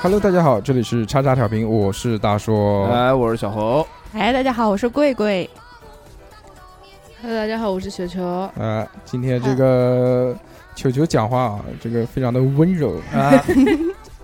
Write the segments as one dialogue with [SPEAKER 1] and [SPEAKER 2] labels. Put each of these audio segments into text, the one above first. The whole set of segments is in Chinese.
[SPEAKER 1] Hello，大家好，这里是叉叉调频，我是大硕。
[SPEAKER 2] 哎，我是小侯。
[SPEAKER 3] 哎，大家好，我是贵贵。
[SPEAKER 4] Hello，大家好，我是雪球。
[SPEAKER 1] 呃，今天这个球球讲话啊，这个非常的温 柔 啊，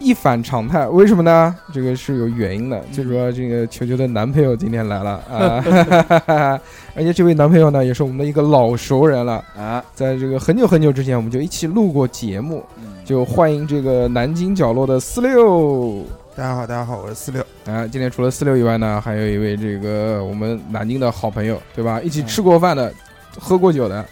[SPEAKER 1] 一反常态。为什么呢？这个是有原因的，就说这个球球的男朋友今天来了啊， 而且这位男朋友呢，也是我们的一个老熟人了。
[SPEAKER 2] 啊，
[SPEAKER 1] 在这个很久很久之前，我们就一起录过节目，就欢迎这个南京角落的四六。
[SPEAKER 5] 大家好，大家好，我是四六。
[SPEAKER 1] 啊，今天除了四六以外呢，还有一位这个我们南京的好朋友，对吧？一起吃过饭的、喝过酒的、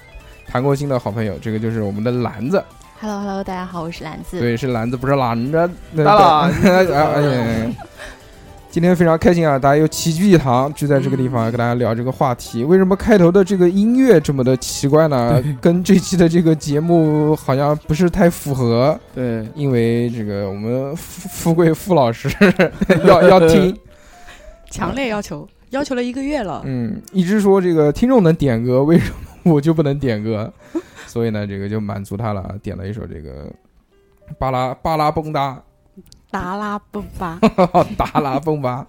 [SPEAKER 1] 谈过心的好朋友，这个就是我们的篮子。
[SPEAKER 3] Hello Hello，大家好，我是兰子。
[SPEAKER 1] 对，是篮子，不是拦 着。那
[SPEAKER 2] 大 佬
[SPEAKER 1] 对哎哎哎今天非常开心啊！大家又齐聚一堂，聚在这个地方跟大家聊这个话题。为什么开头的这个音乐这么的奇怪呢？跟这期的这个节目好像不是太符合，
[SPEAKER 2] 对，
[SPEAKER 1] 因为这个我们富富贵傅老师 要要听，
[SPEAKER 3] 强烈要求，要求了一个月了。
[SPEAKER 1] 嗯，一直说这个听众能点歌，为什么我就不能点歌？所以呢，这个就满足他了，点了一首这个巴拉巴拉蹦哒，
[SPEAKER 3] 达拉崩吧，
[SPEAKER 1] 达拉蹦吧。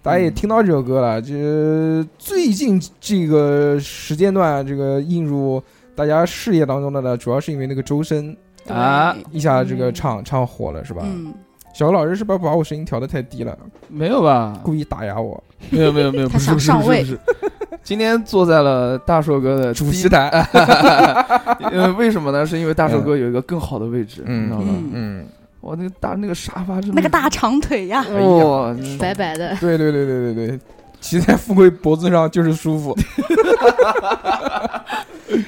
[SPEAKER 1] 大家也听到这首歌了，这最近这个时间段，这个映入大家视野当中的呢，主要是因为那个周深
[SPEAKER 3] 对
[SPEAKER 2] 啊
[SPEAKER 1] 一下这个唱唱火了，是吧？
[SPEAKER 3] 嗯，
[SPEAKER 1] 小何老师是不是把我声音调的太低了，
[SPEAKER 2] 没有吧？
[SPEAKER 1] 故意打压我？
[SPEAKER 2] 没有没有没有
[SPEAKER 3] 他，想上位，
[SPEAKER 2] 今天坐在了大硕哥的
[SPEAKER 1] 主席，台，
[SPEAKER 2] 呃，为什么呢？是因为大硕哥有一个更好的位置，
[SPEAKER 1] 嗯
[SPEAKER 2] 你知道吧？
[SPEAKER 3] 嗯，
[SPEAKER 1] 嗯，
[SPEAKER 2] 哇，那个大那个沙发真的
[SPEAKER 3] 那个大长腿呀，
[SPEAKER 1] 哎呀
[SPEAKER 2] 哇，
[SPEAKER 4] 白白的，
[SPEAKER 1] 对对对对对对，骑在富贵脖子上就是舒服。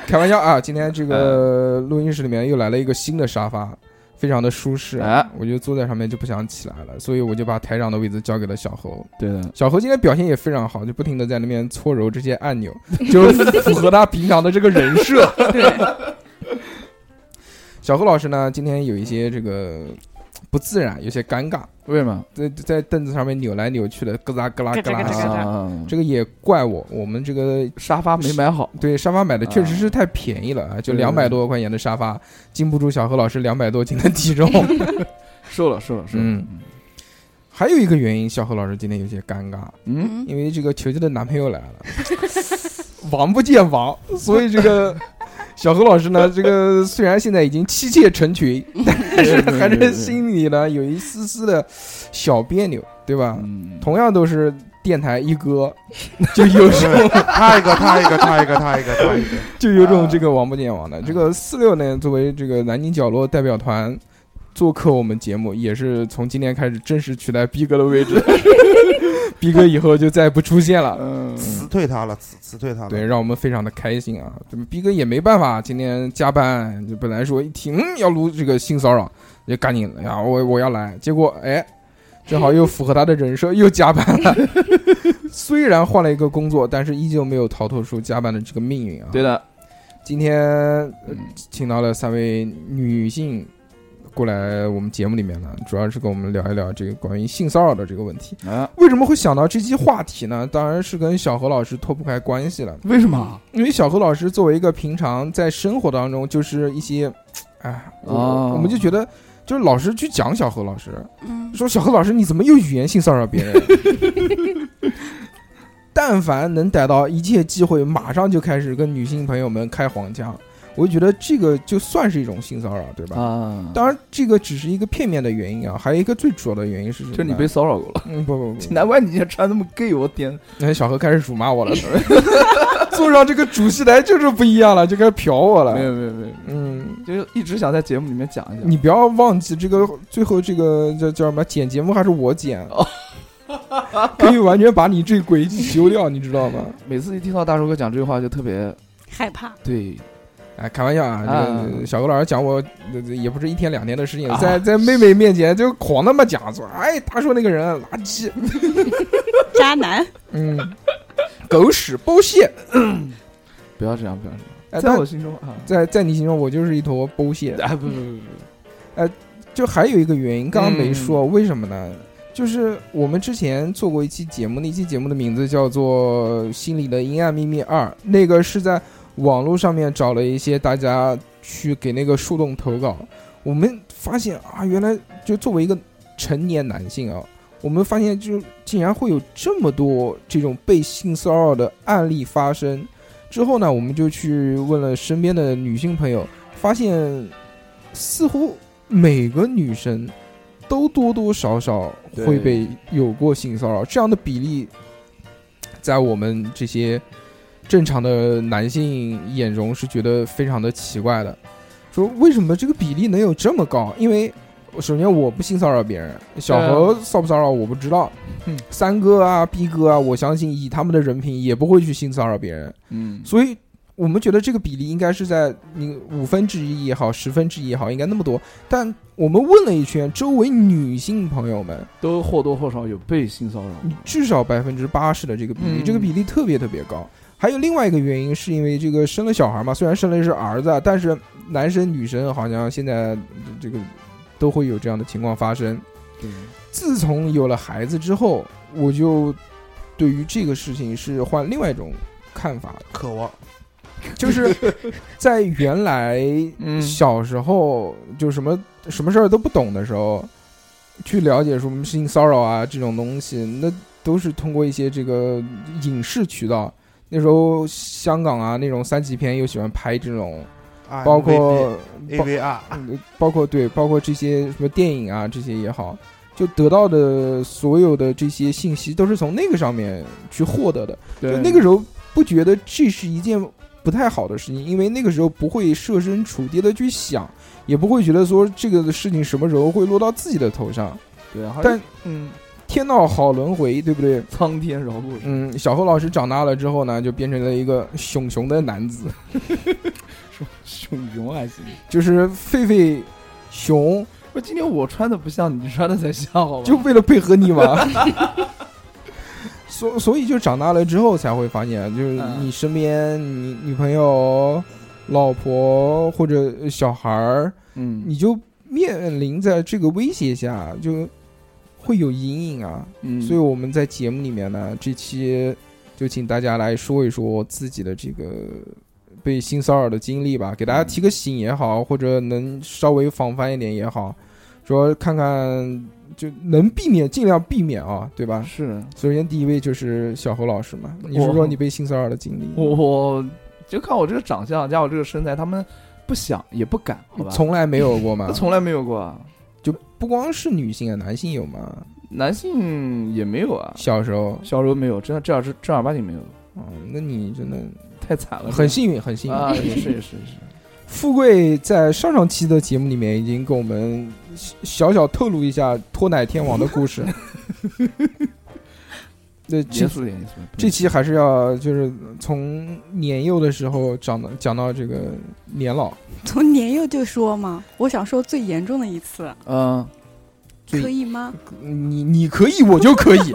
[SPEAKER 1] 开玩笑啊！今天这
[SPEAKER 2] 嗯
[SPEAKER 1] 个录音室里面又来了一个新的沙发，非常的舒适，啊
[SPEAKER 2] 哎
[SPEAKER 1] 我就坐在上面就不想起来了，所以我就把台长的位置交给了小侯。
[SPEAKER 2] 对的，
[SPEAKER 1] 小侯今天表现也非常好，就不停的在那边搓揉这些按钮， 就符合他平常的这个人 设。小侯老师呢，今天有一些这个不自然，有些尴尬，
[SPEAKER 2] 为什么？
[SPEAKER 1] 在在凳子上面扭来扭去的，咯啦咯啦咯啦
[SPEAKER 3] 嘎吱嘎吱
[SPEAKER 1] 响。
[SPEAKER 2] 啊
[SPEAKER 1] 这个也怪我，我们这个
[SPEAKER 2] 沙发没买好，
[SPEAKER 1] 对沙发买的确实
[SPEAKER 2] 啊
[SPEAKER 1] 是太便宜了啊，就
[SPEAKER 2] 对对
[SPEAKER 1] 两百多块钱的沙发，经不住小何老师两百多斤的体 重。
[SPEAKER 2] 瘦了瘦了瘦了。
[SPEAKER 1] 嗯还有一个原因，小何老师今天有些尴尬，
[SPEAKER 2] 嗯，
[SPEAKER 3] 嗯，
[SPEAKER 1] 因为这个球球的男朋友来了， 王不见王，所以这个小何老师呢，这个虽然现在已经妻妾成群，但是还
[SPEAKER 2] 对对
[SPEAKER 1] 是
[SPEAKER 2] 对
[SPEAKER 1] 心里呢有一丝丝的小别扭，对吧？
[SPEAKER 2] 嗯，
[SPEAKER 1] 同样都是电台一哥，就 有时候
[SPEAKER 5] 他一个，他一个，他一个，他一个，啊他一个。
[SPEAKER 1] 就有种这个王不见王的。这个四六呢，作为这个南京角落代表团做客我们节目，也是从今天开始正式取代逼哥的位置。 逼哥以后就再也不出现了，
[SPEAKER 2] 嗯，
[SPEAKER 5] 辞退他了，辞辞退他了。
[SPEAKER 1] 对，让我们非常的开心啊！这么逼哥也没办法，今天加班，就本来说一听、嗯要录这个性骚扰，就赶紧呀、我我要来，结果哎，正好又符合他的人设，又加班了。 虽然换了一个工作，但是依旧没有逃脱出加班的这个命运啊！
[SPEAKER 2] 对的，
[SPEAKER 1] 今天呃
[SPEAKER 2] 嗯
[SPEAKER 1] 请到了三位女性过来我们节目里面呢，主要是跟我们聊一聊这个关于性骚扰的这个问题。
[SPEAKER 2] 啊，
[SPEAKER 1] 为什么会想到这期话题呢？当然是跟小何老师脱不开关系了，
[SPEAKER 2] 为什么？
[SPEAKER 1] 因为小何老师作为一个平常在生活当中就是一些，哎，我
[SPEAKER 2] 哦
[SPEAKER 1] 我们就觉得。就是老师去讲小何老师，
[SPEAKER 3] 嗯，
[SPEAKER 1] 说小何老师你怎么又语言性骚扰 别人？但凡能逮到一切机会，马上就开始跟女性朋友们开黄腔，我就觉得这个就算是一种性骚扰，对吧？
[SPEAKER 2] 啊，
[SPEAKER 1] 当然，这个只是一个片面的原因啊，还有一个最主要的原因是什么呢？
[SPEAKER 2] 就是你被骚扰过了，
[SPEAKER 1] 嗯不 不不，
[SPEAKER 2] 难怪你今天穿那么 gay，我天，
[SPEAKER 1] 那哎小何开始辱骂 我了， 坐上这个主席台就是不一样了，就开始瞟我
[SPEAKER 2] 没
[SPEAKER 1] 了。
[SPEAKER 2] 有没有没有，
[SPEAKER 1] 嗯，
[SPEAKER 2] 就是一直想在节目里面讲一讲。
[SPEAKER 1] 你不要忘记这个最后这个叫叫什么剪节目还是我剪
[SPEAKER 2] 哦，
[SPEAKER 1] 可以完全把你这轨迹修掉，你知道吗？
[SPEAKER 2] 每次一听到大叔哥讲这句话，就特别
[SPEAKER 3] 害怕，
[SPEAKER 2] 对，
[SPEAKER 1] 哎，开玩笑啊！
[SPEAKER 2] 啊
[SPEAKER 1] 这个小何老师讲我，呃也不是一天两天的事情，
[SPEAKER 2] 啊
[SPEAKER 1] 在在妹妹面前就狂那么讲，说哎，他说那个人垃圾，
[SPEAKER 3] 渣男，
[SPEAKER 1] 嗯，狗屎包蟹。
[SPEAKER 2] 不要这样，不要这样，
[SPEAKER 1] 哎，
[SPEAKER 2] 在
[SPEAKER 1] 但
[SPEAKER 2] 我心中啊，
[SPEAKER 1] 在在你心中，我就是一坨包蟹。呃
[SPEAKER 2] 哎不不不不不，
[SPEAKER 1] 就还有一个原因，刚刚没
[SPEAKER 2] 嗯
[SPEAKER 1] 说，为什么呢？就是我们之前做过一期节目，那期节目的名字叫做《心里的阴暗秘密二》，那个是在网络上面找了一些大家去给那个树洞投稿，我们发现啊，原来就作为一个成年男性啊，我们发现就竟然会有这么多这种被性骚扰的案例发生。之后呢，我们就去问了身边的女性朋友，发现似乎每个女生都多多少少会被有过性骚扰，这样的比例在我们这些正常的男性嗯眼中是觉得非常的奇怪的。说为什么这个比例能有这么高？因为首先我不性骚扰别人，小何骚不骚扰我不知道，
[SPEAKER 2] 嗯
[SPEAKER 1] 三哥啊、逼哥啊，我相信以他们的人品也不会去性骚扰别人，
[SPEAKER 2] 嗯，
[SPEAKER 1] 所以我们觉得这个比例应该是在你五分之一也好，十分之一也好，应该那么多。但我们问了一圈周围女性朋友们，
[SPEAKER 2] 都或多或少有被性骚扰过。
[SPEAKER 1] 至少百分之八十的这个比例，
[SPEAKER 2] 嗯
[SPEAKER 1] 这个比例特别特别高。还有另外一个原因，是因为这个生了小孩嘛，虽然生了是儿子，但是男生女生好像现在这个都会有这样的情况发生。
[SPEAKER 2] 对，
[SPEAKER 1] 自从有了孩子之后，我就对于这个事情是换另外一种看法了，
[SPEAKER 5] 渴望
[SPEAKER 1] 就是 在原来
[SPEAKER 2] 嗯
[SPEAKER 1] 小时候就什么什么事儿都不懂的时候，去了解什么性骚扰啊这种东西，那都是通过一些这个影视渠道。那时候香港啊那种三级片又喜欢拍这种，
[SPEAKER 5] 啊
[SPEAKER 1] 包括
[SPEAKER 5] A
[SPEAKER 1] 包
[SPEAKER 5] V R，
[SPEAKER 1] 嗯包括对，包括这些什么电影啊，这些也好，就得到的所有的这些信息都是从那个上面去获得的。就
[SPEAKER 2] 对，
[SPEAKER 1] 那个时候不觉得这是一件不太好的事情，因为那个时候不会设身处地的去想，也不会觉得说这个事情什么时候会落到自己的头上。
[SPEAKER 2] 对，好像
[SPEAKER 1] 但
[SPEAKER 2] 嗯，
[SPEAKER 1] 天道好轮回，对不对？
[SPEAKER 2] 苍天饶过你，
[SPEAKER 1] 嗯，小侯老师长大了之后呢，就变成了一个熊熊的男子，
[SPEAKER 2] 熊熊还行。
[SPEAKER 1] 就是狒狒熊，
[SPEAKER 2] 不，今天我穿的不像你穿的才像，好吧？
[SPEAKER 1] 就为了配合你 嘛。所所以就长大了之后才会发现，就是
[SPEAKER 2] 嗯
[SPEAKER 1] 你身边你女朋友、老婆或者小孩儿，
[SPEAKER 2] 嗯，
[SPEAKER 1] 你就面临在这个威胁下，就会有阴影啊。
[SPEAKER 2] 嗯，
[SPEAKER 1] 所以我们在节目里面呢，这期就请大家来说一说自己的这个被性骚扰的经历吧，给大家提个醒也好，或者能稍微防范一点也好，说看看就能避免尽量避免啊，对吧？
[SPEAKER 2] 是
[SPEAKER 1] 首先第一位就是小侯老师嘛，你说说你被性骚扰的经历，
[SPEAKER 2] 我我就看我这个长相加我这个身材，他们不想也不敢，好吧？
[SPEAKER 1] 从来没有过嘛
[SPEAKER 2] 那， 从来没有过啊，
[SPEAKER 1] 就不光是女性啊，男性有嘛，
[SPEAKER 2] 男性也没有啊，
[SPEAKER 1] 小时候。
[SPEAKER 2] 小时候没有，真的正儿是正儿八经没有，
[SPEAKER 1] 嗯，那你真的
[SPEAKER 2] 太惨了，
[SPEAKER 1] 很幸运，很幸运。
[SPEAKER 2] 啊，也是也是也是，
[SPEAKER 1] 富贵在上上期的节目里面已经跟我们小小透露一下脱奶天王的故 事。对，这
[SPEAKER 2] 严肃点严肃点。
[SPEAKER 1] 这期还是要就是从年幼的时候讲到讲到这个年老，
[SPEAKER 3] 从年幼就说嘛，我想说最严重的一次，
[SPEAKER 2] 嗯，
[SPEAKER 1] 最
[SPEAKER 3] 可以吗？
[SPEAKER 1] 你你可以，我就可以，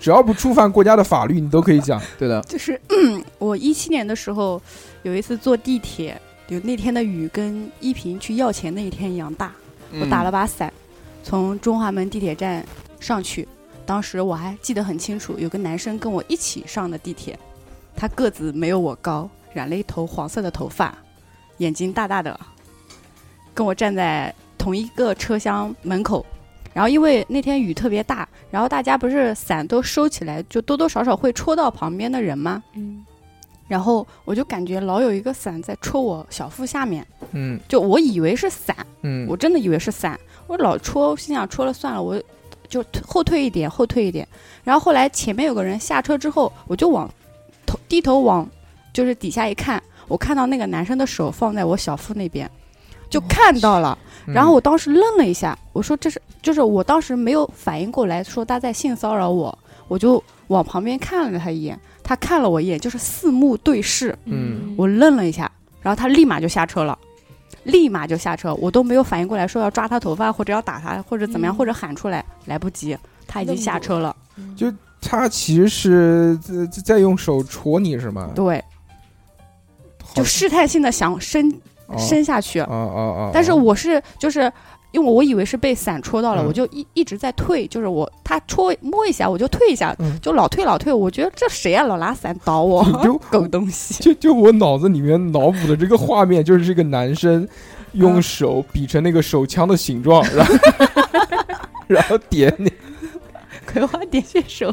[SPEAKER 1] 只要不触犯国家的法律，你都可以讲。
[SPEAKER 2] 对的，
[SPEAKER 3] 就是、 我一七年的时候有一次坐地铁，就那天的雨跟依萍去要钱那一天一样大，我打了把伞，从中华门地铁站上去。当时我还记得很清楚，有个男生跟我一起上的地铁，他个子没有我高，染了一头黄色的头发，眼睛大大的，跟我站在同一个车厢门口。然后因为那天雨特别大，然后大家不是伞都收起来，就多多少少会戳到旁边的人吗？
[SPEAKER 4] 嗯，
[SPEAKER 3] 然后我就感觉老有一个伞在戳我小腹下面，
[SPEAKER 1] 嗯
[SPEAKER 3] 就我以为是伞，
[SPEAKER 1] 嗯
[SPEAKER 3] 我真的以为是伞，我老戳，心想戳了算了，我就退后退一点，后退一点。然后后来前面有个人下车之后，我就往头低头往就是底下一看，我看到那个男生的手放在我小腹那边，就看到了。
[SPEAKER 1] 哦嗯
[SPEAKER 3] 然后我当时愣了一下，我说这是就是我当时没有反应过来，说他在性骚扰我，我就往旁边看了他一眼，他看了我一眼，就是四目对视。
[SPEAKER 1] 嗯
[SPEAKER 3] 我愣了一下，然后他立马就下车了，立马就下车，我都没有反应过来说要抓他头发或者要打他或者怎么
[SPEAKER 4] 嗯
[SPEAKER 3] 样、或者喊出来，来不及，他已经下车了。
[SPEAKER 1] 就他其实是在在用手戳你是吗？
[SPEAKER 3] 对，
[SPEAKER 1] 好
[SPEAKER 3] 就试探性的想伸、
[SPEAKER 1] 哦
[SPEAKER 3] 伸下去，
[SPEAKER 1] 哦哦哦，
[SPEAKER 3] 但是
[SPEAKER 1] 哦
[SPEAKER 3] 我是就是。因为我以为是被伞戳到了，
[SPEAKER 1] 嗯
[SPEAKER 3] 我就一一直在退，就是我他戳摸一下我就退一下，
[SPEAKER 1] 嗯，
[SPEAKER 3] 就老退老退。我觉得这谁啊，老拿伞倒我
[SPEAKER 1] 就
[SPEAKER 3] 狗东西！
[SPEAKER 1] 就 就我脑子里面脑补的这个画面，就是这个男生用手比成那个手枪的形状，然后 然后点你，
[SPEAKER 3] 葵花点穴手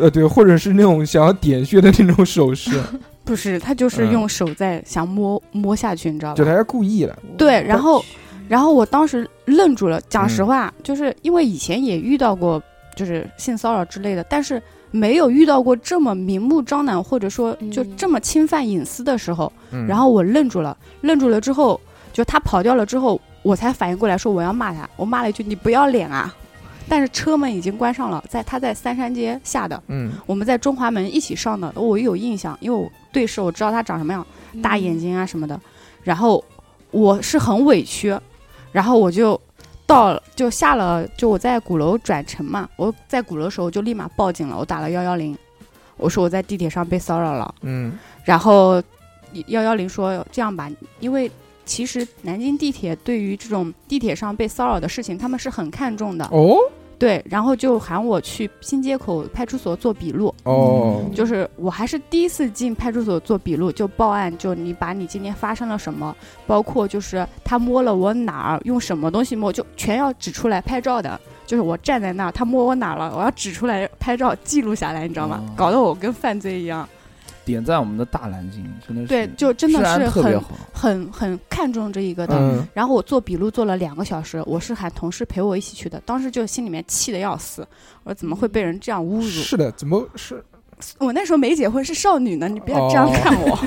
[SPEAKER 1] 呃，对，或者是那种想要点穴的那种手 势，
[SPEAKER 3] 不是，他就是
[SPEAKER 1] 嗯
[SPEAKER 3] 用手在想摸摸下去，你知道
[SPEAKER 1] 就
[SPEAKER 3] 吧？
[SPEAKER 1] 他是故意的，
[SPEAKER 3] 对，然后然后我当时愣住了。讲实
[SPEAKER 1] 嗯
[SPEAKER 3] 话，就是因为以前也遇到过就是性骚扰之类的，但是没有遇到过这么明目张胆或者说就
[SPEAKER 4] 嗯
[SPEAKER 3] 这么侵犯隐私的时候。
[SPEAKER 1] 嗯
[SPEAKER 3] 然后我愣住了，愣住了之后，就他跑掉了之后，我才反应过来说我要骂他，我骂了一句你不要脸啊！但是车门已经关上了，在他在三山街下的，
[SPEAKER 1] 嗯，
[SPEAKER 3] 我们在中华门一起上的，我有印象，因为我对视，我知道他长什么样，大眼睛啊什么的。然后我是很委屈，然后我就到了，就下了，就我在鼓楼转乘嘛，我在鼓楼的时候我就立马报警了，我打了幺幺零，我说我在地铁上被骚扰了。
[SPEAKER 1] 嗯
[SPEAKER 3] 然后幺幺零说这样吧，因为其实南京地铁对于这种地铁上被骚扰的事情，他们是很看重的。
[SPEAKER 1] 哦
[SPEAKER 3] 对，然后就喊我去新街口派出所做笔录，
[SPEAKER 1] 哦，
[SPEAKER 3] 就是我还是第一次进派出所做笔录，就报案，就你把你今天发生了什么，包括就是他摸了我哪儿，用什么东西摸，就全要指出来拍照的。就是我站在那儿，他摸我哪儿了，我要指出来拍照记录下来，你知道吗？
[SPEAKER 2] 哦
[SPEAKER 3] 搞得我跟犯罪一样。
[SPEAKER 2] 点赞我们的大蓝鲸，真的是
[SPEAKER 3] 对，就真的
[SPEAKER 2] 治安
[SPEAKER 3] 是
[SPEAKER 2] 特别
[SPEAKER 3] 很
[SPEAKER 2] 好，
[SPEAKER 3] 很很看重这一个的。
[SPEAKER 1] 嗯
[SPEAKER 3] 然后我做笔录做了两个小时，我是喊同事陪我一起去的，当时就心里面气得要死，我说怎么会被人这样侮辱？
[SPEAKER 1] 是的，怎么是？哦
[SPEAKER 3] 我那时候没结婚，是少女呢，你不要这样看我。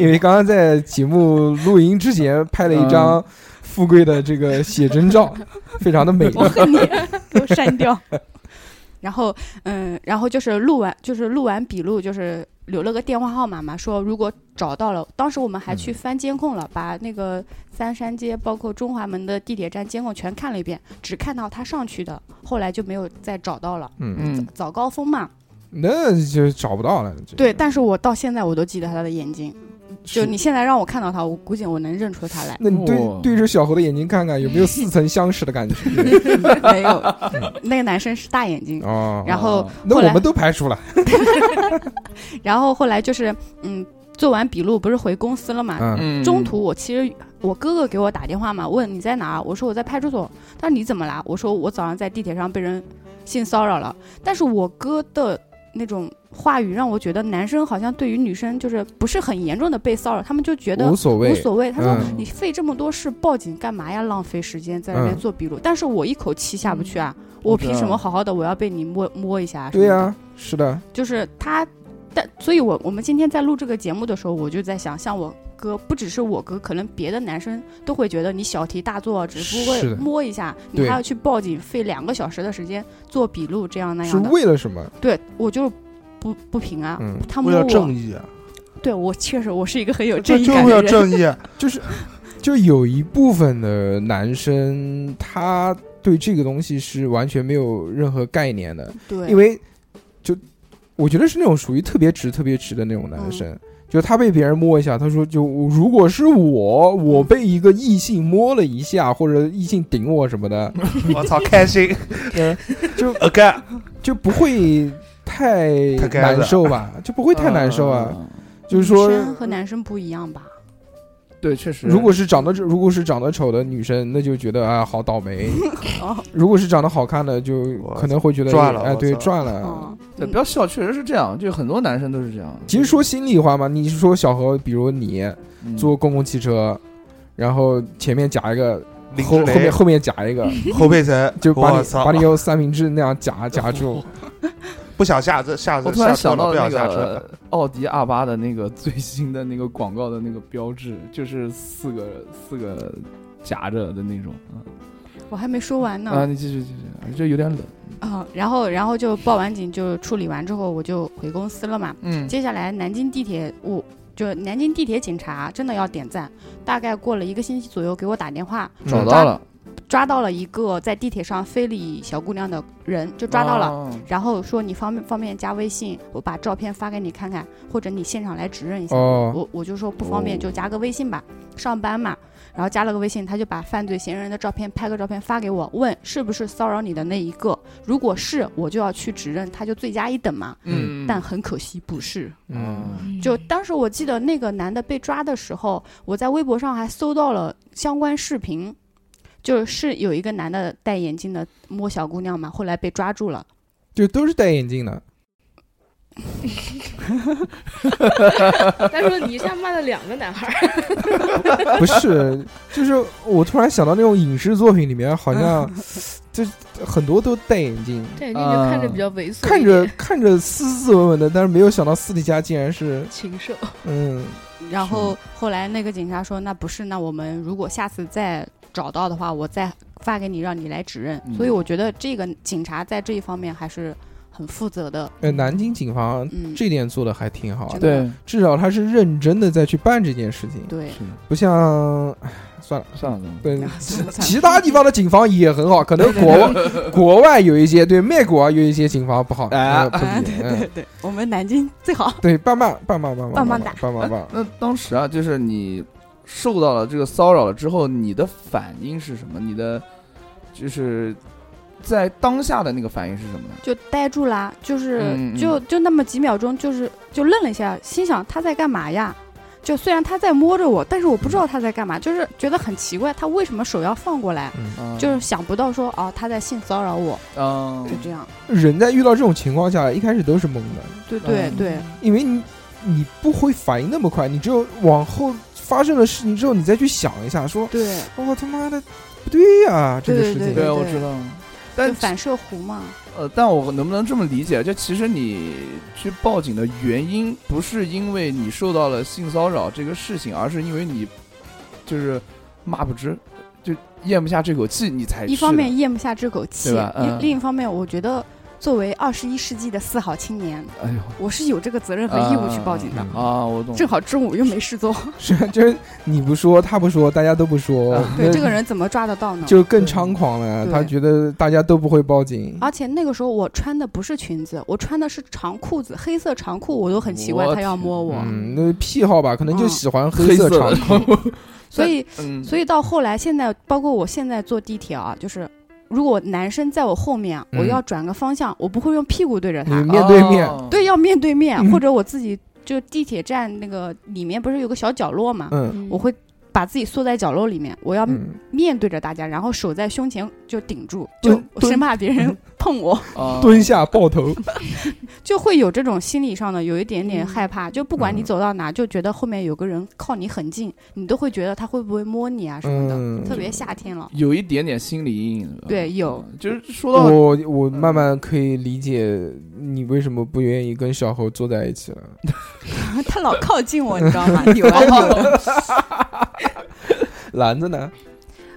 [SPEAKER 1] 因为刚刚在节目录音之前拍了一
[SPEAKER 3] 嗯
[SPEAKER 1] 张富贵的这个写真照，非常的美。
[SPEAKER 3] 我恨你，给我删掉。 然后，嗯，然后就是录完，就是录完笔录，就是留了个电话号码嘛，说如果找到了，当时我们还
[SPEAKER 1] 嗯
[SPEAKER 3] 去翻监控了，把那个三山街包括中华门的地铁站监控全看了一遍，只看到他上去的，后来就没有再找到了。
[SPEAKER 1] 嗯，
[SPEAKER 2] 嗯，
[SPEAKER 3] 早高峰嘛，
[SPEAKER 1] 那就找不到了。这。
[SPEAKER 3] 对，但是我到现在我都记得他的眼睛，就是你现在让我看到他，我估计我能认出他来
[SPEAKER 1] 那你
[SPEAKER 2] 哇
[SPEAKER 1] 对对着小猴的眼睛看看，有没有似曾相识 的感觉？
[SPEAKER 3] 没有，那个男生是大眼睛。
[SPEAKER 1] 哦，
[SPEAKER 3] 然后
[SPEAKER 2] 哦
[SPEAKER 1] 那
[SPEAKER 3] 后
[SPEAKER 1] 我
[SPEAKER 3] 来
[SPEAKER 1] 们都排除了。
[SPEAKER 3] 然后后来就是，嗯，做完笔录不是回公司了嘛？
[SPEAKER 1] 嗯，
[SPEAKER 2] 嗯
[SPEAKER 3] 中途我其实我哥哥给我打电话嘛，问你在哪儿？我说我在派出所。他说你怎么啦？我说我早上在地铁上被人性骚扰了。但是我哥的那种话语让我觉得男生好像对于女生就是不是很严重的被骚扰，他们就觉得
[SPEAKER 1] 无所谓
[SPEAKER 3] 无。所谓。他说
[SPEAKER 1] 嗯
[SPEAKER 3] 你费这么多事报警干嘛呀？浪费时间在那边
[SPEAKER 1] 嗯
[SPEAKER 3] 做笔录。但是我一口气下不去啊，我凭什么好好的我要被你摸摸一下啊？
[SPEAKER 1] 对
[SPEAKER 3] 呀、
[SPEAKER 1] 呀、是的，
[SPEAKER 3] 就是他，但所以我，我们今天在录这个节目的时候，我就在想，像我哥，不只是我哥，可能别的男生都会觉得你小题大做，只不
[SPEAKER 1] 是
[SPEAKER 3] 过
[SPEAKER 1] 的
[SPEAKER 3] 摸一下，你
[SPEAKER 1] 对
[SPEAKER 3] 还要去报警，费两个小时的时间做笔录，这样那
[SPEAKER 1] 是
[SPEAKER 3] 样的。
[SPEAKER 1] 为了什么？
[SPEAKER 3] 对我就是不不平啊，
[SPEAKER 1] 嗯，
[SPEAKER 3] 他摸
[SPEAKER 5] 为了正
[SPEAKER 3] 我，
[SPEAKER 5] 义啊，
[SPEAKER 3] 对我确实我是一个很有正
[SPEAKER 5] 这
[SPEAKER 3] 义
[SPEAKER 5] 就
[SPEAKER 3] 感
[SPEAKER 5] 为
[SPEAKER 3] 的
[SPEAKER 5] 了
[SPEAKER 3] 人。
[SPEAKER 5] 正义，
[SPEAKER 1] 啊就是就有一部分的男生，他对这个东西是完全没有任何概念的，
[SPEAKER 3] 对，
[SPEAKER 1] 因为就我觉得是那种属于特别直、特别直的那种
[SPEAKER 3] 嗯
[SPEAKER 1] 男生。就他被别人摸一下，他说就如果是我，
[SPEAKER 3] 嗯
[SPEAKER 1] 我被一个异性摸了一下，或者异性顶我什么 的，
[SPEAKER 2] 我操，开心嗯
[SPEAKER 1] 就
[SPEAKER 2] again，
[SPEAKER 1] 就不会太
[SPEAKER 5] 太该
[SPEAKER 1] 难
[SPEAKER 5] 了
[SPEAKER 1] 受吧，就不会太难受啊。
[SPEAKER 2] 嗯。
[SPEAKER 1] 就是
[SPEAKER 3] 女
[SPEAKER 1] 说
[SPEAKER 3] 生，和男生不一样吧？
[SPEAKER 2] 对，确实，
[SPEAKER 1] 如果是长得如果是长得丑的女生，那就觉得啊好倒 霉；
[SPEAKER 3] 哦，
[SPEAKER 1] 如果是长得好看的，就
[SPEAKER 5] 我
[SPEAKER 1] 可能会觉得
[SPEAKER 5] 赚了
[SPEAKER 1] 哎，
[SPEAKER 5] 我
[SPEAKER 1] 对，
[SPEAKER 5] 操
[SPEAKER 1] 赚了。
[SPEAKER 3] 哦，
[SPEAKER 2] 对，
[SPEAKER 3] 嗯
[SPEAKER 2] 不要笑，确实是这样，就很多男生都是这样。
[SPEAKER 1] 其实说心里话嘛，你是说小何，比如你
[SPEAKER 2] 嗯
[SPEAKER 1] 坐公共汽车，然后前面夹一个，
[SPEAKER 5] 林
[SPEAKER 1] 后
[SPEAKER 5] 志
[SPEAKER 1] 后面
[SPEAKER 5] 玲
[SPEAKER 1] 后面夹一 个，
[SPEAKER 5] 侯佩岑，
[SPEAKER 1] 就把
[SPEAKER 5] 我
[SPEAKER 1] 你
[SPEAKER 5] 操
[SPEAKER 1] 把你用三明治那 样夹夹住。
[SPEAKER 5] 不想下车，下车
[SPEAKER 2] 我突然
[SPEAKER 5] 下车
[SPEAKER 2] 想
[SPEAKER 5] 了
[SPEAKER 2] 到
[SPEAKER 5] 不
[SPEAKER 2] 那
[SPEAKER 5] 想下车，
[SPEAKER 2] 个 奥迪 R 八的那个最新的那个广告的那个标志，就是四个四个夹着的那种。
[SPEAKER 3] 我还没说完呢。
[SPEAKER 2] 啊，你继续继续，就有点冷。
[SPEAKER 3] 啊、然后然后就报完警，就处理完之后，我就回公司了嘛。
[SPEAKER 2] 嗯
[SPEAKER 3] 接下来南京地铁，我就南京地铁警察真的要点赞。大概过了一个星期左右，给我打电话，
[SPEAKER 2] 嗯找到了，
[SPEAKER 3] 抓到了一个在地铁上非礼小姑娘的人，就抓到了。
[SPEAKER 2] 了。
[SPEAKER 3] 然后说你方便方便加微信，我把照片发给你看看，或者你现场来指认一下。
[SPEAKER 1] 哦，
[SPEAKER 3] 我我就说不方便，
[SPEAKER 2] 哦
[SPEAKER 3] 就加个微信吧，上班嘛。然后加了个微信，他就把犯罪嫌疑人的照片拍个照片发给我，问是不是骚扰你的那一个，如果是，我就要去指认，他就罪加一等嘛。
[SPEAKER 1] 嗯
[SPEAKER 3] 但很可惜不是，
[SPEAKER 1] 嗯，
[SPEAKER 3] 就当时我记得那个男的被抓的时候，我在微博上还搜到了相关视频，就是有一个男的戴眼镜的摸小姑娘嘛，后来被抓住了。
[SPEAKER 1] 就都是戴眼镜 的，
[SPEAKER 4] 他说你一下骂了两个男孩儿，
[SPEAKER 1] 不是，就是我突然想到那种影视作品里面，好像就很多都戴眼镜，
[SPEAKER 4] 戴眼镜就看着比较猥琐
[SPEAKER 1] 看
[SPEAKER 4] 一点，
[SPEAKER 1] 着看着斯斯文文的，但是没有想到私底下竟然是
[SPEAKER 4] 禽兽。
[SPEAKER 1] 嗯，
[SPEAKER 3] 然后后来那个警察说：“那不是，那我们如果下次再找到的话，我再发给你，让你来指认。
[SPEAKER 2] 嗯
[SPEAKER 3] 所以我觉得这个警察在这一方面还是很负责的。
[SPEAKER 1] 呃，南京警方
[SPEAKER 3] 嗯，
[SPEAKER 1] 这点做的还挺好的，
[SPEAKER 3] 真的
[SPEAKER 2] 对，
[SPEAKER 1] 至少他是认真的在去办这件事情，
[SPEAKER 3] 对，。
[SPEAKER 2] 是
[SPEAKER 1] 不像，唉算了，
[SPEAKER 2] 算了，
[SPEAKER 1] 对
[SPEAKER 3] 算了算了
[SPEAKER 1] 其他地方的警方也很好，可能国外国外有一些对美国有一些警方不好，
[SPEAKER 2] 哎
[SPEAKER 1] 呃不
[SPEAKER 3] 哎
[SPEAKER 1] 比，嗯
[SPEAKER 3] 对，我们南京最好。
[SPEAKER 1] 对，棒棒棒棒棒
[SPEAKER 3] 棒
[SPEAKER 1] 棒
[SPEAKER 3] 棒
[SPEAKER 1] 棒
[SPEAKER 3] 哒
[SPEAKER 1] 棒棒棒。
[SPEAKER 2] 哎那当时啊，就是你受到了这个骚扰了之后，你的反应是什么？你的就是在当下的那个反应是什么呢？
[SPEAKER 3] 就呆住啦，就是、
[SPEAKER 2] 嗯嗯
[SPEAKER 3] 就就那么几秒钟，就是就愣了一下，心想他在干嘛呀？就虽然他在摸着我，但是我不知道他在干嘛，就是觉得很奇怪，他为什么手要放过来？
[SPEAKER 2] 嗯
[SPEAKER 3] 就是想不到说哦，他在性骚扰我，
[SPEAKER 2] 嗯
[SPEAKER 3] 就，这样。
[SPEAKER 1] 人在遇到这种情况下，一开始都是懵的，
[SPEAKER 3] 对对
[SPEAKER 2] 嗯
[SPEAKER 3] 对，
[SPEAKER 1] 因为你你不会反应那么快，你只有往后发生了事情之后，你再去想一下，说
[SPEAKER 3] 对，
[SPEAKER 1] 我、他妈的不对呀、这个
[SPEAKER 3] 对
[SPEAKER 1] 事情。
[SPEAKER 3] 对
[SPEAKER 2] 对，我
[SPEAKER 3] 对
[SPEAKER 2] 知道。
[SPEAKER 3] 就
[SPEAKER 2] 但
[SPEAKER 3] 反射弧嘛。
[SPEAKER 2] 呃，但我能不能这么理解？就其实你去报警的原因，不是因为你受到了性骚扰这个事情，而是因为你就是骂不知，就咽不下这口气，你才
[SPEAKER 3] 一
[SPEAKER 2] 去
[SPEAKER 3] 方
[SPEAKER 2] 的
[SPEAKER 3] 面咽不下这口气，
[SPEAKER 2] 对吧嗯
[SPEAKER 3] 另另一方面，我觉得作为二十一世纪的四好青年，
[SPEAKER 2] 哎呦
[SPEAKER 3] 我是有这个责任和义务去报警的。
[SPEAKER 1] 嗯
[SPEAKER 2] 啊，我懂。
[SPEAKER 3] 正好中午又没 事做，
[SPEAKER 1] 是就是你不说，他不说，大家都不说，
[SPEAKER 2] 啊
[SPEAKER 3] 对
[SPEAKER 1] 那
[SPEAKER 3] 这个人怎么抓得到呢？
[SPEAKER 1] 就更猖狂了。
[SPEAKER 3] 对
[SPEAKER 1] 他觉得大家都不会报警，
[SPEAKER 3] 而且那个时候我穿的不是裙子，我穿的是长裤子，黑色长裤，我都很奇怪
[SPEAKER 2] 我
[SPEAKER 3] 他要摸我，
[SPEAKER 1] 嗯，那癖好吧，可能就
[SPEAKER 3] 嗯
[SPEAKER 1] 喜欢
[SPEAKER 2] 黑
[SPEAKER 1] 色长
[SPEAKER 2] 的
[SPEAKER 1] 裤。
[SPEAKER 3] 所以
[SPEAKER 2] 嗯，
[SPEAKER 3] 所以到后来现在，包括我现在坐地铁啊，就是如果男生在我后面，
[SPEAKER 1] 嗯
[SPEAKER 3] 我要转个方向，我不会用屁股对着他，
[SPEAKER 1] 嗯面对面
[SPEAKER 2] 哦
[SPEAKER 3] 对，要面对面，
[SPEAKER 1] 嗯
[SPEAKER 3] 或者我自己就地铁站那个里面不是有个小角落嘛，
[SPEAKER 1] 嗯
[SPEAKER 3] 我会把自己缩在角落里面，我要
[SPEAKER 1] 嗯，
[SPEAKER 3] 面对着大家，然后手在胸前就顶住，就
[SPEAKER 1] 蹲嗯
[SPEAKER 3] 我生怕别人碰我。
[SPEAKER 2] 啊
[SPEAKER 1] 蹲下抱 头，
[SPEAKER 3] 就会有这种心理上的有一点点害怕，就不管你
[SPEAKER 1] 嗯
[SPEAKER 3] 走到哪，就觉得后面有个人靠你很近，你都会觉得他会不会摸你啊什么的。
[SPEAKER 1] 嗯，
[SPEAKER 3] 特别夏天了，
[SPEAKER 2] 有一点点心理阴影。
[SPEAKER 3] 对有
[SPEAKER 2] 嗯，就是说到
[SPEAKER 1] 我我慢慢可以理解你为什么不愿意跟小猴坐在一起了。
[SPEAKER 3] 他老靠近我，你知 道吗？扭啊扭的。
[SPEAKER 1] 篮子呢？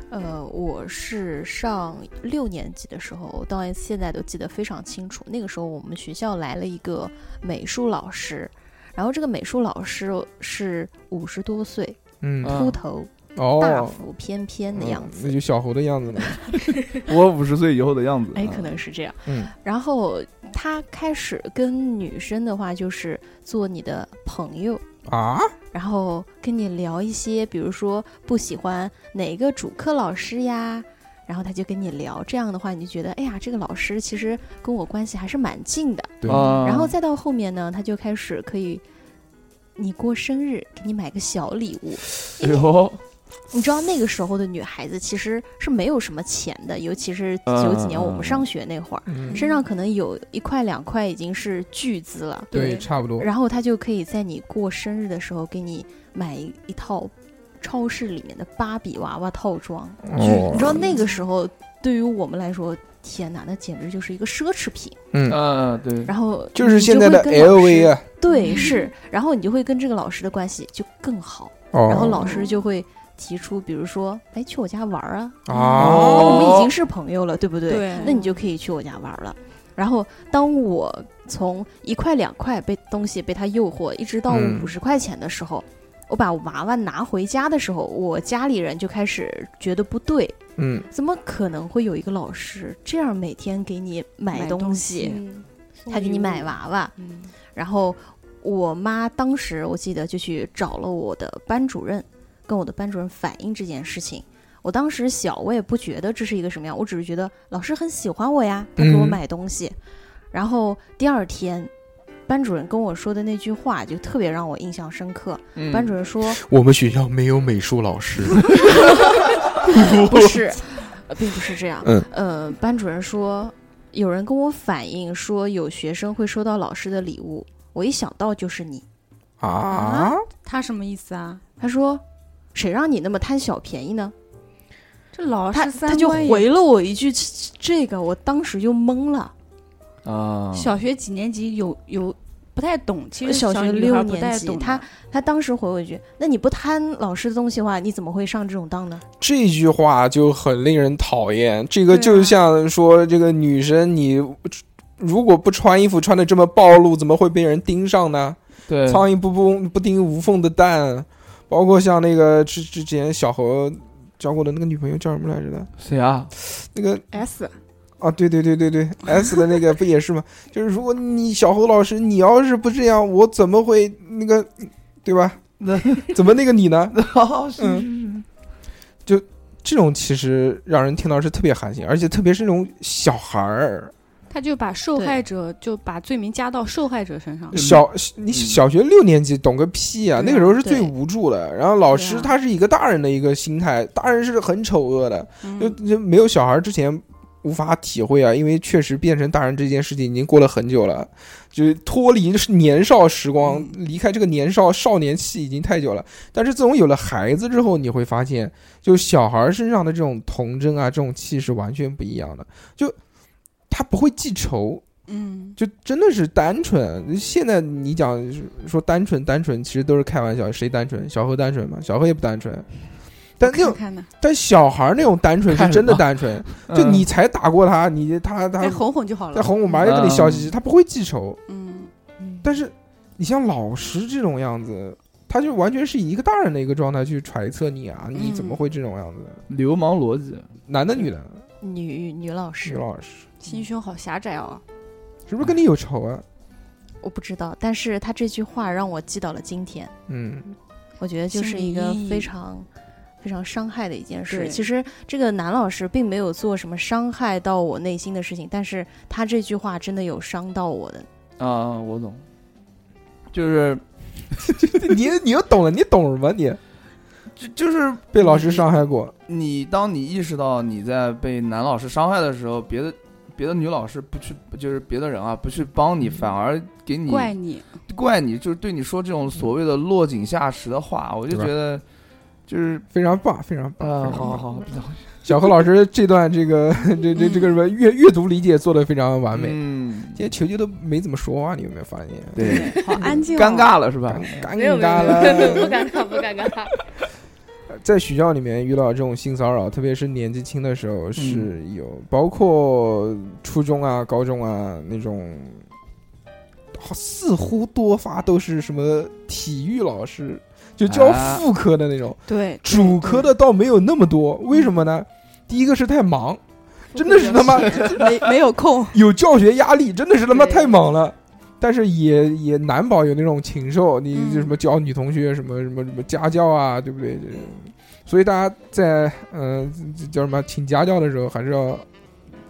[SPEAKER 6] 呃，我是上六年级的时候，我到现在都记得非常清楚。那个时候我们学校来了一个美术老师，然后这个美术老师是五十多岁，
[SPEAKER 1] 嗯，
[SPEAKER 2] 嗯
[SPEAKER 6] 秃头，大
[SPEAKER 1] 哦，
[SPEAKER 6] 腹翩翩的样
[SPEAKER 1] 嗯那
[SPEAKER 6] 子，
[SPEAKER 1] 就小猴的样子呢。
[SPEAKER 2] 我五十岁以后的样子，
[SPEAKER 6] 哎，可能是这样。
[SPEAKER 1] 嗯，
[SPEAKER 6] 然后他开始跟女生的话，就是做你的朋友，
[SPEAKER 1] 啊，
[SPEAKER 6] 然后跟你聊一些，比如说不喜欢哪个主课老师呀，然后他就跟你聊，这样的话你就觉得，哎呀，这个老师其实跟我关系还是蛮近的。
[SPEAKER 1] 对，
[SPEAKER 2] 啊，
[SPEAKER 6] 然后再到后面呢，他就开始可以，你过生日给你买个小礼物。
[SPEAKER 2] 哎呦，
[SPEAKER 6] 你知道那个时候的女孩子其实是没有什么钱的，尤其是九几年我们上学那会儿，
[SPEAKER 1] 嗯，
[SPEAKER 6] 身上可能有一块两块已经是巨资了。
[SPEAKER 1] 对，差不多。
[SPEAKER 6] 然后他就可以在你过生日的时候给你买一一套超市里面的芭比娃娃套装。
[SPEAKER 1] 哦
[SPEAKER 6] 你知道那个时候对于我们来说，天哪，那简直就是一个奢侈品。
[SPEAKER 1] 嗯，
[SPEAKER 2] 嗯，对，
[SPEAKER 6] 然后
[SPEAKER 1] 就是现在的
[SPEAKER 6] 你就会跟老师
[SPEAKER 1] LV 啊。
[SPEAKER 6] 对是，然后你就会跟这个老师的关系就更好，
[SPEAKER 1] 哦，
[SPEAKER 6] 然后老师就会提出，比如说，哎，去我家玩儿啊，
[SPEAKER 1] 啊，
[SPEAKER 6] 我们已经
[SPEAKER 2] 哦，
[SPEAKER 6] 是朋友了，对不对？
[SPEAKER 3] 对
[SPEAKER 6] 那你就可以去我家玩了。然后，当我从一块两块被东西被他诱惑，一直到
[SPEAKER 1] 嗯
[SPEAKER 6] 五十块钱的时候，我把娃娃拿回家的时候，我家里人就开始觉得不对，
[SPEAKER 1] 嗯，
[SPEAKER 6] 怎么可能会有一个老师这样每天给你买东西，
[SPEAKER 3] 嗯
[SPEAKER 6] 他给你买娃娃？
[SPEAKER 3] 嗯
[SPEAKER 6] 然后我妈当时我记得就去找了我的班主任，跟我的班主任反映这件事情。我当时小，我也不觉得这是一个什么样，我只是觉得老师很喜欢我呀，他给我
[SPEAKER 1] 嗯
[SPEAKER 6] 买东西。然后第二天，班主任跟我说的那句话就特别让我印象深刻。班主任说
[SPEAKER 1] 我们学校没有美术老师。：“
[SPEAKER 6] 不是，呃并不是这样。
[SPEAKER 1] 嗯，
[SPEAKER 6] 呃，班主任说，有人跟我反映说有学生会收到老师的礼物，我一想到就是你。
[SPEAKER 1] 啊，
[SPEAKER 3] 他什么意思啊？
[SPEAKER 6] 他说，谁让你那么贪小便宜呢？
[SPEAKER 3] 这老
[SPEAKER 6] 他
[SPEAKER 3] 师
[SPEAKER 6] 他
[SPEAKER 3] 三
[SPEAKER 6] 就
[SPEAKER 3] 观也
[SPEAKER 6] 回了我一句这个，我当时就懵了。
[SPEAKER 2] 啊，
[SPEAKER 3] 小学几年级有有不太懂，其实
[SPEAKER 6] 小学
[SPEAKER 3] 女
[SPEAKER 6] 六
[SPEAKER 3] 孩不
[SPEAKER 6] 年
[SPEAKER 3] 太
[SPEAKER 6] 级
[SPEAKER 3] 懂的
[SPEAKER 6] 他他当时回我一句：“那你不贪老师的东西的话，你怎么会上这种当呢
[SPEAKER 1] 这句话就很令人讨厌。这个
[SPEAKER 3] 对啊
[SPEAKER 1] 就像说，这个女生你如果不穿衣服穿的这么暴露，怎么会被人盯上呢？
[SPEAKER 2] 对，
[SPEAKER 1] 苍蝇不不不叮无缝的蛋，包括像那个之之前小何交过的那个女朋友叫什么来着的？
[SPEAKER 2] 谁啊？
[SPEAKER 1] 那个
[SPEAKER 3] S
[SPEAKER 1] 啊，对对对对对，S 的那个不也是吗？ 就是如果你小侯老师，你要是不这样，我怎么会那个，对吧？
[SPEAKER 2] 那
[SPEAKER 1] 怎么那个你呢？
[SPEAKER 2] 哦，是
[SPEAKER 1] 嗯
[SPEAKER 2] 是是
[SPEAKER 1] 这种其实让人听到是特别寒心，而且特别是那种小孩儿，
[SPEAKER 3] 他就把受
[SPEAKER 6] 对
[SPEAKER 3] 害者就把罪名加到受害者身上
[SPEAKER 2] 嗯。
[SPEAKER 1] 小你小学六年级懂个屁啊！
[SPEAKER 3] 对
[SPEAKER 1] 那
[SPEAKER 3] 啊
[SPEAKER 1] 个时候是最
[SPEAKER 6] 对
[SPEAKER 1] 无助的。然后老
[SPEAKER 6] 对
[SPEAKER 1] 师
[SPEAKER 6] 啊
[SPEAKER 1] 他是一个大人的一个心态，大人是很丑恶的，
[SPEAKER 3] 嗯
[SPEAKER 1] 就就没有小孩之前无法体会啊，因为确实变成大人这件事情已经过了很久了，就是脱离年少时光，
[SPEAKER 3] 嗯
[SPEAKER 1] 离开这个年少少年期已经太久了。但是自从有了孩子之后，你会发现，就小孩身上的这种童真啊，这种气是完全不一样的。就他不会记仇，
[SPEAKER 3] 嗯，
[SPEAKER 1] 就真的是单纯。现在你讲说单纯单纯，其实都是开玩笑。谁单纯？小何单纯吗？小何也不单纯。但那
[SPEAKER 3] 看
[SPEAKER 1] 种
[SPEAKER 3] 看呢，
[SPEAKER 1] 但小孩儿那种单纯是真的单纯，就
[SPEAKER 2] 嗯
[SPEAKER 1] 你才打过他，你他他
[SPEAKER 3] 再哄哄就好了。
[SPEAKER 1] 在哄我
[SPEAKER 4] 嗯
[SPEAKER 1] 妈就
[SPEAKER 2] 嗯
[SPEAKER 1] 跟你笑嘻嘻，他不会记仇。
[SPEAKER 3] 嗯，？”
[SPEAKER 1] 但是你像老师这种样子，他就完全是以一个大人的一个状态去揣测你啊，你
[SPEAKER 3] 嗯
[SPEAKER 1] 怎么会这种样子？
[SPEAKER 2] 流氓逻辑，
[SPEAKER 1] 男的女的，？”
[SPEAKER 6] 女女老
[SPEAKER 1] 女
[SPEAKER 6] 师，
[SPEAKER 1] 老师
[SPEAKER 3] 心胸好狭窄哦。
[SPEAKER 1] 是不是跟你有仇啊？
[SPEAKER 6] 我不知道，但是他这句话让我记到了今天。
[SPEAKER 1] 嗯，
[SPEAKER 6] 我觉得就是一个
[SPEAKER 3] 心理阴
[SPEAKER 6] 非
[SPEAKER 3] 影
[SPEAKER 6] 常非常伤害的一件事。
[SPEAKER 3] 对
[SPEAKER 6] 其实这个男老师并没有做什么伤害到我内心的事情，但是他这句话真的有伤到我的。
[SPEAKER 2] 啊，我懂，就是
[SPEAKER 1] 你你又懂了，你懂什么？你
[SPEAKER 2] 就就是
[SPEAKER 1] 被老师伤害过，
[SPEAKER 2] 你，当你意识到你在被男老师伤害的时候，别的别的女老师不去，就是别的人啊不去帮
[SPEAKER 1] 嗯
[SPEAKER 2] 你，反而给你
[SPEAKER 3] 怪你，
[SPEAKER 2] 怪你，就是对你说这种所谓的落井下石的话，我就觉得就是
[SPEAKER 1] 非常棒，非常棒。
[SPEAKER 2] 啊，
[SPEAKER 1] 非常棒
[SPEAKER 2] 好好好，比较
[SPEAKER 1] 小何老师这段这个这这这个什么阅阅读理解做的非常完美。
[SPEAKER 2] 嗯
[SPEAKER 1] 今，天球球都没怎么说话，你有没有发现？
[SPEAKER 2] 对，
[SPEAKER 3] 好安静、哦，
[SPEAKER 2] 尴。尬了是吧
[SPEAKER 1] 尴？尴
[SPEAKER 4] 没有没
[SPEAKER 1] 尬
[SPEAKER 4] 有没有，不
[SPEAKER 1] 了。
[SPEAKER 4] 尴尬不尴尬。
[SPEAKER 1] 在学校里面遇到这种性骚扰，特别是年纪轻的时
[SPEAKER 2] 嗯
[SPEAKER 1] 候是有，包括初中啊、高中啊那种，好似乎多发都是什么体育老师，就教
[SPEAKER 2] 啊
[SPEAKER 1] 副科的那种，
[SPEAKER 3] 对，
[SPEAKER 1] 主科的倒没有那么多。为什么呢？第一个是太忙，真的是他妈
[SPEAKER 3] 没没有空。
[SPEAKER 1] 有教学压力，真的是他妈
[SPEAKER 4] 对
[SPEAKER 1] 太忙了。但是也也难保有那种禽兽，
[SPEAKER 3] 嗯
[SPEAKER 1] 你就什么教女同学什么什么什么家教啊，对不对？这
[SPEAKER 3] 嗯
[SPEAKER 1] 所以大家在嗯、这叫什么请家教的时候，还是要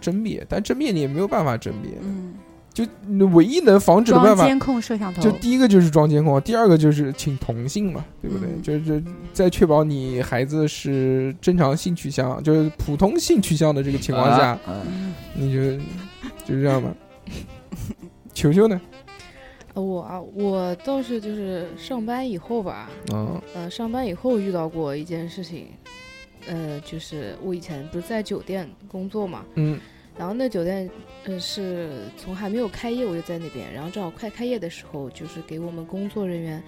[SPEAKER 1] 甄别，但甄别你也没有办法甄别，
[SPEAKER 3] 嗯，
[SPEAKER 1] 就唯一能防止的办
[SPEAKER 3] 装
[SPEAKER 1] 法，
[SPEAKER 3] 监控摄像头
[SPEAKER 1] 就。第一个就是装监控，第二个就是请同性嘛，对不对？
[SPEAKER 3] 嗯
[SPEAKER 1] 就是就在确保你孩子是正常性取向，就是普通性取向的这个情况下，
[SPEAKER 2] 啊，嗯
[SPEAKER 3] 嗯
[SPEAKER 1] 你就就这 样吧。球球呢？
[SPEAKER 4] 我啊，我倒是就是上班以后吧，
[SPEAKER 2] 嗯
[SPEAKER 1] 啊，
[SPEAKER 4] 呃，上班以后遇到过一件事情，呃，就是我以前不是在酒店工作嘛，
[SPEAKER 1] 嗯
[SPEAKER 4] 然后那酒店，呃，是从还没有开业我就在那边，然后正好快开业的时候，就是给我们工作人员，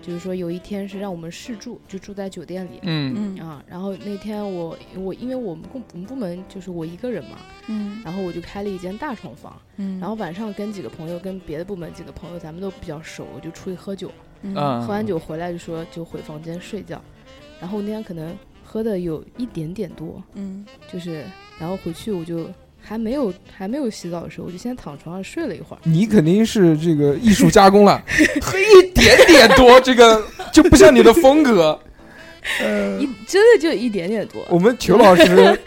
[SPEAKER 4] 就是说有一天是让我们试住，就住在酒店里。
[SPEAKER 2] 嗯
[SPEAKER 3] 嗯
[SPEAKER 4] 啊，然后那天我我因为我们部我们部门就是我一个人嘛，
[SPEAKER 3] 嗯
[SPEAKER 4] 然后我就开了一间大床房，
[SPEAKER 3] 嗯，
[SPEAKER 4] 然后晚上跟几个朋友，跟别的部门几个朋友，咱们都比较熟，就出去喝酒，
[SPEAKER 3] 嗯
[SPEAKER 2] 啊，
[SPEAKER 4] 喝完酒回来就说就回房间睡觉，然后那天可能喝的有一点点多，
[SPEAKER 3] 嗯
[SPEAKER 4] 就是然后回去我就还没有还没有洗澡的时候，我就先躺床上睡了一会儿。
[SPEAKER 1] 你肯定是这个艺术加 工了，喝一点点多，这个就不像你的风 格。
[SPEAKER 4] 一真的就一点点多，
[SPEAKER 1] 我们裘老师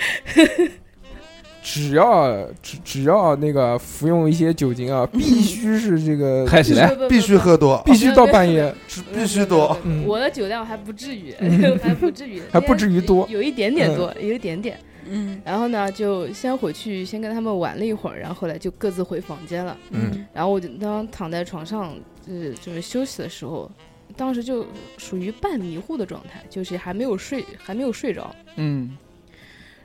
[SPEAKER 1] 只要只只要那个服用一些酒精啊，必须是这个
[SPEAKER 2] 嗨起来
[SPEAKER 4] 不不不
[SPEAKER 5] 必须喝多，
[SPEAKER 1] 必须到半夜，
[SPEAKER 5] 只
[SPEAKER 4] 不
[SPEAKER 5] 必须多。
[SPEAKER 4] 不不不
[SPEAKER 1] 嗯
[SPEAKER 4] 我的酒量还不 至于，
[SPEAKER 1] 嗯
[SPEAKER 4] 还不至于，
[SPEAKER 1] 还不至于多
[SPEAKER 4] 有一点点多，有一点点。
[SPEAKER 3] 嗯
[SPEAKER 4] 然后呢，就先回去，先跟他们玩了一会儿，然后后来就各自回房间了。
[SPEAKER 1] 嗯
[SPEAKER 4] 然后我就当躺在床上，就是就是休息的时候，当时就属于半迷糊的状态，就是还没有睡，还没有睡着。
[SPEAKER 2] 嗯，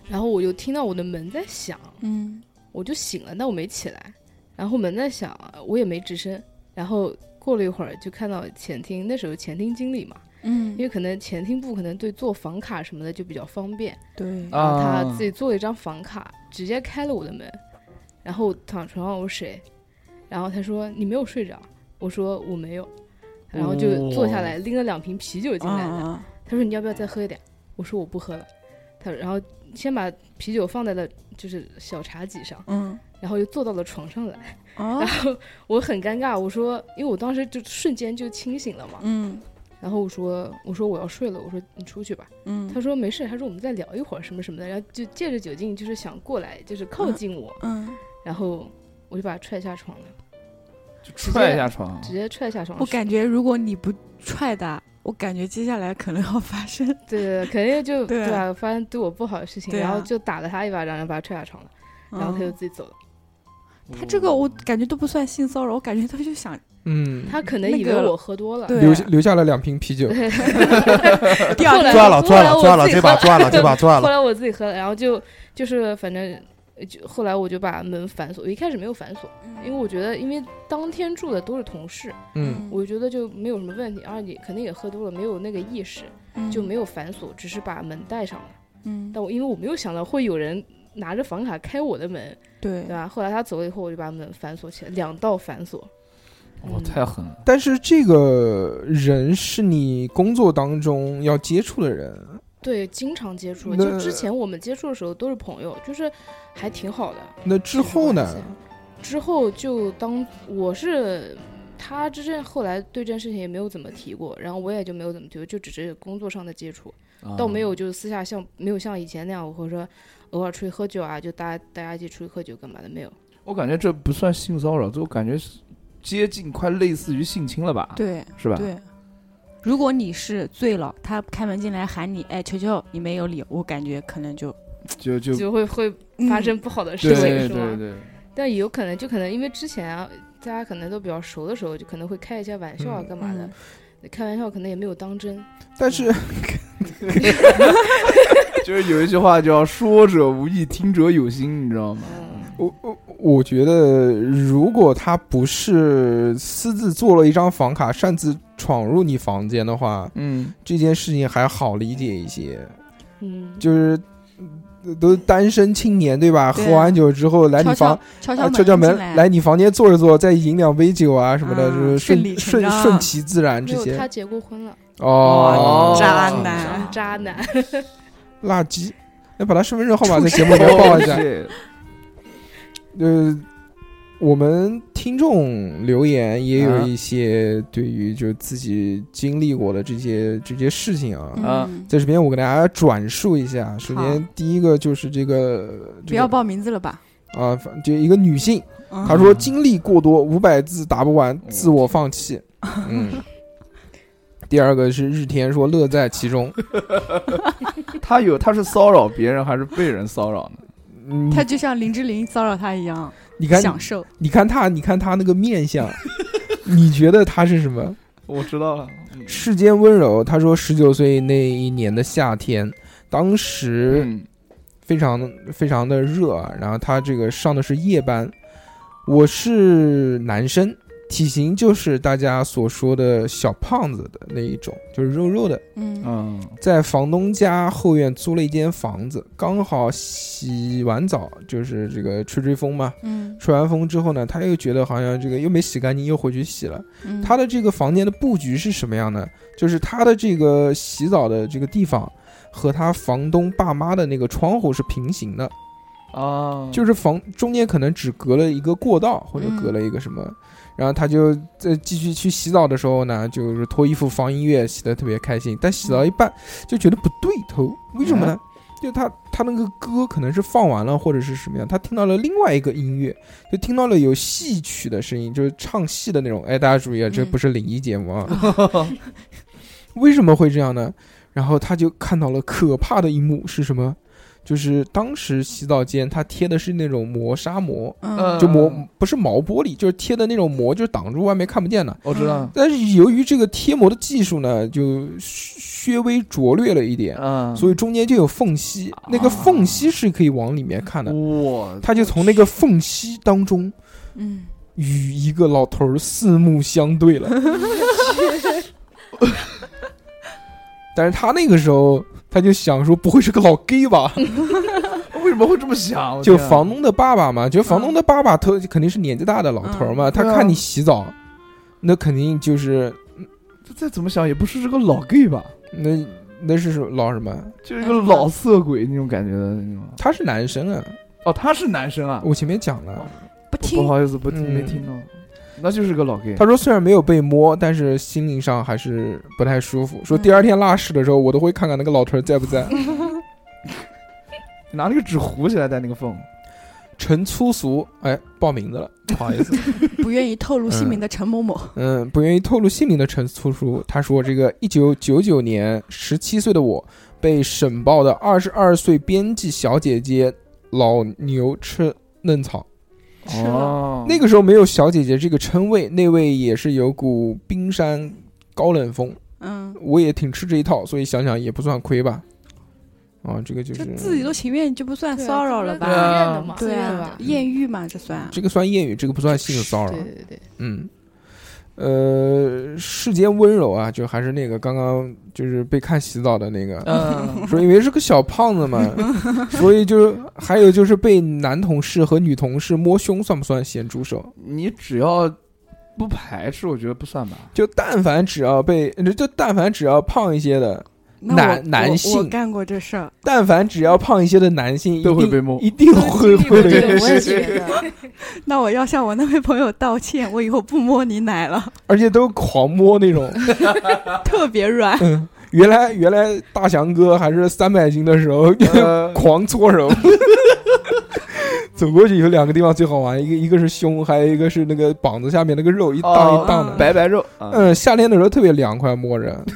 [SPEAKER 4] 然后我就听到我的门在响，
[SPEAKER 3] 嗯
[SPEAKER 4] 我就醒了，但我没起来。然后门在响，我也没吱声。然后过了一会儿，就看到前厅，那时候前厅经理嘛，因
[SPEAKER 3] 嗯，
[SPEAKER 4] 为可能前厅部可能对做房卡什么的就比较方便，
[SPEAKER 3] 对，
[SPEAKER 4] 然后他自己做了一张房卡，直接开了我的门，然后我躺床上我睡，然后他说你没有睡着，我说我没有，然后就坐下来拎了两瓶啤酒进来的，
[SPEAKER 3] 哦啊
[SPEAKER 4] 他说你要不要再喝一点？我说我不喝了，他然后先把啤酒放在了就是小茶几上，
[SPEAKER 3] 嗯
[SPEAKER 4] 然后又坐到了床上来，
[SPEAKER 3] 啊
[SPEAKER 4] 然后我很尴尬，我说因为我当时就瞬间就清醒了嘛，
[SPEAKER 3] 嗯
[SPEAKER 4] 然后我说我说我要睡了，我说你出去吧。
[SPEAKER 3] 嗯
[SPEAKER 4] 他说没事，他说我们再聊一会儿什么什么的，然后就借着酒劲就是想过来，就是靠近我，
[SPEAKER 3] 嗯，
[SPEAKER 4] 然后我就把他踹下床了，
[SPEAKER 2] 就踹一下床，
[SPEAKER 4] 直接踹下床。
[SPEAKER 7] 我感觉如果你不踹他，我感觉接下来可能要发生。
[SPEAKER 4] 对，肯定 就
[SPEAKER 7] 对啊
[SPEAKER 4] 吧、发生对我不好的事情，
[SPEAKER 7] 对啊
[SPEAKER 4] 然后就打了他一巴掌，然后把他踹下床了，然后他就
[SPEAKER 7] 嗯
[SPEAKER 4] 自己走了。
[SPEAKER 7] 他这个我感觉都不算性骚扰，我感觉他就想
[SPEAKER 1] 嗯，
[SPEAKER 4] 他可能
[SPEAKER 7] 那
[SPEAKER 4] 以为
[SPEAKER 7] 个
[SPEAKER 4] 我喝多了，
[SPEAKER 7] 对啊
[SPEAKER 1] 留下留下了两瓶 啤酒，
[SPEAKER 4] 对，
[SPEAKER 7] 第二
[SPEAKER 4] 后
[SPEAKER 7] 天
[SPEAKER 4] 来
[SPEAKER 5] 赚了，
[SPEAKER 4] 后
[SPEAKER 5] 赚
[SPEAKER 4] 来
[SPEAKER 5] 了，
[SPEAKER 4] 我
[SPEAKER 5] 赚了，
[SPEAKER 4] 自己
[SPEAKER 5] 这把
[SPEAKER 4] 喝
[SPEAKER 5] 赚 了，这把赚
[SPEAKER 4] 后
[SPEAKER 5] 了。
[SPEAKER 4] 来我自己喝了，然后就就是反正呃就后来我就把门反锁，我一开始没有反锁，
[SPEAKER 3] 嗯
[SPEAKER 4] 因为我觉得因为当天住的都是同事，
[SPEAKER 1] 嗯
[SPEAKER 4] 我觉得就没有什么问题，而且肯定也喝多了，没有那个意识，就没有反锁，只是把门带上了。
[SPEAKER 3] 嗯
[SPEAKER 4] 但我因为我没有想到会有人拿着房卡开我的门，
[SPEAKER 3] 对
[SPEAKER 4] 对吧？后来他走了以后，我就把门反锁起来，两道反锁。
[SPEAKER 2] 我
[SPEAKER 4] 嗯
[SPEAKER 2] 太狠了，
[SPEAKER 1] 但是这个人是你工作当中要接触的人，
[SPEAKER 4] 对，经常接触。
[SPEAKER 1] 那
[SPEAKER 4] 就之前我们接触的时候都是朋友，就是还挺好的。
[SPEAKER 1] 那之后呢？
[SPEAKER 4] 之后就当我是他之前后来对这件事情也没有怎么提过，然后我也就没有怎么提过，就只是工作上的接触，
[SPEAKER 1] 啊
[SPEAKER 4] 倒没有就是私下像没有像以前那样，我会说偶尔出去喝酒啊，就大家大家一起出去喝酒干嘛的没有。
[SPEAKER 2] 我感觉这不算性骚扰，这我感觉是接近快类似于性侵了吧？，
[SPEAKER 7] 对
[SPEAKER 2] 啊是吧？
[SPEAKER 7] 对。如果你是醉了，他开门进来喊你，哎，球球，你没有理，我感觉可能就嗯
[SPEAKER 2] 就就
[SPEAKER 4] 就会会发生不好的事
[SPEAKER 2] 对
[SPEAKER 4] 情，
[SPEAKER 2] 对
[SPEAKER 4] 是吗？
[SPEAKER 2] 对对，
[SPEAKER 4] 但也有可能，就可能因为之前啊，大家可能都比较熟的时候，就可能会开一些玩笑啊，
[SPEAKER 1] 嗯
[SPEAKER 4] 干嘛的。开玩笑可能也没有当真，嗯
[SPEAKER 1] 但是
[SPEAKER 2] 就是有一句话叫“说者无意，听者有心”，你 知道吗？
[SPEAKER 4] 嗯，
[SPEAKER 1] 我我我觉得，如果他不是私自做了一张房卡，擅自闯入你房间的话，
[SPEAKER 2] 嗯，
[SPEAKER 1] 这件事情还好理解一些。
[SPEAKER 4] 嗯，
[SPEAKER 1] 就是呃都是单身青年对吧？
[SPEAKER 7] 对啊
[SPEAKER 1] 喝完酒之后来你
[SPEAKER 7] 敲
[SPEAKER 1] 房
[SPEAKER 7] 敲敲
[SPEAKER 1] 啊
[SPEAKER 7] 敲
[SPEAKER 1] 敲敲
[SPEAKER 7] 门
[SPEAKER 1] 门
[SPEAKER 7] 进
[SPEAKER 1] 来你房间坐一坐，再饮两杯酒啊什么的，
[SPEAKER 7] 啊
[SPEAKER 1] 就是
[SPEAKER 7] 顺理
[SPEAKER 1] 顺
[SPEAKER 7] 成章
[SPEAKER 1] 顺顺其自然
[SPEAKER 4] 没
[SPEAKER 1] 这
[SPEAKER 4] 有，
[SPEAKER 1] 些
[SPEAKER 4] 他。结过婚了，
[SPEAKER 1] 哦
[SPEAKER 2] 哦，
[SPEAKER 7] 渣
[SPEAKER 2] 哦
[SPEAKER 7] 男，
[SPEAKER 4] 渣男，
[SPEAKER 1] 垃圾，那把他身份证号码在节目里面报一 下。呃，我们听众留言也有一些对于就是自己经历过的这些这些事情啊，
[SPEAKER 2] 啊
[SPEAKER 3] 嗯
[SPEAKER 1] 在这边我给大家转述一下。首先第一个就是这个，这
[SPEAKER 7] 不要
[SPEAKER 1] 个
[SPEAKER 7] 报名字了吧？
[SPEAKER 1] 啊，反就一个女性，
[SPEAKER 7] 嗯
[SPEAKER 1] 她说经历过多，五百字打不完，自我放弃。嗯。第二个是日天说乐在其中，
[SPEAKER 2] 他有他是骚扰别人还是被人骚扰呢？
[SPEAKER 1] 嗯，
[SPEAKER 7] 他就像林志玲骚扰他一
[SPEAKER 2] 嗯
[SPEAKER 7] 样
[SPEAKER 1] 你看
[SPEAKER 7] 享受，
[SPEAKER 1] 你看他，你看他那个面相，你觉得他是什么？
[SPEAKER 2] 我知道了，嗯
[SPEAKER 1] 世间温柔，他说十九岁那一年的夏天，当时
[SPEAKER 2] 嗯
[SPEAKER 1] 非常非常的热啊，然后他这个上的是夜班，我是男生，体型就是大家所说的小胖子的那一种，就是肉肉的，
[SPEAKER 3] 嗯
[SPEAKER 2] 嗯
[SPEAKER 1] 在房东家后院租了一间房子，刚好洗完澡就是这个吹吹风嘛，
[SPEAKER 3] 嗯
[SPEAKER 1] 吹完风之后呢，他又觉得好像这个又没洗干净，又回去洗了。
[SPEAKER 3] 嗯，
[SPEAKER 1] 它的这个房间的布局是什么样呢？就是它的这个洗澡的这个地方和他房东爸妈的那个窗户是平行的，
[SPEAKER 8] 嗯
[SPEAKER 2] 啊，
[SPEAKER 1] 就是房中间可能只隔了一个过道或者隔了一
[SPEAKER 8] 嗯
[SPEAKER 1] 个什么。然后他就在继续去洗澡的时候呢，就是 脱衣服放音乐，洗得特别开心。但洗到一半就觉得不对头，为什么呢？就他他那个歌可能是放完了或者是什么样，他听到了另外一个音乐，就听到了有戏曲的声音，就是唱戏的那种。哎，大家注意啊，这
[SPEAKER 7] 嗯
[SPEAKER 1] 不是灵异节目 啊。为什么会这样呢？然后他就看到了可怕的一幕是什么？就是当时洗澡间他贴的是那种磨砂膜，
[SPEAKER 2] 呃
[SPEAKER 1] 就磨不是毛玻璃，就是贴的那种膜，就是挡住外面看不见的。
[SPEAKER 2] 我知道，
[SPEAKER 1] 但是由于这个贴膜的技术呢，就稍微拙劣了一点，
[SPEAKER 2] 嗯，啊
[SPEAKER 1] 所以中间就有缝隙，那个缝隙是可以往里面看的。
[SPEAKER 2] 我
[SPEAKER 1] 他就从那个缝隙当中
[SPEAKER 7] 嗯，
[SPEAKER 1] 与一个老头儿四目相对 了。但是他那个时候，他就想说，不会是个老 gay 吧？
[SPEAKER 2] 为什么会这么想？我
[SPEAKER 1] 就
[SPEAKER 2] 天啊
[SPEAKER 1] 房东的爸爸嘛，就房东的爸爸，他肯定是年纪大的老头儿嘛，他
[SPEAKER 2] 对啊
[SPEAKER 1] 看你洗澡，那肯定就是
[SPEAKER 2] 这再怎么想也不是这个老 gay 吧，
[SPEAKER 1] 那那是什么老什么？
[SPEAKER 2] 就是一个老色鬼那种感觉的那种。
[SPEAKER 1] 他是男生啊，
[SPEAKER 2] 哦，他是男生啊，
[SPEAKER 1] 我前面讲了，
[SPEAKER 3] 不
[SPEAKER 2] 不
[SPEAKER 3] 听
[SPEAKER 2] 好意思，不听
[SPEAKER 1] 嗯
[SPEAKER 2] 没听到，那就是个老 gay。
[SPEAKER 1] 他说虽然没有被摸，但是心灵上还是不太舒服。
[SPEAKER 2] 嗯
[SPEAKER 1] 说第二天拉屎的时候，我都会看看那个老头儿在不在。
[SPEAKER 2] 拿那个纸糊起来带那个缝，
[SPEAKER 1] 陈粗俗，哎，报名字了，不好意思，
[SPEAKER 7] 不愿意透露姓名的陈某某，
[SPEAKER 1] 嗯，不愿意透露姓名的陈粗俗，他说这个一九九九年十七岁的我被省报的二十二岁编辑小姐姐老牛吃嫩草。
[SPEAKER 7] 是了
[SPEAKER 2] 哦，
[SPEAKER 1] 那个时候没有“小姐姐”这个称谓，那位也是有股冰山高冷风，
[SPEAKER 7] 嗯，
[SPEAKER 1] 我也挺吃这一套，所以想想也不算亏吧。啊，这个就
[SPEAKER 7] 就是嗯自己都情愿，就不算
[SPEAKER 4] 对啊
[SPEAKER 7] 骚扰了
[SPEAKER 4] 自
[SPEAKER 2] 对啊
[SPEAKER 7] 吧？
[SPEAKER 4] 愿的嘛，
[SPEAKER 7] 对
[SPEAKER 4] 自愿
[SPEAKER 7] 啊
[SPEAKER 4] 吧，
[SPEAKER 7] 艳遇嘛，这
[SPEAKER 3] 啊
[SPEAKER 7] 算
[SPEAKER 1] 这个算艳遇，这个不算性骚扰
[SPEAKER 4] 对。对对，
[SPEAKER 1] 嗯，呃，世间温柔啊，就还是那个刚刚就是被看洗澡的那个，
[SPEAKER 2] 嗯，
[SPEAKER 1] 说因为是个小胖子嘛，所以就是还有就是被男同事和女同事摸胸算不算咸猪手？
[SPEAKER 2] 你只要不排斥，我觉得不算吧。
[SPEAKER 1] 就但凡只要被，就但凡只要胖一些的，
[SPEAKER 7] 那
[SPEAKER 1] 男
[SPEAKER 7] 我
[SPEAKER 1] 男
[SPEAKER 7] 我我
[SPEAKER 1] 性
[SPEAKER 7] 干过这事儿，
[SPEAKER 1] 但凡只要胖一些的男性，
[SPEAKER 2] 都会
[SPEAKER 1] 一定
[SPEAKER 2] 被摸
[SPEAKER 1] 一定会会被
[SPEAKER 4] 对，
[SPEAKER 1] 摸。
[SPEAKER 4] 我也觉得，
[SPEAKER 7] 那我要向我那位朋友道歉，我以后不摸你奶了，
[SPEAKER 1] 而且都狂摸那 种。
[SPEAKER 7] 特别软，
[SPEAKER 1] 原来原来大翔哥还是三百斤的时候，
[SPEAKER 2] 呃
[SPEAKER 1] 狂搓 手。走过去有两个地方最好玩，一个一个是胸，还有一个是那个膀子下面那个肉一荡
[SPEAKER 2] 哦
[SPEAKER 1] 一荡的。
[SPEAKER 2] 白白肉，嗯，
[SPEAKER 1] 嗯，夏天的时候特别凉快，摸着。嗯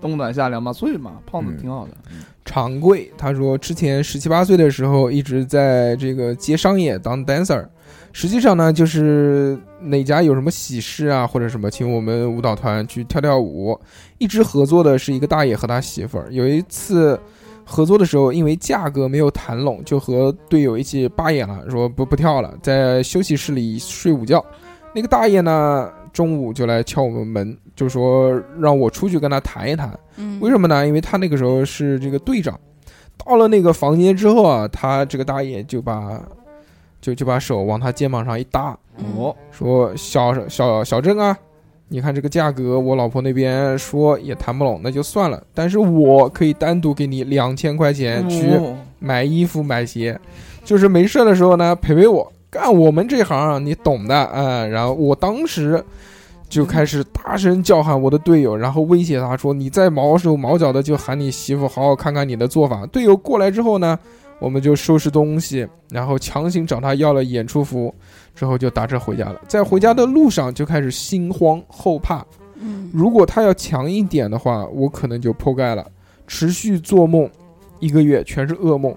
[SPEAKER 2] 冬暖夏凉嘛，所以嘛，胖子挺好的。嗯
[SPEAKER 1] 长贵他说，之前十七八岁的时候一直在这个接商业当 dancer，实际上呢就是哪家有什么喜事啊或者什么，请我们舞蹈团去跳跳舞。一直合作的是一个大爷和他媳妇儿。有一次合作的时候，因为价格没有谈拢，就和队友一起罢演了，说不不跳了，在休息室里睡午觉。那个大爷呢，中午就来敲我们门，就说让我出去跟他谈一谈。
[SPEAKER 7] 嗯
[SPEAKER 1] 为什么呢？因为他那个时候是这个队长，到了那个房间之后啊，他这个大爷就把就就把手往他肩膀上一搭，
[SPEAKER 2] 哦，
[SPEAKER 1] 说小小小郑啊，你看这个价格，我老婆那边说也谈不拢，那就算了。但是我可以单独给你两千块钱去
[SPEAKER 2] 哦
[SPEAKER 1] 买衣服买鞋，就是没事的时候呢陪陪我，干我们这行啊你懂的啊、嗯然后我当时就开始大声叫喊我的队友，然后威胁他说：“你再毛手毛脚的，就喊你媳妇好好看看你的做法。”队友过来之后呢，我们就收拾东西，然后强行找他要了演出服，之后就打车回家了。在回家的路上就开始心慌后怕，
[SPEAKER 7] 嗯
[SPEAKER 1] 如果他要强一点的话，我可能就破盖了。持续做梦，一个月全是噩梦。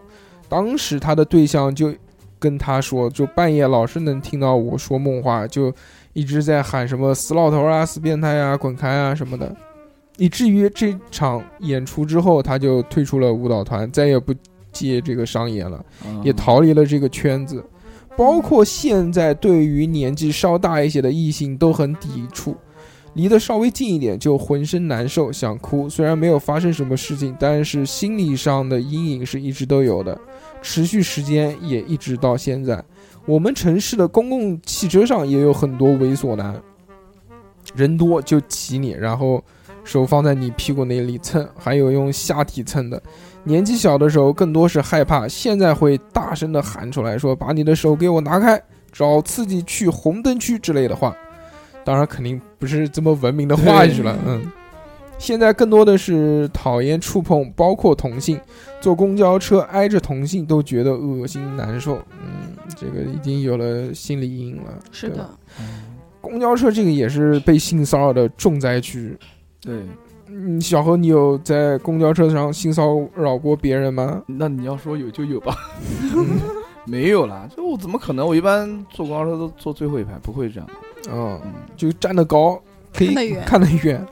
[SPEAKER 1] 当时他的对象就跟他说，就半夜老是能听到我说梦话，就一直在喊什么“死老头啊，死变态啊，滚开啊”什么的，以至于这场演出之后，他就退出了舞蹈团，再也不接这个商演了。也逃离了这个圈子，包括现在对于年纪稍大一些的异性都很抵触，离得稍微近一点就浑身难受，想哭。虽然没有发生什么事情，但是心理上的阴影是一直都有的，持续时间也一直到现在。我们城市的公共汽车上也有很多猥琐男，人多就挤你，然后手放在你屁股那里蹭，还有用下体蹭的。年纪小的时候更多是害怕，现在会大声的喊出来说：“把你的手给我拿开，找刺激 去红灯区之类的话。”当然，肯定不是这么文明的话语了。嗯，现在更多的是讨厌触碰，包括同性。坐公交车挨着同性都觉得恶心难受。嗯，这个已经有了心理阴影了。
[SPEAKER 7] 是
[SPEAKER 1] 对吧
[SPEAKER 7] 的，
[SPEAKER 1] 公交车这个也是被性骚扰的重灾区。
[SPEAKER 2] 对，
[SPEAKER 1] 嗯，小何，你有在公交车上性骚扰过别人吗？
[SPEAKER 2] 那你要说有就有 吧，没有啦，就我怎么可能？我一般坐公交车都坐最后一排，不会这样。
[SPEAKER 1] 嗯，
[SPEAKER 2] 嗯，
[SPEAKER 1] 就站得高，可以
[SPEAKER 3] 看得远
[SPEAKER 1] 看得 远，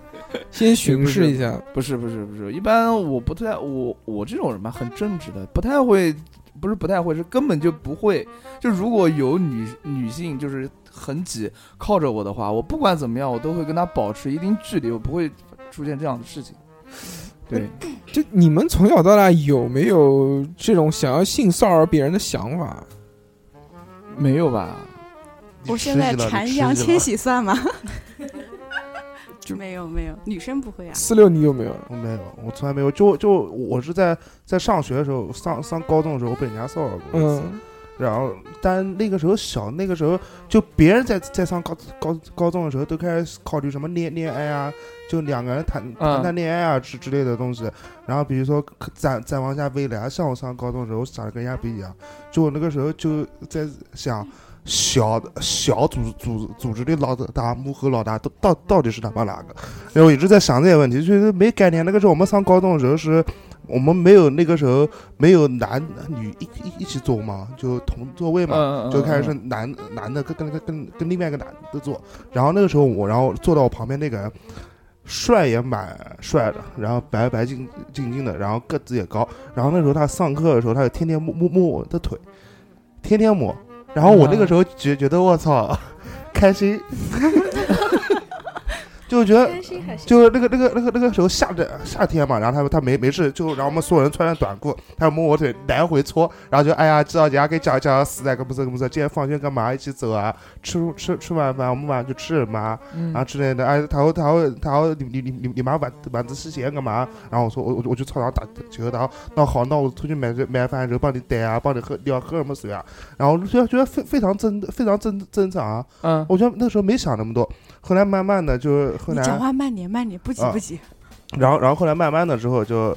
[SPEAKER 1] 先巡视一下。
[SPEAKER 2] 不是不是不是，一般我不太我我这种人吧，很正直的，不太会，不是不太会，是根本就不会。就如果有女女性就是很挤靠着我的话，我不管怎么样，我都会跟她保持一定距离，我不会出现这样的事情。对，
[SPEAKER 1] 就你们从小到大有没有这种想要性骚扰别人的想法？
[SPEAKER 2] 没有吧？
[SPEAKER 5] 你
[SPEAKER 7] 我
[SPEAKER 5] 吃
[SPEAKER 7] 现在
[SPEAKER 5] 去了
[SPEAKER 7] 缠
[SPEAKER 5] 你吃
[SPEAKER 7] 杨
[SPEAKER 5] 去了
[SPEAKER 7] 千玺算 吗？
[SPEAKER 3] 没有没有，女生不会啊。
[SPEAKER 1] 四六，你有没有？
[SPEAKER 5] 我没有，我从来没有。就就我是在在上学的时候，上上高中的时候被人家骚扰过一次。
[SPEAKER 1] 嗯，
[SPEAKER 5] 然后，但那个时候小，那个时候就别人在在上高高高中的时候都开始考虑什么恋恋爱啊，就两个人谈
[SPEAKER 2] 嗯
[SPEAKER 5] 谈谈恋爱啊之之类的东西。然后比如说可展展望一下未来啊，像我上高中的时候想的跟人家不一样，就我那个时候就在想。小小组组组织的老大、幕后老大，到到到底是他妈哪个？然后我一直在想这些问题，就是没概念。那个时候我们上高中的时候是，我们没有那个时候没有男女一一一起坐嘛，就同座位嘛。
[SPEAKER 2] 嗯
[SPEAKER 5] 就开始是男男的跟跟跟跟跟另外一个男的坐，然后那个时候我然后坐到我旁边那个人，帅也蛮帅的，然后白白净净净的，然后个子也高，然后那时候他上课的时候，他就天天摸摸摸我的腿，天天摸，然后我那个时候觉觉得我操，开心， 就觉得
[SPEAKER 4] 开心还行。
[SPEAKER 5] 就是那个那个那个那个时候夏的夏天嘛，然后他他没没事，就然后我们所有人穿着短裤，他就摸我腿来回搓，然后就哎呀，知道人家给讲讲死在跟不是跟不是，今天放学干嘛一起走啊？吃吃吃晚饭，我们晚上去吃什么啊？然后之类的，哎，他会他会他会你你你你你妈晚晚自习前干嘛？然后我说我我我去操场打球，然后那好，那我出去买买饭的时候帮你带啊，帮你喝你要喝什么水啊？然后我就觉得觉得非非常正非常正正常啊，
[SPEAKER 2] 嗯，
[SPEAKER 5] 我觉得那时候没想那么多，后来慢慢的就是
[SPEAKER 7] 你
[SPEAKER 5] 后来
[SPEAKER 7] 讲话慢点，慢点，不急
[SPEAKER 5] 啊
[SPEAKER 7] 不急。
[SPEAKER 5] 然后然后后来慢慢的之后就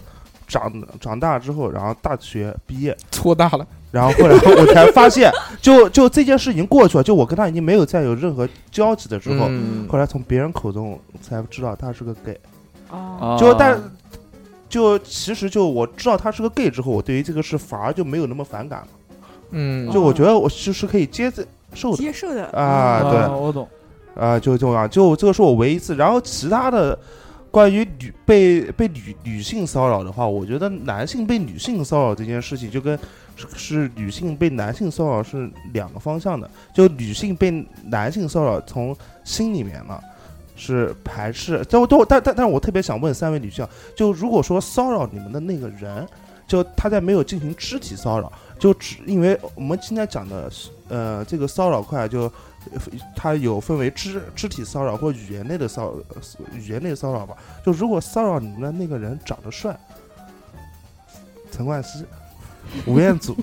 [SPEAKER 5] 长长大之后，然后大学毕业，
[SPEAKER 1] 搓大了，
[SPEAKER 5] 然后后来我才发现，就就这件事已经过去了，就我跟他已经没有再有任何交集的时候，
[SPEAKER 1] 嗯
[SPEAKER 5] 后来从别人口中才知道他是个 gay，
[SPEAKER 7] 哦，
[SPEAKER 2] 嗯
[SPEAKER 5] 就但。就其实就我知道他是个 gay 之后，我对于这个事反而就没有那么反感了。
[SPEAKER 1] 嗯，
[SPEAKER 5] 就
[SPEAKER 2] 哦
[SPEAKER 5] 我觉得我是是可以接受的
[SPEAKER 7] 接受的
[SPEAKER 5] 啊，
[SPEAKER 2] 啊
[SPEAKER 5] 对，
[SPEAKER 2] 我懂。
[SPEAKER 5] 啊、就这样，就这个是我唯一一次。然后其他的关于女被被女女性骚扰的话，我觉得男性被女性骚扰这件事情，就跟是是女性被男性骚扰是两个方向的。就女性被男性骚扰，从心里面呢是排斥。但我但我但但但我特别想问三位女性啊，就如果说骚扰你们的那个人，就他在没有进行肢体骚扰，就只因为我们今天讲的呃这个骚扰块就。它有分为肢肢体骚扰或语言类的骚语言类骚扰吧。就如果骚扰你们的那个人长得帅，陈冠希、吴彦祖、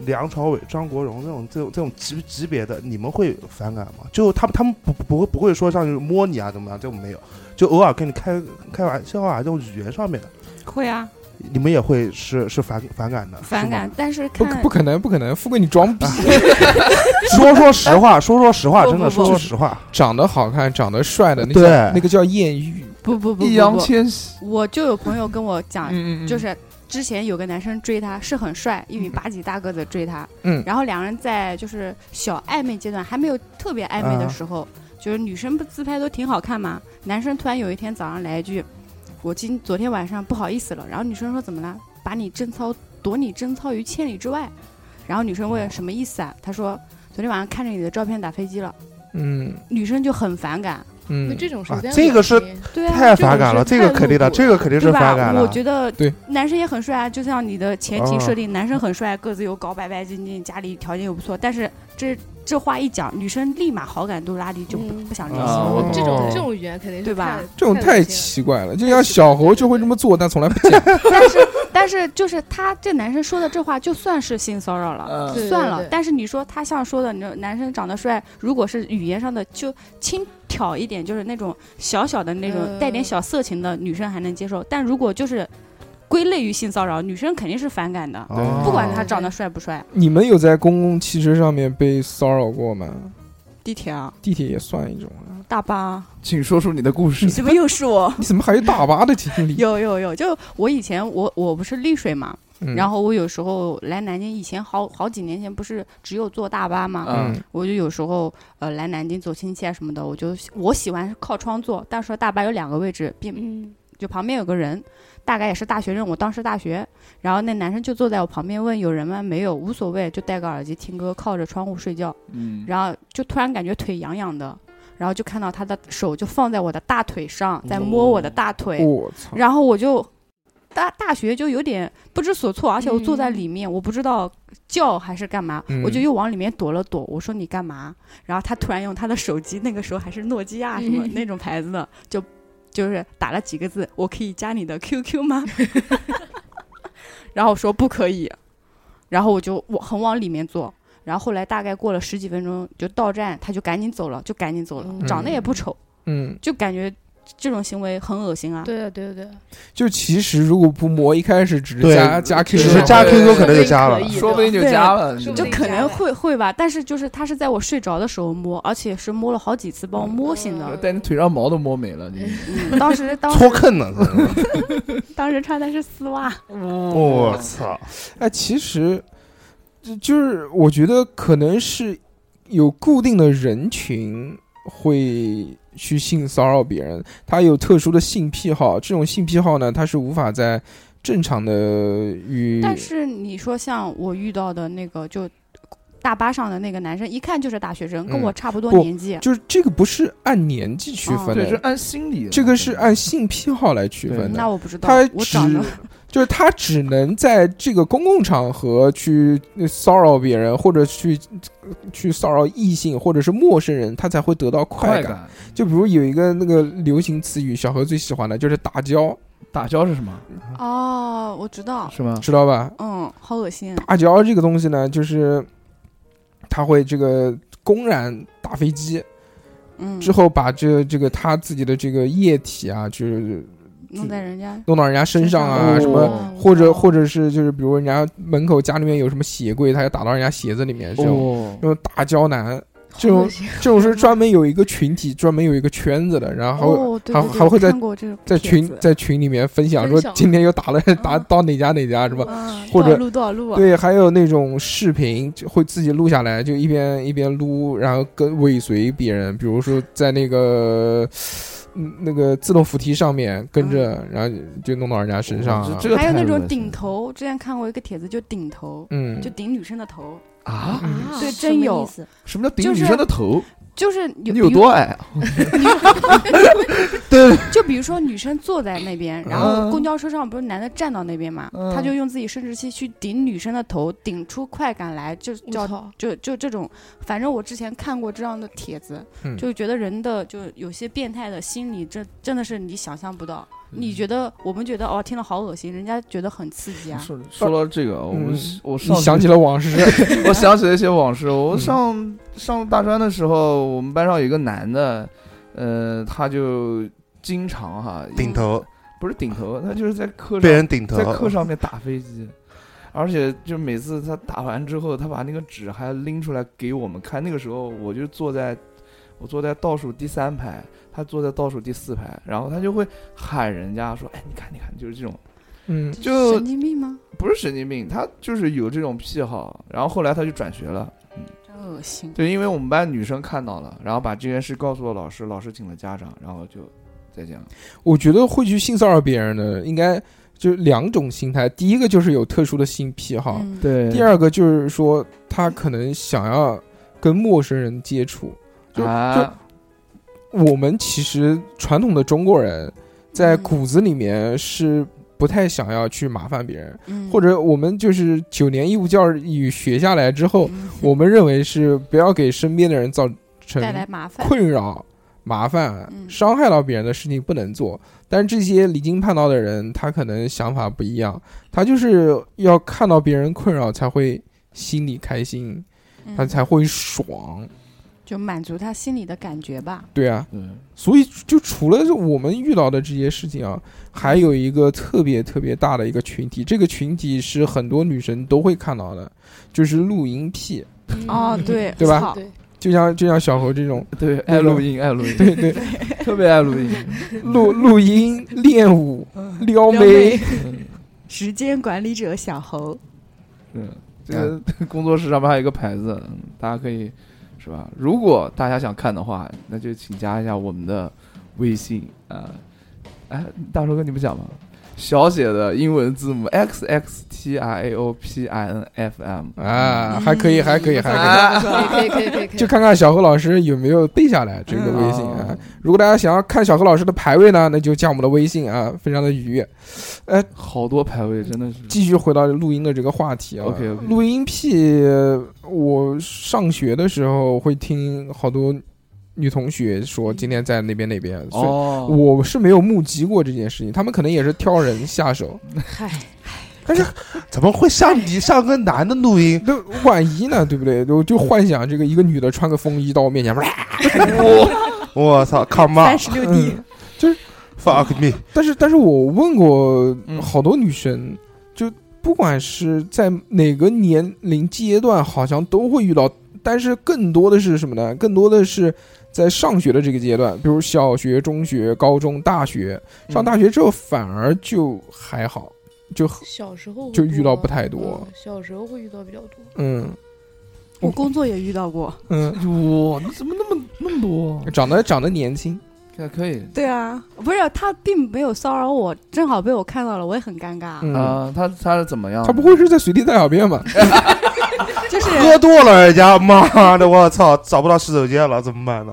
[SPEAKER 5] 梁朝伟、张国荣这种这种这种级级别的，你们会反感吗？就他们他们不不会不会说上去摸你啊怎么样，这种没有，就偶尔跟你开开玩笑啊这种语言上面的，
[SPEAKER 7] 会啊，
[SPEAKER 5] 你们也会是是反反感的，
[SPEAKER 7] 反感，但是
[SPEAKER 1] 不
[SPEAKER 7] 看
[SPEAKER 1] 不可能不可能，富贵你装逼，
[SPEAKER 5] 是 吗。说说实 话，说说实话，
[SPEAKER 7] 不
[SPEAKER 5] 真的
[SPEAKER 7] 不
[SPEAKER 5] 说
[SPEAKER 7] 不
[SPEAKER 5] 说实话，
[SPEAKER 1] 长得好看、长得帅的，那
[SPEAKER 5] 对
[SPEAKER 1] 叫那个叫艳遇。
[SPEAKER 7] 不不不
[SPEAKER 2] 易烊千玺，
[SPEAKER 3] 我就有朋友跟我讲，
[SPEAKER 2] 嗯
[SPEAKER 3] 就是之前有个男生追她，是很帅，一米八几大个子追她，
[SPEAKER 1] 嗯
[SPEAKER 3] 然后两人在就是小暧昧阶段，还没有特别暧昧的时候，就是女生不自拍都挺好看嘛，男生突然有一天早上来一句，我今昨天晚上不好意思了，然后女生说怎么了，把你贞操夺你贞操于千里之外，然后女生问什么意思啊，他说昨天晚上看着你的照片打飞机了，
[SPEAKER 1] 嗯
[SPEAKER 3] 女生就很反感，
[SPEAKER 1] 嗯
[SPEAKER 4] 那，这种是
[SPEAKER 5] 啊
[SPEAKER 4] 非常
[SPEAKER 5] 这个
[SPEAKER 4] 恶
[SPEAKER 5] 是
[SPEAKER 4] 心
[SPEAKER 3] 对啊，
[SPEAKER 5] 太反感了，这
[SPEAKER 4] 这
[SPEAKER 5] 个
[SPEAKER 4] 种是
[SPEAKER 5] 肯定的，
[SPEAKER 4] 太露
[SPEAKER 5] 这个
[SPEAKER 4] 骨
[SPEAKER 5] 肯定
[SPEAKER 3] 对
[SPEAKER 5] 是反
[SPEAKER 3] 吧？
[SPEAKER 5] 感
[SPEAKER 3] 我
[SPEAKER 5] 了。
[SPEAKER 3] 觉得
[SPEAKER 1] 对
[SPEAKER 3] 男生也很帅啊，就像你的前提
[SPEAKER 5] 哦
[SPEAKER 3] 设定，男生很帅，个子又高，白白净净，家里条件又不错，但是这这话一讲，女生立马好感度拉低，就不
[SPEAKER 4] 嗯
[SPEAKER 3] 不想联系
[SPEAKER 2] 啊，
[SPEAKER 3] 了。
[SPEAKER 2] 我
[SPEAKER 1] 嗯
[SPEAKER 2] 懂。
[SPEAKER 4] 这种
[SPEAKER 1] 哦
[SPEAKER 4] 这种语言肯定是
[SPEAKER 3] 对吧
[SPEAKER 4] 太
[SPEAKER 1] 这种
[SPEAKER 4] 恶
[SPEAKER 1] 太
[SPEAKER 4] 心了
[SPEAKER 1] 奇怪了，就像小猴就会这么做，但从来不讲。
[SPEAKER 3] 但是 但是就是他这男生说的这话，就算是性骚扰了。
[SPEAKER 2] 嗯
[SPEAKER 4] 对
[SPEAKER 3] 算了
[SPEAKER 4] 对，
[SPEAKER 3] 哎但是你说他像说的，你说男生长得帅，如果是语言上的，就轻挑一点，就是那种小小的那种
[SPEAKER 4] 嗯
[SPEAKER 3] 带点小色情的女生还能接受，但如果就是归类于性骚扰，女生肯定是反感的，
[SPEAKER 5] 哦
[SPEAKER 3] 不管他长得帅不帅。
[SPEAKER 1] 你们有在公共汽车上面被骚扰过吗？
[SPEAKER 3] 地铁啊，
[SPEAKER 1] 地铁也算一种啊。
[SPEAKER 3] 大巴，
[SPEAKER 2] 请说出你的故事
[SPEAKER 3] 你。怎么又是我？
[SPEAKER 1] 你怎么还有大巴的经历？
[SPEAKER 3] 有有有，就我以前我我不是丽水嘛，
[SPEAKER 1] 嗯
[SPEAKER 3] 然后我有时候来南京，以前好好几年前不是只有坐大巴嘛，
[SPEAKER 2] 嗯
[SPEAKER 1] 嗯，
[SPEAKER 3] 我就有时候呃来南京走亲戚啊什么的，我就我喜欢靠窗坐，但是大巴有两个位置，并
[SPEAKER 4] 嗯，
[SPEAKER 3] 就旁边有个人，大概也是大学生，我当时大学，然后那男生就坐在我旁边问有人吗？没有，无所谓，就戴个耳机听歌，靠着窗户睡觉，
[SPEAKER 2] 嗯，
[SPEAKER 3] 然后就突然感觉腿痒痒的，然后就看到他的手就放在我的大腿上，在摸我的大腿，
[SPEAKER 1] 我操，
[SPEAKER 3] 然后我就大大学就有点不知所措，而且我坐在
[SPEAKER 4] 嗯
[SPEAKER 3] 里面，我不知道叫还是干嘛，我就
[SPEAKER 1] 嗯
[SPEAKER 3] 又往里面躲了躲。我说你干嘛？然后他突然用他的手机，那个时候还是诺基亚什 么
[SPEAKER 4] 嗯
[SPEAKER 3] 那种牌子的，就就是打了几个字：“我可以加你的 QQ 吗？”然后我说不可以，然后我就我很往里面坐。然后后来大概过了十几分钟，就到站，他就赶紧走了，就赶紧走了。长得也不丑，
[SPEAKER 1] 嗯，
[SPEAKER 3] 就感觉这种行为很恶心啊。
[SPEAKER 4] 对啊，对啊，对啊，
[SPEAKER 1] 就其实如果不磨，一开始只是
[SPEAKER 5] 对
[SPEAKER 1] 加加
[SPEAKER 5] 只
[SPEAKER 1] QQ，
[SPEAKER 5] 是加
[SPEAKER 2] 对
[SPEAKER 5] QQ 可能
[SPEAKER 4] 对
[SPEAKER 5] 就
[SPEAKER 4] 对
[SPEAKER 5] 加
[SPEAKER 4] 可
[SPEAKER 5] 了，
[SPEAKER 4] 以
[SPEAKER 2] 说不定就
[SPEAKER 3] 对
[SPEAKER 2] 加了，
[SPEAKER 4] 说不
[SPEAKER 3] 就
[SPEAKER 4] 定
[SPEAKER 3] 可
[SPEAKER 4] 加
[SPEAKER 3] 能
[SPEAKER 4] 了
[SPEAKER 3] 会会吧，但是就是他是在我睡着的时候摸，而且是摸了好几次，把我摸醒的。
[SPEAKER 2] 但你腿上毛都摸没了，你
[SPEAKER 3] 嗯当时 当
[SPEAKER 5] 搓
[SPEAKER 3] 时
[SPEAKER 5] 坑呢。可能
[SPEAKER 3] 当时穿的是丝袜，
[SPEAKER 4] 嗯
[SPEAKER 5] 我操！
[SPEAKER 1] 哎，其实就就是我觉得可能是有固定的人群会去性骚扰别人，他有特殊的性癖好，这种性癖好呢，他是无法在正常的与
[SPEAKER 3] 但是你说像我遇到的那个就。大巴上的那个男生一看就是大学生，跟
[SPEAKER 1] 嗯
[SPEAKER 3] 我差不多
[SPEAKER 1] 不
[SPEAKER 3] 年纪。
[SPEAKER 1] 就是这个不是按年纪区
[SPEAKER 3] 哦
[SPEAKER 1] 分
[SPEAKER 2] 对，是
[SPEAKER 1] 的，
[SPEAKER 2] 按心理的，
[SPEAKER 1] 这个是按性癖好来区分的
[SPEAKER 3] 那。我不知道
[SPEAKER 1] 他，
[SPEAKER 3] 我
[SPEAKER 1] 只
[SPEAKER 3] 长得
[SPEAKER 1] 就是他只能在这个公共场合去呃骚扰别人，或者去去骚扰异性或者是陌生人，他才会得到快
[SPEAKER 2] 快
[SPEAKER 1] 感。
[SPEAKER 2] 感。
[SPEAKER 1] 就比如有一个那个流行词语，小何最喜欢的就是打交，
[SPEAKER 2] 打交是什么？
[SPEAKER 6] 嗯
[SPEAKER 3] 哦，我知道，
[SPEAKER 2] 是吗？
[SPEAKER 1] 知道吧？
[SPEAKER 3] 嗯，好恶心。
[SPEAKER 1] 打交这个东西呢，就是他会这个公然打飞机，
[SPEAKER 3] 嗯，
[SPEAKER 1] 之后把这这个他自己的这个液体啊，就是
[SPEAKER 3] 弄在人家
[SPEAKER 1] 弄到人家身上啊
[SPEAKER 2] 身上
[SPEAKER 1] 什么。
[SPEAKER 2] 哦
[SPEAKER 1] 或者或者是就是比如人家门口家里面有什么鞋柜，他要打到人家鞋子里面，这种、
[SPEAKER 2] 哦
[SPEAKER 1] 那种大胶囊，这
[SPEAKER 4] 好
[SPEAKER 1] 种
[SPEAKER 4] 恶心
[SPEAKER 1] 这种是专门有一个群体，专门有一个圈子的，然后
[SPEAKER 3] 哦，对
[SPEAKER 1] 还
[SPEAKER 3] 对对
[SPEAKER 1] 还会在
[SPEAKER 3] 看过这种
[SPEAKER 1] 在
[SPEAKER 3] 帖
[SPEAKER 1] 群
[SPEAKER 3] 子
[SPEAKER 1] 在群里面分享
[SPEAKER 4] 分
[SPEAKER 1] 说
[SPEAKER 4] 享
[SPEAKER 1] 今天又打了打
[SPEAKER 3] 嗯
[SPEAKER 1] 到哪家哪家什么。
[SPEAKER 3] 嗯
[SPEAKER 1] 或
[SPEAKER 3] 多
[SPEAKER 1] 者
[SPEAKER 3] 少路多少路啊？
[SPEAKER 1] 对，还有那种视频就会自己录下来，就一边一边撸，然后跟尾随别人，比如说在那个嗯那个自动扶梯上面跟着，然后就弄到人家身上啊、
[SPEAKER 2] 哦这这个
[SPEAKER 3] 嗯还有
[SPEAKER 2] 太
[SPEAKER 3] 那
[SPEAKER 2] 恶
[SPEAKER 3] 种
[SPEAKER 2] 心
[SPEAKER 3] 顶
[SPEAKER 2] 了
[SPEAKER 3] 头，之前看过一个帖子，就顶头，
[SPEAKER 1] 嗯
[SPEAKER 3] 就顶女生的头，
[SPEAKER 2] 啊！
[SPEAKER 6] 啊
[SPEAKER 3] 对
[SPEAKER 6] 什
[SPEAKER 3] 真
[SPEAKER 6] 么
[SPEAKER 3] 有
[SPEAKER 6] 意思
[SPEAKER 2] 什么叫顶
[SPEAKER 3] 就
[SPEAKER 2] 女
[SPEAKER 3] 是
[SPEAKER 2] 生的头？
[SPEAKER 3] 就是
[SPEAKER 2] 你
[SPEAKER 3] 有
[SPEAKER 2] 有
[SPEAKER 3] 比
[SPEAKER 2] 多
[SPEAKER 3] 如
[SPEAKER 2] 矮啊？
[SPEAKER 3] 就比如说女生坐在那边，然后
[SPEAKER 2] 嗯
[SPEAKER 3] 公交车上不是男的站到那边嘛，他
[SPEAKER 2] 嗯
[SPEAKER 3] 就用自己生殖器去顶女生的头，顶出快感来，就
[SPEAKER 4] 我
[SPEAKER 3] 叫
[SPEAKER 4] 操，
[SPEAKER 3] 就就这种，反正我之前看过这样的帖子，
[SPEAKER 1] 嗯
[SPEAKER 3] 就觉得人的就有些变态的心理，这真的是你想象不到。
[SPEAKER 1] 嗯
[SPEAKER 3] 你觉得我们觉得哦，听了好恶心，人家觉得很刺激啊。
[SPEAKER 2] 说 说到这个，我
[SPEAKER 1] 嗯
[SPEAKER 2] 我上
[SPEAKER 1] 你想起了往事，
[SPEAKER 2] 我想起了一些往事。我
[SPEAKER 1] 嗯
[SPEAKER 2] 上上大专的时候，我们班上有一个男的，呃，他就经常哈
[SPEAKER 5] 顶头
[SPEAKER 2] 不是顶头，他就是在课
[SPEAKER 5] 被
[SPEAKER 2] 上
[SPEAKER 5] 人顶头
[SPEAKER 2] 在，课上面打飞机，而且就每次他打完之后，他把那个纸还拎出来给我们看。那个时候我就坐在我坐在倒数第三排，他坐在倒数第四排，然后他就会喊人家说：“哎，你看，你看，就是这种。”
[SPEAKER 1] 嗯
[SPEAKER 2] 就
[SPEAKER 3] 神经病吗？
[SPEAKER 2] 不是神经病，他就是有这种癖好。然后后来他就转学了，嗯
[SPEAKER 3] 真恶心。
[SPEAKER 2] 对，因为我们班女生看到了，然后把这件事告诉了老师，老师请了家长，然后就再见了。
[SPEAKER 1] 我觉得会去性骚扰别人的，应该就是两种心态。第一个就是有特殊的性癖好，
[SPEAKER 3] 嗯，
[SPEAKER 2] 对
[SPEAKER 1] 第二个就是说他可能想要跟陌生人接触。就
[SPEAKER 2] 啊，
[SPEAKER 1] 我们其实传统的中国人在骨子里面是不太想要去麻烦别人，
[SPEAKER 3] 嗯
[SPEAKER 1] 或者我们就是九年义务教育学下来之后，
[SPEAKER 3] 嗯
[SPEAKER 1] 我们认为是不要给身边的人造成
[SPEAKER 3] 带来麻烦。
[SPEAKER 1] 困扰、麻烦、
[SPEAKER 3] 嗯
[SPEAKER 1] 伤害到别人的事情不能做。但是这些离经叛道的人，他可能想法不一样，他就是要看到别人困扰才会心里开心，他
[SPEAKER 3] 嗯
[SPEAKER 1] 才会爽。
[SPEAKER 3] 就满足他心里的感觉吧。
[SPEAKER 1] 对啊，
[SPEAKER 2] 对，
[SPEAKER 1] 所以就除了我们遇到的这些事情啊，还有一个特别特别大的一个群体，这个群体是很多女生都会看到的，就是露营癖，
[SPEAKER 3] 哦， 对，
[SPEAKER 1] 对吧
[SPEAKER 3] 操
[SPEAKER 4] 对，
[SPEAKER 1] 就像就像小猴这种，
[SPEAKER 2] 对，爱录音，爱录音，
[SPEAKER 1] 对对，
[SPEAKER 2] 特别爱录音。
[SPEAKER 1] 录录音、练舞、撩
[SPEAKER 3] 嗯撩
[SPEAKER 1] 妹
[SPEAKER 3] 妹， 时间管理者小猴，
[SPEAKER 2] 嗯，这个工作室上面还有一个牌子，嗯大家可以是吧？如果大家想看的话，那就请加一下我们的微信啊、哎，大叔哥你不讲吗？小写的英文字母 x x t r a o p i n f m
[SPEAKER 1] 啊，还可以，还可以，还可以。
[SPEAKER 2] 啊，
[SPEAKER 3] 嗯
[SPEAKER 4] 可以可以可以可以，
[SPEAKER 1] 就看看小何老师有没有背下来这个微信啊。
[SPEAKER 2] 嗯
[SPEAKER 1] 如果大家想要看小何老师的排位呢，那就加我们的微信啊，非常的愉悦。呃
[SPEAKER 2] 好多排位真的是
[SPEAKER 1] 继续回到录音的这个话题啊。
[SPEAKER 2] OK，OK
[SPEAKER 1] 录音癖，我上学的时候会听好多女同学说今天在那边那边，所以
[SPEAKER 2] 哦，
[SPEAKER 1] 我是没有目击过这件事情，他们可能也是挑人下手。
[SPEAKER 4] 嗨，
[SPEAKER 5] 怎么会像你像个男的录音？
[SPEAKER 1] 那万一呢，对不对？我就幻想这个一个女的穿个风衣到我面前，
[SPEAKER 5] 我
[SPEAKER 4] 嗯
[SPEAKER 5] 操，Come
[SPEAKER 3] 三十六 D，
[SPEAKER 5] on，fuck me！
[SPEAKER 1] 嗯但是，但是我问过
[SPEAKER 2] 嗯
[SPEAKER 1] 好多女生，就不管是在哪个年龄阶段，好像都会遇到。但是更多的是什么呢？更多的是在上学的这个阶段，比如小学、中学、高中、大学。上大学之后反而就还好，就很
[SPEAKER 4] 小时候会
[SPEAKER 1] 就遇到
[SPEAKER 4] 多
[SPEAKER 1] 不太多
[SPEAKER 4] 嗯小时候会遇到比较多。
[SPEAKER 1] 嗯
[SPEAKER 3] 我工作也遇到过。
[SPEAKER 1] 嗯，
[SPEAKER 2] 哇，你怎么那么那么多？
[SPEAKER 1] 长得长得年轻，
[SPEAKER 2] 还可以
[SPEAKER 3] 对啊，不是他并没有骚扰我，正好被我看到了，我也很尴尬。
[SPEAKER 1] 嗯，
[SPEAKER 2] 啊，他他是怎么样？
[SPEAKER 1] 他不会是在随地大小便吧？
[SPEAKER 3] 就是
[SPEAKER 5] 喝多了，人家妈的，我操，找不到洗手间了，怎么办呢？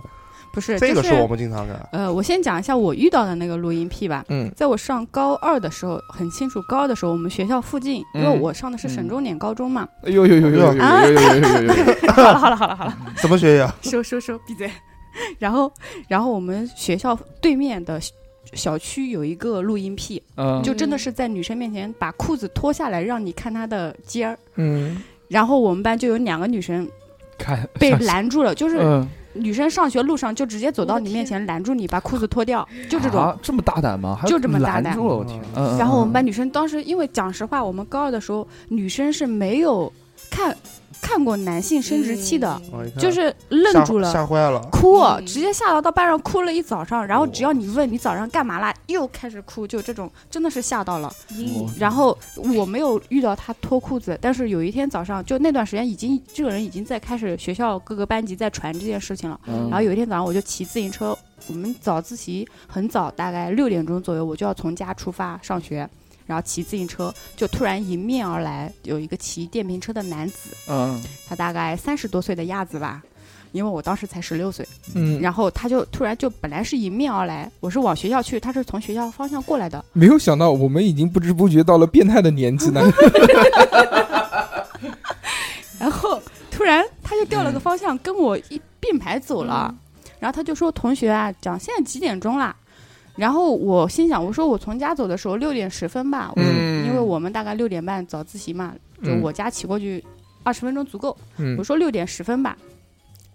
[SPEAKER 3] 不是
[SPEAKER 5] 这个
[SPEAKER 3] 就是
[SPEAKER 5] 我们经常干。
[SPEAKER 3] 呃，我先讲一下我遇到的那个录音癖吧。
[SPEAKER 1] 嗯
[SPEAKER 3] 在我上高二的时候，很清楚，高二的时候我们学校附近，因为
[SPEAKER 2] 嗯
[SPEAKER 3] 我上的是省
[SPEAKER 2] 嗯
[SPEAKER 3] 重点高中嘛。
[SPEAKER 2] 哎呦呦呦呦呦呦呦呦呦呦呦！
[SPEAKER 3] 好了好了好了好了，
[SPEAKER 5] 什么学校？
[SPEAKER 3] 收收收，闭嘴。 然后，然后我们学校对面的小小区有一个录音癖，
[SPEAKER 2] 嗯，
[SPEAKER 3] 就真的是在女生面前把裤子脱下来让你看她的尖儿。
[SPEAKER 1] 嗯，
[SPEAKER 3] 然后我们班就有两个女生
[SPEAKER 2] 看
[SPEAKER 3] 被拦住了，就是
[SPEAKER 2] 嗯，
[SPEAKER 3] 女生上学路上就直接走到你面前拦住你，把裤子脱掉，就这种。
[SPEAKER 2] 啊这么大胆吗？还
[SPEAKER 3] 就这么大胆
[SPEAKER 2] 拦住了，我天！嗯嗯
[SPEAKER 3] 然后我们班
[SPEAKER 2] 嗯
[SPEAKER 3] 女生当时，因为讲实话，我们高二的时候女生是没有看看过男性生殖器的，
[SPEAKER 5] 我一看
[SPEAKER 3] 就是愣住
[SPEAKER 5] 嗯吓
[SPEAKER 3] 了。
[SPEAKER 5] 吓坏了。
[SPEAKER 3] 哭，
[SPEAKER 4] 嗯
[SPEAKER 3] 直接吓到到班上哭了一早上，然后只要你问你早上干嘛啦，又开始哭，就这种真的是吓到了。
[SPEAKER 2] 嗯
[SPEAKER 3] 然后我没有遇到他脱裤子，但是有一天早上，就那段时间已经这个人已经在开始学校各个班级在传这件事情了。
[SPEAKER 2] 嗯
[SPEAKER 3] 然后有一天早上，我就骑自行车，我们早自习很早，大概六点钟左右，我就要从家出发上学，然后骑自行车，就突然迎面而来有一个骑电瓶车的男子，
[SPEAKER 2] 嗯
[SPEAKER 3] 他大概三十多岁的样子吧，因为我当时才十六岁，
[SPEAKER 1] 嗯，
[SPEAKER 3] 然后他就突然就本来是迎面而来，我是往学校去，他是从学校方向过来的，
[SPEAKER 1] 没有想到我们已经不知不觉到了变态的年纪呢。
[SPEAKER 3] 然后突然他就调了个方向，跟我一并排走了。
[SPEAKER 1] 嗯
[SPEAKER 3] 然后他就说：“同学啊，讲现在几点钟啦？”然后我心想：“我说我从家走的时候六点十分吧，我
[SPEAKER 2] 嗯
[SPEAKER 3] 因为我们大概六点半早自习嘛，就
[SPEAKER 1] 嗯
[SPEAKER 3] 我家骑过去二十分钟足够。
[SPEAKER 1] 嗯
[SPEAKER 3] 我说六点十分吧。”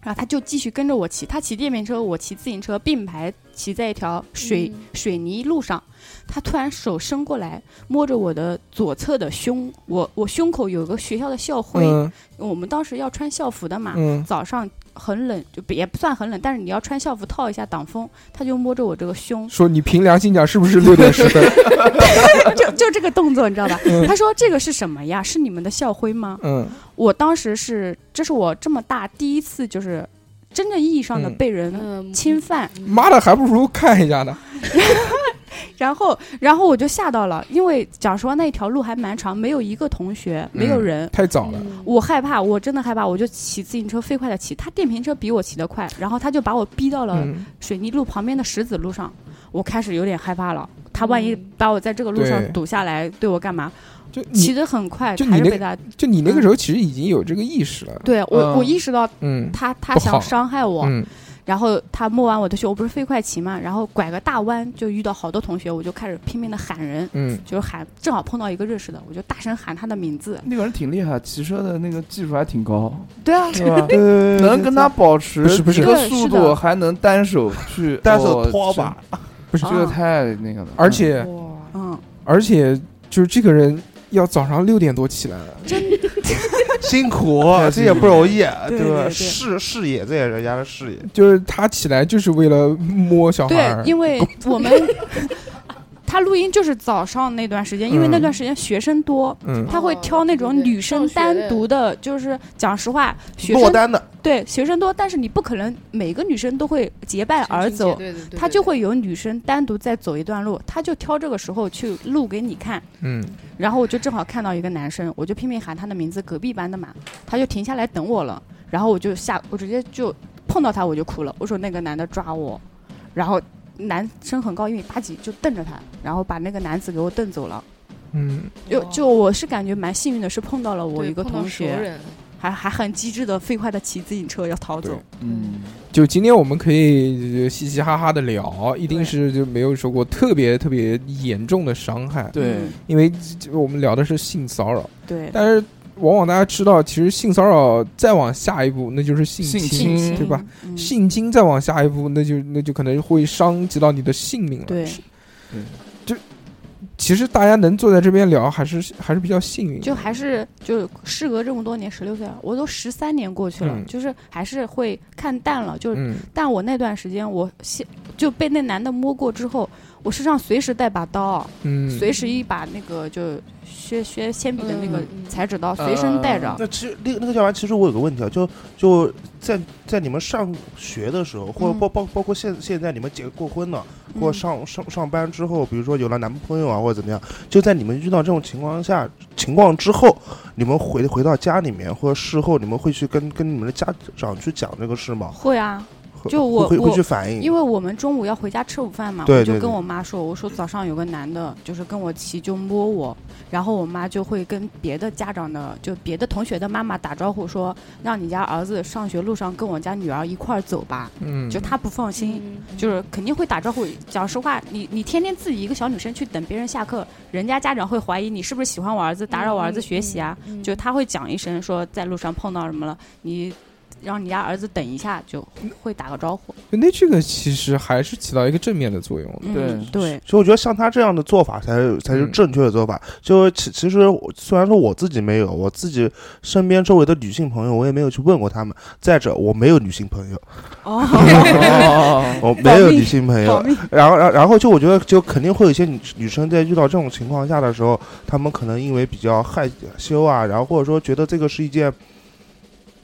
[SPEAKER 3] 然后他就继续跟着我骑，他骑电瓶车，我骑自行车，并排骑在一条水、
[SPEAKER 4] 嗯
[SPEAKER 3] 水泥路上。他突然手伸过来，摸着我的左侧的胸，我我胸口有个学校的校徽，
[SPEAKER 1] 嗯
[SPEAKER 3] 我们当时要穿校服的嘛，
[SPEAKER 1] 嗯，
[SPEAKER 3] 早上很冷，就也不算很冷，但是你要穿校服套一下挡风。他就摸着我这个 胸
[SPEAKER 1] 说你凭良心讲，是不是六点十 分？
[SPEAKER 3] 就就这个动作，你知道吧？
[SPEAKER 1] 嗯
[SPEAKER 3] 他说这个是什么呀？是你们的校徽吗？
[SPEAKER 1] 嗯
[SPEAKER 3] 我当时是，这是我这么大第一次，就是真正意义上的
[SPEAKER 1] 嗯
[SPEAKER 3] 被人
[SPEAKER 4] 嗯，
[SPEAKER 3] 侵犯。
[SPEAKER 4] 嗯
[SPEAKER 1] 妈的，还不如看一下呢。
[SPEAKER 3] 然后，然后我就吓到了，因为讲实话，那一条路还蛮长，没有一个同学，没有
[SPEAKER 1] 嗯
[SPEAKER 3] 人。
[SPEAKER 1] 太早了。
[SPEAKER 4] 嗯
[SPEAKER 3] 我害怕，我真的害怕，我就骑自行车飞快的骑，他电瓶车比我骑得快，然后他就把我逼到了
[SPEAKER 1] 嗯，
[SPEAKER 3] 水泥路旁边的石子路上，我开始有点害怕了。他万一
[SPEAKER 4] 嗯
[SPEAKER 3] 把我在这个路上
[SPEAKER 1] 对
[SPEAKER 3] 堵下来，对我干嘛？
[SPEAKER 1] 就你
[SPEAKER 3] 骑得很快，
[SPEAKER 1] 就
[SPEAKER 3] 还
[SPEAKER 1] 你
[SPEAKER 3] 是
[SPEAKER 1] 那
[SPEAKER 3] 被他。
[SPEAKER 1] 就你那个时候其实已经有这个意识了。
[SPEAKER 3] 对我，
[SPEAKER 2] 嗯
[SPEAKER 3] 我意识到
[SPEAKER 1] 嗯
[SPEAKER 3] 他他
[SPEAKER 1] 不好
[SPEAKER 3] 想伤害我，
[SPEAKER 1] 嗯
[SPEAKER 3] 然后他摸完我的胸，我不是飞快骑嘛，然后拐个大弯就遇到好多同学，我就开始拼命的喊人，
[SPEAKER 1] 嗯，
[SPEAKER 3] 就是喊，正好碰到一个认识的，我就大声喊他的名字。
[SPEAKER 2] 那个人挺厉害，骑车的那个技术还挺高，
[SPEAKER 3] 对啊，
[SPEAKER 2] 对吧？
[SPEAKER 5] 呃
[SPEAKER 2] 能跟他保持
[SPEAKER 1] 不是不是
[SPEAKER 2] 这个
[SPEAKER 3] 对
[SPEAKER 2] 速
[SPEAKER 3] 是
[SPEAKER 2] 度，
[SPEAKER 3] 的
[SPEAKER 2] 还能单手去
[SPEAKER 5] 单手
[SPEAKER 2] 哦
[SPEAKER 5] 拖把，
[SPEAKER 1] 不是
[SPEAKER 2] 这这个太那个了。
[SPEAKER 1] 而且
[SPEAKER 4] 哇，
[SPEAKER 3] 啊嗯，
[SPEAKER 1] 而且就是这个人要早上六点多起来， 啊
[SPEAKER 5] 辛 苦，啊这也不容易，
[SPEAKER 3] 对对
[SPEAKER 5] 吧？
[SPEAKER 3] 对
[SPEAKER 5] 事事业，这也是人家的事业。
[SPEAKER 1] 就是他起来就是为了摸小孩
[SPEAKER 3] 对
[SPEAKER 1] 儿，，
[SPEAKER 3] 因为我们 他录音就是早上那段时间，因为那段时间学生多，
[SPEAKER 1] 嗯，
[SPEAKER 3] 他会
[SPEAKER 4] 哦
[SPEAKER 3] 挑那种
[SPEAKER 4] 对对
[SPEAKER 3] 女生
[SPEAKER 4] 上学
[SPEAKER 3] 单
[SPEAKER 4] 的
[SPEAKER 3] 独的，就是讲实话，学
[SPEAKER 5] 落
[SPEAKER 3] 生
[SPEAKER 5] 单的，
[SPEAKER 3] 对学生多，但是你不可能每个女生都会结伴而走，
[SPEAKER 4] 对对对对
[SPEAKER 3] 他就会有女生单独再走一段路，他就挑这个时候去录给你看。
[SPEAKER 1] 嗯，
[SPEAKER 3] 然后我就正好看到一个男生，我就拼命喊他的名字，隔壁班的嘛，他就停下来等我了。然后我就下，我直接就碰到他，我就哭了。我说那个男的抓我，然后男生很高，一米八几，就瞪着他，然后把那个男子给我瞪走了。
[SPEAKER 1] 嗯，
[SPEAKER 3] 就
[SPEAKER 4] 哇
[SPEAKER 3] 就我是感觉蛮幸运的，是碰到了我
[SPEAKER 4] 哦对
[SPEAKER 3] 一个
[SPEAKER 4] 碰到
[SPEAKER 3] 同
[SPEAKER 4] 熟
[SPEAKER 3] 学，
[SPEAKER 4] 人
[SPEAKER 3] 还还很机智的、飞快的骑自行车要逃走
[SPEAKER 1] 对。
[SPEAKER 2] 嗯，
[SPEAKER 1] 就今天我们可以呃嘻嘻哈哈的聊，一定
[SPEAKER 3] 对
[SPEAKER 1] 是就没有受过特别特别严重的伤害，
[SPEAKER 2] 对
[SPEAKER 3] 嗯
[SPEAKER 1] 因为这我们聊的是性骚扰，
[SPEAKER 3] 对，
[SPEAKER 1] 但是往往大家知道，其实性骚扰再往下一步，那就是性
[SPEAKER 2] 性
[SPEAKER 1] 侵，
[SPEAKER 2] 侵
[SPEAKER 1] 对吧？
[SPEAKER 3] 嗯
[SPEAKER 1] 性侵再往下一步，那就那就可能会伤及到你的性命了。
[SPEAKER 3] 对，
[SPEAKER 2] 对
[SPEAKER 1] 就其实大家能坐在这边聊，还是还是比较幸运的。
[SPEAKER 3] 就还是就事隔这么多年，十六岁了，我都十三年过去了，
[SPEAKER 1] 嗯
[SPEAKER 3] 就是 还是会看淡了。就是，
[SPEAKER 1] 嗯，
[SPEAKER 3] 但我那段时间，我现就被那男的摸过之后，我身上随时带把刀，啊
[SPEAKER 1] 嗯，
[SPEAKER 3] 随时一把那个就削削铅笔的那个
[SPEAKER 4] 嗯嗯
[SPEAKER 3] 裁纸刀啊随身带着。
[SPEAKER 5] 呃那其实那个那个教完，其实我有个问题啊，就就在在你们上学的时候，或者
[SPEAKER 3] 嗯
[SPEAKER 5] 包包包括现现在你们结过婚了，
[SPEAKER 3] 嗯
[SPEAKER 5] 或上上上班之后，比如说有了男朋友啊，或者怎么样，就在你们遇到这种情况下情况之后，你们回回到家里面，或者事后你们会去跟跟你们的家长去讲这个事吗？
[SPEAKER 3] 会啊，
[SPEAKER 5] 会
[SPEAKER 3] 就我
[SPEAKER 5] 会会
[SPEAKER 3] 我
[SPEAKER 5] 会去反映，
[SPEAKER 3] 因为我们中午要回家吃午饭嘛，
[SPEAKER 5] 对
[SPEAKER 3] 我就
[SPEAKER 5] 对
[SPEAKER 3] 跟
[SPEAKER 5] 对
[SPEAKER 3] 我妈说，我说早上有个男的，就是跟我骑就摸我，然后我妈就会跟别的家长的，就别的同学的妈妈打招呼说，让你家儿子上学路上跟我家女儿一块儿走吧，
[SPEAKER 1] 嗯，
[SPEAKER 3] 就她不放心。
[SPEAKER 4] 嗯
[SPEAKER 3] 就是肯定会打招呼。讲实话，你你天天自己一个小女生去等别人下课，人家家长会怀疑你是不是喜欢我儿子，打扰我儿子学习啊。
[SPEAKER 4] 嗯
[SPEAKER 3] 就他会讲一声说在路上碰到什么了，你让你家儿子等一下，就会打个招呼。
[SPEAKER 1] 就那这个其实还是起到一个正面的作用的。
[SPEAKER 2] 对
[SPEAKER 3] 嗯、对，
[SPEAKER 5] 所以我觉得像他这样的做法才是才是
[SPEAKER 1] 嗯
[SPEAKER 5] 正确的做法。就其其实我虽然说我自己没有，我自己身边周围的女性朋友，我也没有去问过她们。再者，我没有女性朋友，
[SPEAKER 3] 哦，
[SPEAKER 2] 哦，
[SPEAKER 5] 我没有女性朋友
[SPEAKER 3] 保。密
[SPEAKER 5] 然后，然后然后就我觉得就肯定会有一些女女生在遇到这种情况下的时候，她们可能因为比较害羞啊，然后或者说觉得这个是一件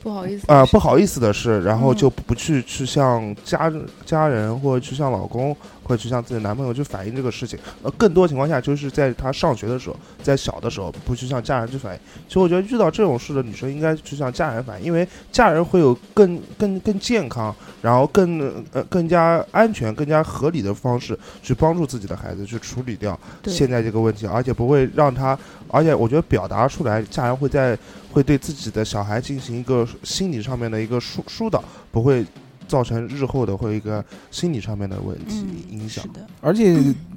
[SPEAKER 4] 不好意思
[SPEAKER 5] 啊、
[SPEAKER 4] 的事
[SPEAKER 5] 不好意思的事，然后
[SPEAKER 3] 嗯
[SPEAKER 5] 就不去去向家人家人或者去向老公或者去向自己的男朋友去反映这个事情。呃，更多情况下就是在她上学的时候，在小的时候不去向家人去反映。其实我觉得遇到这种事的女生应该去向家人反映，因为家人会有更更更健康，然后更呃更加安全、更加合理的方式去帮助自己的孩子去处理掉
[SPEAKER 3] 对
[SPEAKER 5] 现在这个问题，而且不会让他，而且我觉得表达出来，家人会在会对自己的小孩进行一个心理上面的一个疏疏导，不会造成日后的会一个心理上面的问题影
[SPEAKER 3] 嗯，
[SPEAKER 5] 响
[SPEAKER 3] 是。的，
[SPEAKER 1] 而且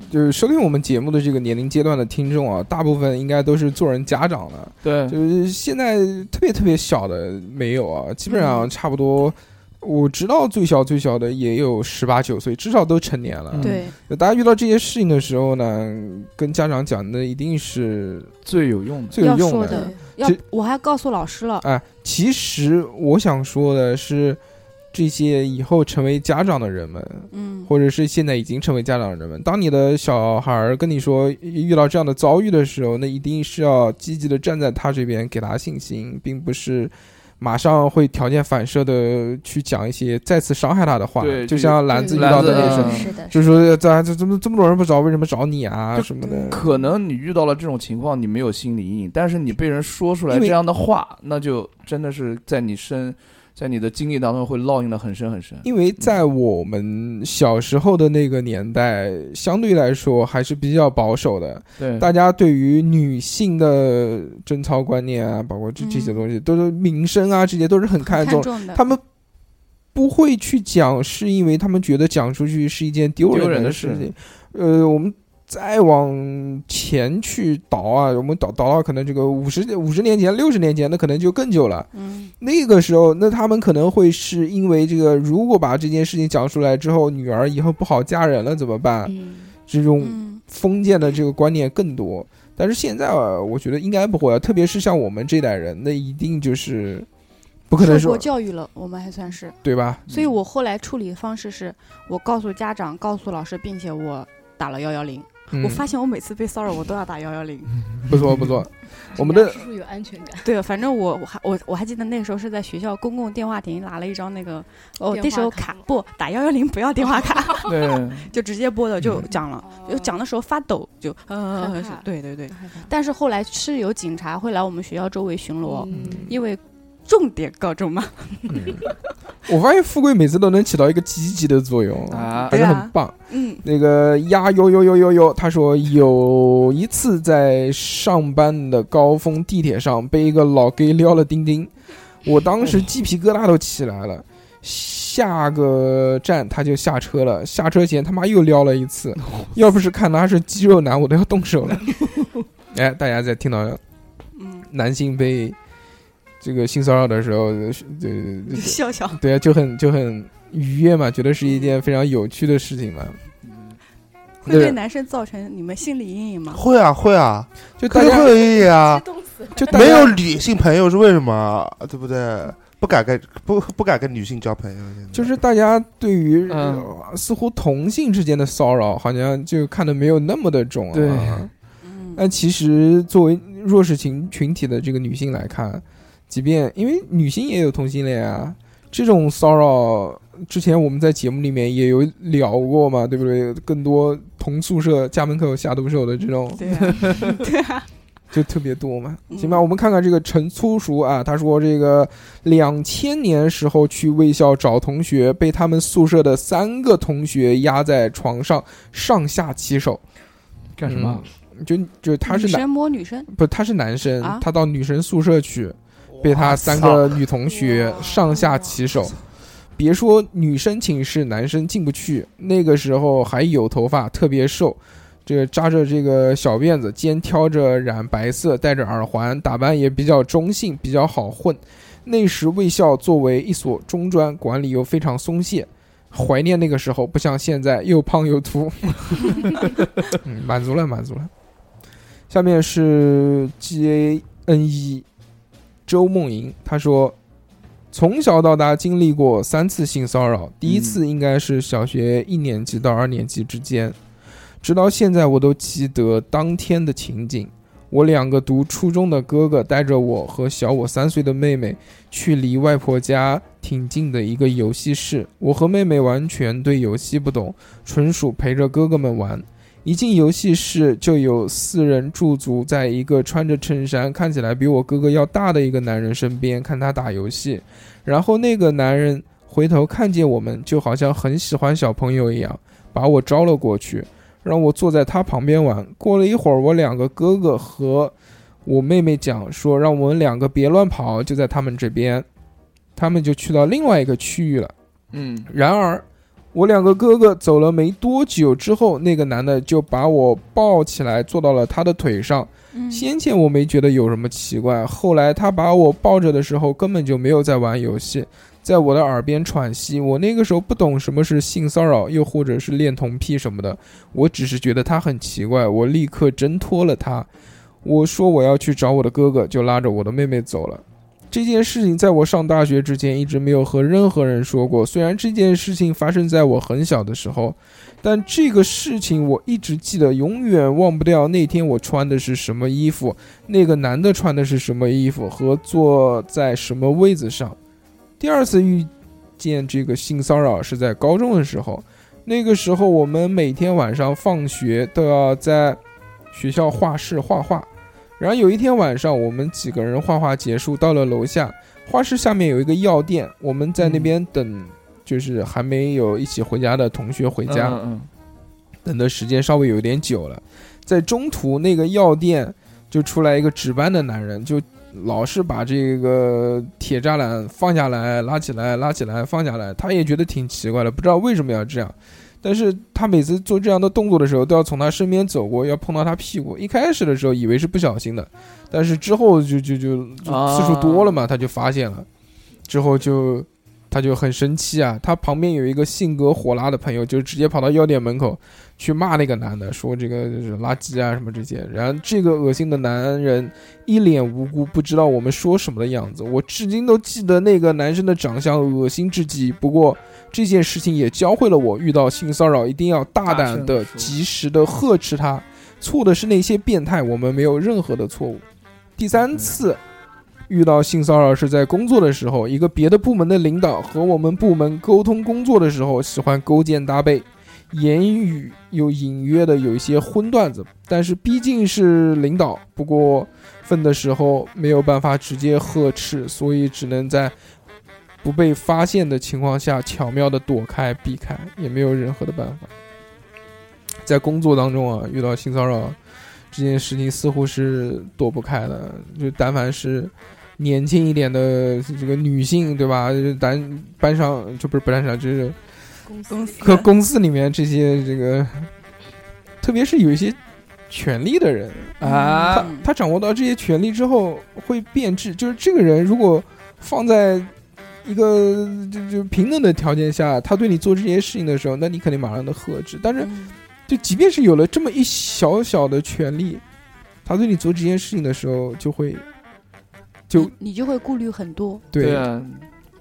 [SPEAKER 1] 就是收听我们节目的这个年龄阶段的听众啊，大部分应该都是做人家长的，
[SPEAKER 2] 对，
[SPEAKER 1] 就是现在特别特别小的没有啊，基本
[SPEAKER 2] 嗯
[SPEAKER 1] 上差不多。我知道最小最小的也有十八九岁，至少都成年了。
[SPEAKER 2] 嗯
[SPEAKER 3] 对，
[SPEAKER 1] 大家遇到这些事情的时候呢，跟家长讲的一定是
[SPEAKER 2] 最有用的。
[SPEAKER 1] 最有
[SPEAKER 3] 要
[SPEAKER 1] 用
[SPEAKER 3] 说
[SPEAKER 1] 的。
[SPEAKER 3] 的
[SPEAKER 4] 对
[SPEAKER 3] 要
[SPEAKER 1] 其
[SPEAKER 3] 我还告诉老师了，
[SPEAKER 1] 哎，其实我想说的是，这些以后成为家长的人们，
[SPEAKER 3] 嗯，
[SPEAKER 1] 或者是现在已经成为家长的人们，当你的小孩儿跟你说遇到这样的遭遇的时候，那一定是要积极的站在他这边，给他信心，并不是马上会条件反射的去讲一些再次伤害他的话。
[SPEAKER 2] 对
[SPEAKER 1] 就
[SPEAKER 2] 就
[SPEAKER 1] 像篮子遇
[SPEAKER 2] 篮
[SPEAKER 1] 到
[SPEAKER 2] 子
[SPEAKER 1] 的
[SPEAKER 2] 嗯
[SPEAKER 1] 那
[SPEAKER 2] 嗯
[SPEAKER 1] 种，
[SPEAKER 2] 嗯
[SPEAKER 8] 是的，
[SPEAKER 1] 就是
[SPEAKER 8] 的
[SPEAKER 1] 说哎咋这怎么这么多人不找，为什么找你啊
[SPEAKER 2] 就
[SPEAKER 1] 什么的。
[SPEAKER 2] 可能你遇到了这种情况，你没有心理阴影，但是你被人说出来
[SPEAKER 1] 因为
[SPEAKER 2] 这样的话，那就真的是在你身，在你的经历当中会烙印的很深很 深。
[SPEAKER 1] 因为在我们小时候的那个年代，相对来说还是比较保守的，
[SPEAKER 2] 对，
[SPEAKER 1] 大家对于女性的贞操观念啊，包括这
[SPEAKER 3] 嗯
[SPEAKER 1] 这些东西，都是民生啊，这些都是很看
[SPEAKER 3] 看
[SPEAKER 1] 重。
[SPEAKER 3] 重的，
[SPEAKER 1] 他们不会去讲，是因为他们觉得讲出去是一件丢
[SPEAKER 2] 丢
[SPEAKER 1] 人
[SPEAKER 2] 人的
[SPEAKER 1] 事
[SPEAKER 2] 事
[SPEAKER 1] 情。呃，我们再往前去倒啊，我们倒倒到可能这个五十五十年前、六十年前，那可能就更久了。
[SPEAKER 7] 嗯，
[SPEAKER 1] 那个时候，那他们可能会是因为这个，如果把这件事情讲出来之后，女儿以后不好嫁人了怎么办？
[SPEAKER 4] 嗯，
[SPEAKER 1] 这种
[SPEAKER 7] 嗯，
[SPEAKER 1] 封建的这个观念更多。但是现在、啊、我觉得应该不会啊，特别是像我们这代人，那一定就是不可能
[SPEAKER 7] 受
[SPEAKER 1] 说嗯
[SPEAKER 7] 过教育了，我们还算是。
[SPEAKER 1] 对吧？
[SPEAKER 7] 所以我后来处理的方式是我告诉家长，告诉老师，并且我打了幺幺零。
[SPEAKER 1] 嗯
[SPEAKER 7] 我发现我每次被骚扰，我都要打幺幺零。
[SPEAKER 1] 不错 不 错，我们
[SPEAKER 4] 这
[SPEAKER 1] 的
[SPEAKER 4] 样叔叔有安全感，
[SPEAKER 7] 对，反正我我还我我还记得那时候是在学校公共电话亭拿了一张那个哦，
[SPEAKER 4] 电
[SPEAKER 7] 那时候
[SPEAKER 4] 话卡
[SPEAKER 7] 卡不打幺幺零不要电话卡，
[SPEAKER 2] 对，
[SPEAKER 7] 就直接拨的就
[SPEAKER 1] 嗯
[SPEAKER 7] 讲了，就讲的时候发抖就呃
[SPEAKER 4] 很哦
[SPEAKER 3] 嗯
[SPEAKER 4] 怕，
[SPEAKER 7] 对对对。
[SPEAKER 4] 害怕，
[SPEAKER 7] 但是后来是有警察会来我们学校周围巡逻，
[SPEAKER 4] 嗯
[SPEAKER 7] 因为重点告状嘛。
[SPEAKER 1] 我发现富贵每次都能起到一个积极的作用
[SPEAKER 2] 啊
[SPEAKER 1] 还是
[SPEAKER 7] 对啊
[SPEAKER 1] 很棒。
[SPEAKER 7] 嗯，
[SPEAKER 1] 那个呀呦呦呦呦呦，他说有一次在上班的高峰地铁上被一个老 gay 撩了丁丁，
[SPEAKER 7] 嗯
[SPEAKER 1] 我当时鸡皮疙瘩都起来了。下个站他就下车了，下车前他妈又撩了一 次，要不是看他是肌肉男，我都要动手了。哎，大家在听到
[SPEAKER 7] 嗯，
[SPEAKER 1] 男性被这个性骚扰的时候， 对对
[SPEAKER 7] 笑笑。
[SPEAKER 1] 对啊，就很就很愉悦嘛，觉得是一件非常有趣的事情嘛。
[SPEAKER 7] 嗯会
[SPEAKER 1] 对
[SPEAKER 7] 对，男生造成你们心理阴影吗？
[SPEAKER 5] 会啊会啊，
[SPEAKER 1] 就大
[SPEAKER 5] 肯定
[SPEAKER 1] 家
[SPEAKER 5] 会啊
[SPEAKER 4] 激，动死了，
[SPEAKER 1] 就大家
[SPEAKER 5] 没有女性朋友是为什么啊？对不对？不敢跟不不敢跟女性交朋友，现在
[SPEAKER 1] 就是大家对于、
[SPEAKER 2] 嗯
[SPEAKER 1] 呃似乎同性之间的骚扰，好像就看的没有那么的重啊。
[SPEAKER 2] 对
[SPEAKER 7] 嗯，
[SPEAKER 1] 但其实作为弱势群群体的这个女性来看，即便因为女性也有同性恋啊，这种骚扰之前我们在节目里面也有聊过嘛，对不对？更多同宿舍家门口下毒手的这种，
[SPEAKER 7] 对啊，对啊，
[SPEAKER 1] 就特别多嘛。
[SPEAKER 7] 嗯
[SPEAKER 1] 行吧，我们看看这个陈粗叔啊，他说这个两千年时候去卫校找同学，被他们宿舍的三个同学压在床上上下其手，嗯
[SPEAKER 2] 干什么？啊
[SPEAKER 1] 就就他是
[SPEAKER 7] 女
[SPEAKER 1] 男
[SPEAKER 7] 生摸女生，
[SPEAKER 1] 不他是男生，
[SPEAKER 7] 啊
[SPEAKER 1] 他到女生宿舍去，被他三个女同学上下其手。别说女生寝室男生进不去，那个时候还有头发，特别瘦，这个扎着这个小辫子，肩挑着染白色，戴着耳环，打扮也比较中性，比较好混。那时卫校作为一所中专，管理又非常松懈，怀念那个时候，不像现在又胖又秃。 嗯，满足了，满足了。下面是 G A N E 周梦莹，她说，从小到大经历过三次性骚扰，第一次应该是小学一年级到二年级之间，直到现在我都记得当天的情景。我两个读初中的哥哥带着我和小我三岁的妹妹去离外婆家挺近的一个游戏室。我和妹妹完全对游戏不懂，纯属陪着哥哥们玩。一进游戏室，就有四人驻足在一个穿着衬衫、看起来比我哥哥要大的一个男人身边，看他打游戏。然后那个男人回头看见我们，就好像很喜欢小朋友一样，把我招了过去，让我坐在他旁边玩。过了一会儿，我两个哥哥和我妹妹讲说，让我们两个别乱跑，就在他们这边。他们就去到另外一个区域了。
[SPEAKER 2] 嗯，
[SPEAKER 1] 然而，我两个哥哥走了没多久之后，那个男的就把我抱起来，坐到了他的腿上。
[SPEAKER 7] 嗯
[SPEAKER 1] 先前我没觉得有什么奇怪，后来他把我抱着的时候，根本就没有在玩游戏，在我的耳边喘息。我那个时候不懂什么是性骚扰，又或者是恋童癖什么的，我只是觉得他很奇怪，我立刻挣脱了他。我说我要去找我的哥哥，就拉着我的妹妹走了。这件事情在我上大学之前一直没有和任何人说过。虽然这件事情发生在我很小的时候，但这个事情我一直记得，永远忘不掉那天我穿的是什么衣服，那个男的穿的是什么衣服和坐在什么位子上。第二次遇见这个性骚扰是在高中的时候，那个时候我们每天晚上放学都要在学校画室画画。然后有一天晚上，我们几个人画画结束，到了楼下画室下面有一个药店，我们在那边等，就是还没有一起回家的同学回家。
[SPEAKER 2] 嗯嗯
[SPEAKER 1] 等的时间稍微有点久了，在中途那个药店就出来一个值班的男人，就老是把这个铁栅栏放下来、拉起来、拉起来、放下来，他也觉得挺奇怪的，不知道为什么要这样。但是他每次做这样的动作的时候，都要从他身边走过，要碰到他屁股。一开始的时候以为是不小心的，但是之后就就就就次数多了嘛，他就发现了，之后就他就很生气啊。他旁边有一个性格火辣的朋友，就直接跑到药店门口去骂那个男的，说这个就是垃圾啊什么这些。然后这个恶心的男人一脸无辜，不知道我们说什么的样子。我至今都记得那个男生的长相，恶心至极。不过。这件事情也教会了我，遇到性骚扰一定要大胆的、
[SPEAKER 2] 大声说
[SPEAKER 1] 及时的呵斥他。错的是那些变态，我们没有任何的错误。第三次遇到性骚扰是在工作的时候，一个别的部门的领导和我们部门沟通工作的时候，喜欢勾肩搭背，言语又隐约的有一些荤段子，但是毕竟是领导，不过分的时候没有办法直接呵斥，所以只能在不被发现的情况下，巧妙的躲开、避开，也没有任何的办法。在工作当中啊，遇到性骚扰这件事情，似乎是躲不开的。就但凡是年轻一点的这个女性，对吧？就是咱班上就不是班上，就是
[SPEAKER 4] 公司
[SPEAKER 7] 公司
[SPEAKER 1] 和公司里面这些这个，特别是有一些权力的人，
[SPEAKER 2] 啊
[SPEAKER 1] 他他掌握到这些权利之后会变质，就是这个人如果放在一个就就平等的条件下，他对你做这些事情的时候，那你肯定马上的呵斥。但是，就即便是有了这么一小小的权利，他对你做这件事情的时候，就会就
[SPEAKER 3] 你你就会顾虑很多。
[SPEAKER 1] 对
[SPEAKER 2] 啊，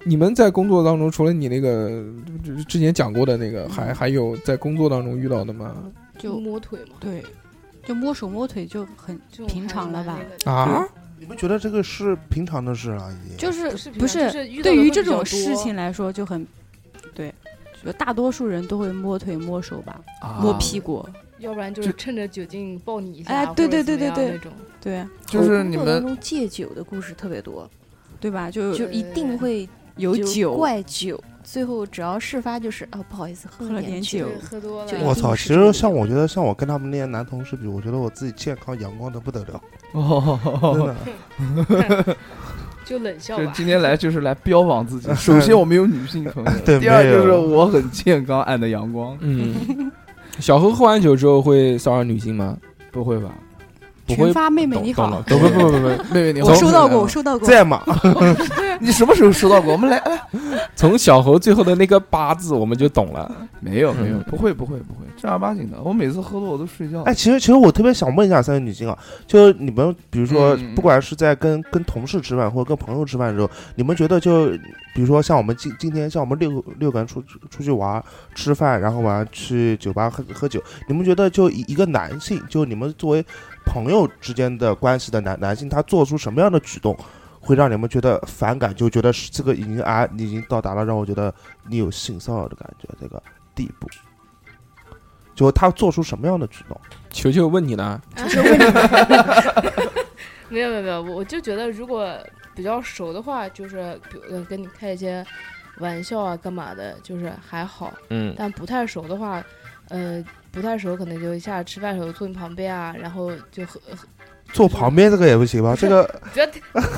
[SPEAKER 1] 你们在工作当中，除了你那个就就之前讲过的那
[SPEAKER 2] 嗯
[SPEAKER 1] 个，还还有在工作当中遇到的吗？
[SPEAKER 3] 就
[SPEAKER 4] 摸腿嘛，
[SPEAKER 3] 对，就摸手摸腿就很
[SPEAKER 4] 这种
[SPEAKER 3] 平常了吧
[SPEAKER 4] 还是蛮那个的
[SPEAKER 1] 啊，
[SPEAKER 5] 你们觉得这个是平常的事了、已经？
[SPEAKER 3] 就是
[SPEAKER 4] 不是平常
[SPEAKER 3] 不
[SPEAKER 4] 就是是
[SPEAKER 3] 对于这种事情来说就很对，就大多数人都会摸腿摸手吧，
[SPEAKER 8] 啊
[SPEAKER 3] 摸屁股，
[SPEAKER 4] 要不然就是趁着酒劲抱你一下，
[SPEAKER 3] 哎对对对对对
[SPEAKER 4] 那种
[SPEAKER 3] 对啊
[SPEAKER 2] 就是你
[SPEAKER 6] 工作当
[SPEAKER 2] 们
[SPEAKER 6] 中戒酒的故事特别多，
[SPEAKER 3] 对吧？就
[SPEAKER 6] 就一定会
[SPEAKER 3] 有
[SPEAKER 6] 就
[SPEAKER 3] 酒，
[SPEAKER 6] 怪酒，最后只要事发就是啊，不好意思，喝
[SPEAKER 3] 喝了点
[SPEAKER 6] 点
[SPEAKER 3] 酒
[SPEAKER 4] 对喝多
[SPEAKER 6] 就
[SPEAKER 4] 了，
[SPEAKER 5] 我
[SPEAKER 6] 一
[SPEAKER 5] 操！
[SPEAKER 6] 定
[SPEAKER 5] 其
[SPEAKER 6] 是这个
[SPEAKER 5] 实像
[SPEAKER 6] 样
[SPEAKER 5] 我觉得，像我跟他们那些男同事比，我觉得我自己健康阳光的不得了，真
[SPEAKER 2] 哦，
[SPEAKER 5] 的。
[SPEAKER 4] 就冷笑
[SPEAKER 2] 就是
[SPEAKER 4] 吧。
[SPEAKER 2] 今天来就是来标 榜自己。首先我没有女性朋友，
[SPEAKER 5] 对
[SPEAKER 2] 第二
[SPEAKER 5] 没有
[SPEAKER 2] 就是我很健康，暗的阳光，
[SPEAKER 1] 嗯，小何喝完酒之后会骚扰女性吗？
[SPEAKER 2] 不会吧？
[SPEAKER 1] 不
[SPEAKER 3] 群
[SPEAKER 1] 会
[SPEAKER 3] 发妹妹你
[SPEAKER 1] 懂
[SPEAKER 3] 好，
[SPEAKER 1] 懂了不不不不不，
[SPEAKER 2] 妹妹你
[SPEAKER 3] 我收到过，我收到过，
[SPEAKER 5] 在 嘛，
[SPEAKER 2] 你什么时候收到过？我们来，哎
[SPEAKER 1] 从小猴最后的那个八字我们就懂了。
[SPEAKER 2] 没有
[SPEAKER 1] 嗯
[SPEAKER 2] 没有，不会不会不会，正儿八经的。我每次喝多我都睡觉。
[SPEAKER 5] 哎，，其实其实我特别想问一下三位女性啊，就是你们比如说
[SPEAKER 2] 嗯，
[SPEAKER 5] 不管是在跟跟同事吃饭或者跟朋友吃饭的时候，你们觉得就比如说像我们今今天像我们六个六个人出出去玩吃饭，然后晚上去酒吧喝喝酒，你们觉得就一一个男性，就你们作为朋友之间的关系的男男性，他做出什么样的举动？会让你们觉得反感，就觉得是这个已经啊，你已经到达了让我觉得你有性骚扰的感觉这个地步。就他做出什么样的举动？
[SPEAKER 1] 球球问你呢？
[SPEAKER 4] 没有没有没有，我我就觉得如果比较熟的话，就是比如跟你开一些玩笑啊，干嘛的，就是还好。
[SPEAKER 1] 嗯，
[SPEAKER 4] 但不太熟的话，呃，不太熟可能就一下吃饭的时候坐你旁边啊，然后就喝，喝
[SPEAKER 5] 坐旁边这个也不行 吧？这 个
[SPEAKER 4] 不要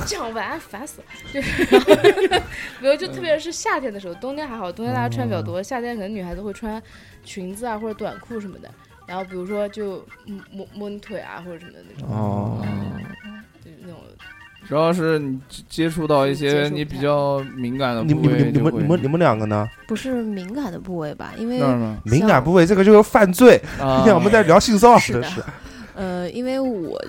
[SPEAKER 4] 讲完烦死了，就是 没有，就特别是夏天的时候，冬天还好，冬天大家穿比较
[SPEAKER 5] 嗯
[SPEAKER 4] 多，夏天可能女孩子会穿裙子啊或者短裤什么的。然后比如说就摸摸摸你腿啊或者什么的那种，
[SPEAKER 1] 哦，
[SPEAKER 4] 就是那种
[SPEAKER 2] 主要是你接接触到一些
[SPEAKER 4] 接触不太
[SPEAKER 2] 你比较敏感的
[SPEAKER 5] 你
[SPEAKER 2] 部
[SPEAKER 5] 们你
[SPEAKER 2] 位
[SPEAKER 5] 们你
[SPEAKER 2] 就
[SPEAKER 5] 们
[SPEAKER 2] 会，
[SPEAKER 5] 你们你们两个呢？
[SPEAKER 6] 不是敏感的部位吧？因为
[SPEAKER 2] 那儿呢？
[SPEAKER 5] 敏感
[SPEAKER 6] 像
[SPEAKER 5] 部位这个就是犯罪。
[SPEAKER 2] 啊
[SPEAKER 5] 今天我们在聊性骚扰
[SPEAKER 6] 是
[SPEAKER 5] 的
[SPEAKER 6] 的
[SPEAKER 5] 事，
[SPEAKER 6] 呃，因为我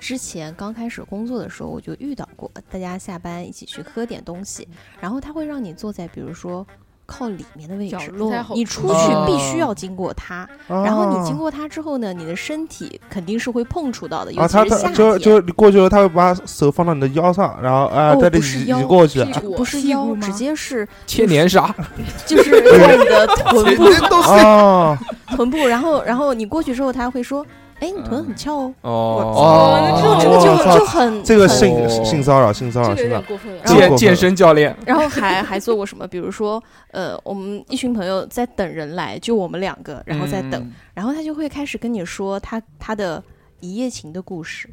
[SPEAKER 6] 之前刚开始工作的时候，我就遇到过，大家下班一起去喝点东西，
[SPEAKER 4] 嗯
[SPEAKER 6] 然后他会让你坐在比如说靠里面的位
[SPEAKER 3] 角
[SPEAKER 6] 置，
[SPEAKER 3] 落
[SPEAKER 4] 不太好
[SPEAKER 6] 你出去
[SPEAKER 5] 哦
[SPEAKER 6] 必须要经过他，然后你经过他之后呢，你的身体肯定是会碰触到的，
[SPEAKER 5] 啊，
[SPEAKER 6] 尤其
[SPEAKER 5] 他
[SPEAKER 6] 是夏
[SPEAKER 5] 他
[SPEAKER 6] 天。
[SPEAKER 5] 就就你过去了，他会把手放到你的腰上，然后啊，
[SPEAKER 6] 哦
[SPEAKER 5] 带你
[SPEAKER 6] 不是
[SPEAKER 5] 移
[SPEAKER 6] 腰
[SPEAKER 5] 移过去。啊
[SPEAKER 4] 屁股
[SPEAKER 6] 不是
[SPEAKER 3] 屁股
[SPEAKER 6] 腰，
[SPEAKER 3] 吗
[SPEAKER 6] 直接是
[SPEAKER 1] 千年杀，
[SPEAKER 6] 就是过你的臀部
[SPEAKER 5] 啊，
[SPEAKER 6] 臀部，然后然后你过去之后，他会说：“哎，你臀很翘
[SPEAKER 5] 嗯
[SPEAKER 6] 哦。
[SPEAKER 1] 哦
[SPEAKER 6] 这个这
[SPEAKER 5] 哇
[SPEAKER 6] 个
[SPEAKER 5] 操
[SPEAKER 6] 就就很
[SPEAKER 5] 这个
[SPEAKER 6] 很
[SPEAKER 5] 性
[SPEAKER 1] 哦
[SPEAKER 5] 性骚扰，性骚
[SPEAKER 4] 这
[SPEAKER 5] 扰，性骚扰。
[SPEAKER 4] 个有点过分了。
[SPEAKER 6] 然
[SPEAKER 1] 健
[SPEAKER 6] 后
[SPEAKER 1] 健身教练，
[SPEAKER 6] 然后还还做过什么？比如说，呃，我们一群朋友在等人来，就我们两个，
[SPEAKER 1] 嗯
[SPEAKER 6] 然后再等，，然后他就会开始跟你说他他的一夜情的故事，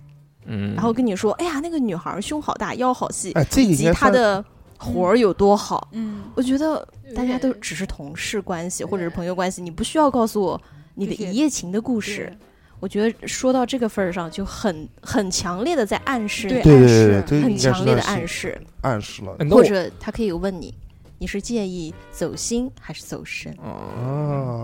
[SPEAKER 8] 嗯，
[SPEAKER 6] 然后跟你说，哎呀，那个女孩胸好大，腰好细，
[SPEAKER 5] 哎，这个
[SPEAKER 6] 以
[SPEAKER 5] 应
[SPEAKER 6] 及
[SPEAKER 5] 该
[SPEAKER 6] 她
[SPEAKER 5] 算
[SPEAKER 6] 的活儿有多好。
[SPEAKER 7] 嗯，
[SPEAKER 6] 我觉得
[SPEAKER 4] 对
[SPEAKER 6] 大家都只是同事关系或者是
[SPEAKER 4] 对
[SPEAKER 6] 朋友关系，你不需要告诉我你的
[SPEAKER 7] 这些
[SPEAKER 6] 一夜情的故事。我觉得说到这个份儿上，就很很强烈的在暗示
[SPEAKER 7] 对
[SPEAKER 6] 你，
[SPEAKER 5] 对对
[SPEAKER 7] 暗
[SPEAKER 5] 对对
[SPEAKER 7] 示，
[SPEAKER 5] 这个
[SPEAKER 6] 很
[SPEAKER 5] 应该
[SPEAKER 6] 强
[SPEAKER 5] 是
[SPEAKER 6] 烈的暗示，
[SPEAKER 5] 暗示了
[SPEAKER 8] 哎那
[SPEAKER 6] 或
[SPEAKER 8] 我
[SPEAKER 6] 者他可以问你，你是介意走心还是走神？
[SPEAKER 8] 哦
[SPEAKER 5] 啊。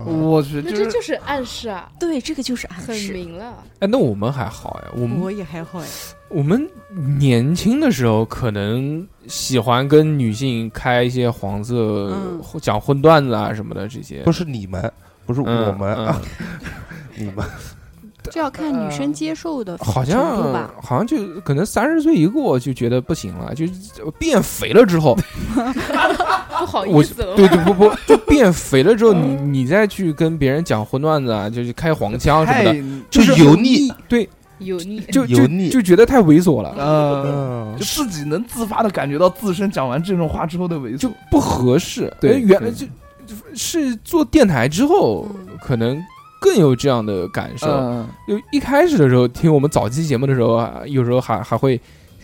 [SPEAKER 2] 我去，
[SPEAKER 4] 那
[SPEAKER 2] 就
[SPEAKER 4] 这
[SPEAKER 2] 是
[SPEAKER 4] 就是暗示啊，
[SPEAKER 6] 对，这个就是暗
[SPEAKER 4] 很
[SPEAKER 6] 示。
[SPEAKER 4] 明了。
[SPEAKER 8] 哎，那我们还好哎，我们
[SPEAKER 6] 也还好哎，
[SPEAKER 8] 我们年轻的时候可能喜欢跟女性开一些黄色
[SPEAKER 7] 嗯，
[SPEAKER 8] 或讲荤段子啊什么的这些。
[SPEAKER 5] 不是你们，不是
[SPEAKER 8] 嗯
[SPEAKER 5] 我们，
[SPEAKER 8] 嗯
[SPEAKER 5] 啊， 你们
[SPEAKER 7] 这要看女生接受的
[SPEAKER 8] 呃好
[SPEAKER 7] 程度吧
[SPEAKER 8] 像好像就可能三十岁一过就觉得不行了，就就变肥了 之后，
[SPEAKER 4] 不好
[SPEAKER 8] 我
[SPEAKER 4] 意思了，
[SPEAKER 8] 对对不 不，就变肥了之后，你你再去跟别人讲荤段子啊，就是开黄腔什么
[SPEAKER 2] 太
[SPEAKER 8] 的，
[SPEAKER 5] 就
[SPEAKER 8] 就是
[SPEAKER 5] 油腻，
[SPEAKER 8] 对，
[SPEAKER 4] 油腻。
[SPEAKER 8] 就
[SPEAKER 5] 油
[SPEAKER 8] 就
[SPEAKER 5] 腻
[SPEAKER 8] 就觉得太猥琐了，
[SPEAKER 2] 呃，
[SPEAKER 5] 嗯
[SPEAKER 2] 就，自己能自发的感觉到自身讲完这种话之后的猥
[SPEAKER 8] 就
[SPEAKER 2] 琐，
[SPEAKER 8] 不合适。
[SPEAKER 2] 对
[SPEAKER 8] 哎原来
[SPEAKER 2] 对
[SPEAKER 8] 就就是做电台之后，可能更有这样的感受。
[SPEAKER 2] 嗯，
[SPEAKER 8] 就一开始的时候听我们早期节目的时候，啊有时候还还会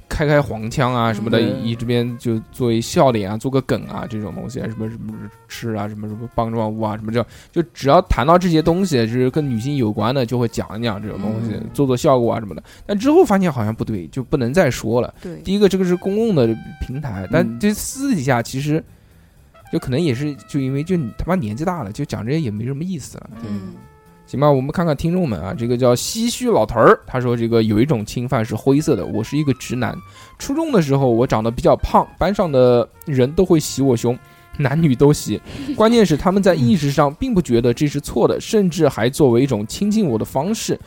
[SPEAKER 8] 开开黄腔啊什么的，
[SPEAKER 2] 嗯
[SPEAKER 8] 以这边就做一笑脸啊，做个梗啊这种东西，什么什么吃啊，什么什么棒状物啊，什么这样，就只要谈到这些东西，就是跟女性有关的，就会讲一讲这种东西，
[SPEAKER 2] 嗯
[SPEAKER 8] 做做效果啊什么的。但之后发现好像不对，就不能再说了。
[SPEAKER 7] 对
[SPEAKER 8] 第一个，这个是公共的平台，但
[SPEAKER 2] 嗯
[SPEAKER 8] 这私底下其实。就可能也是，就因为就你他妈年纪大了，就讲这些也没什么意思了。
[SPEAKER 7] 嗯
[SPEAKER 8] 行吧，我们看看听众们啊，这个叫唏嘘老头儿，他说这个有一种侵犯是灰色的，我是一个直男，初中的时候我长得比较胖，班上的人都会洗我胸，男女都洗，关键是他们在意识上并不觉得这是错的，甚至还作为一种亲近我的方式。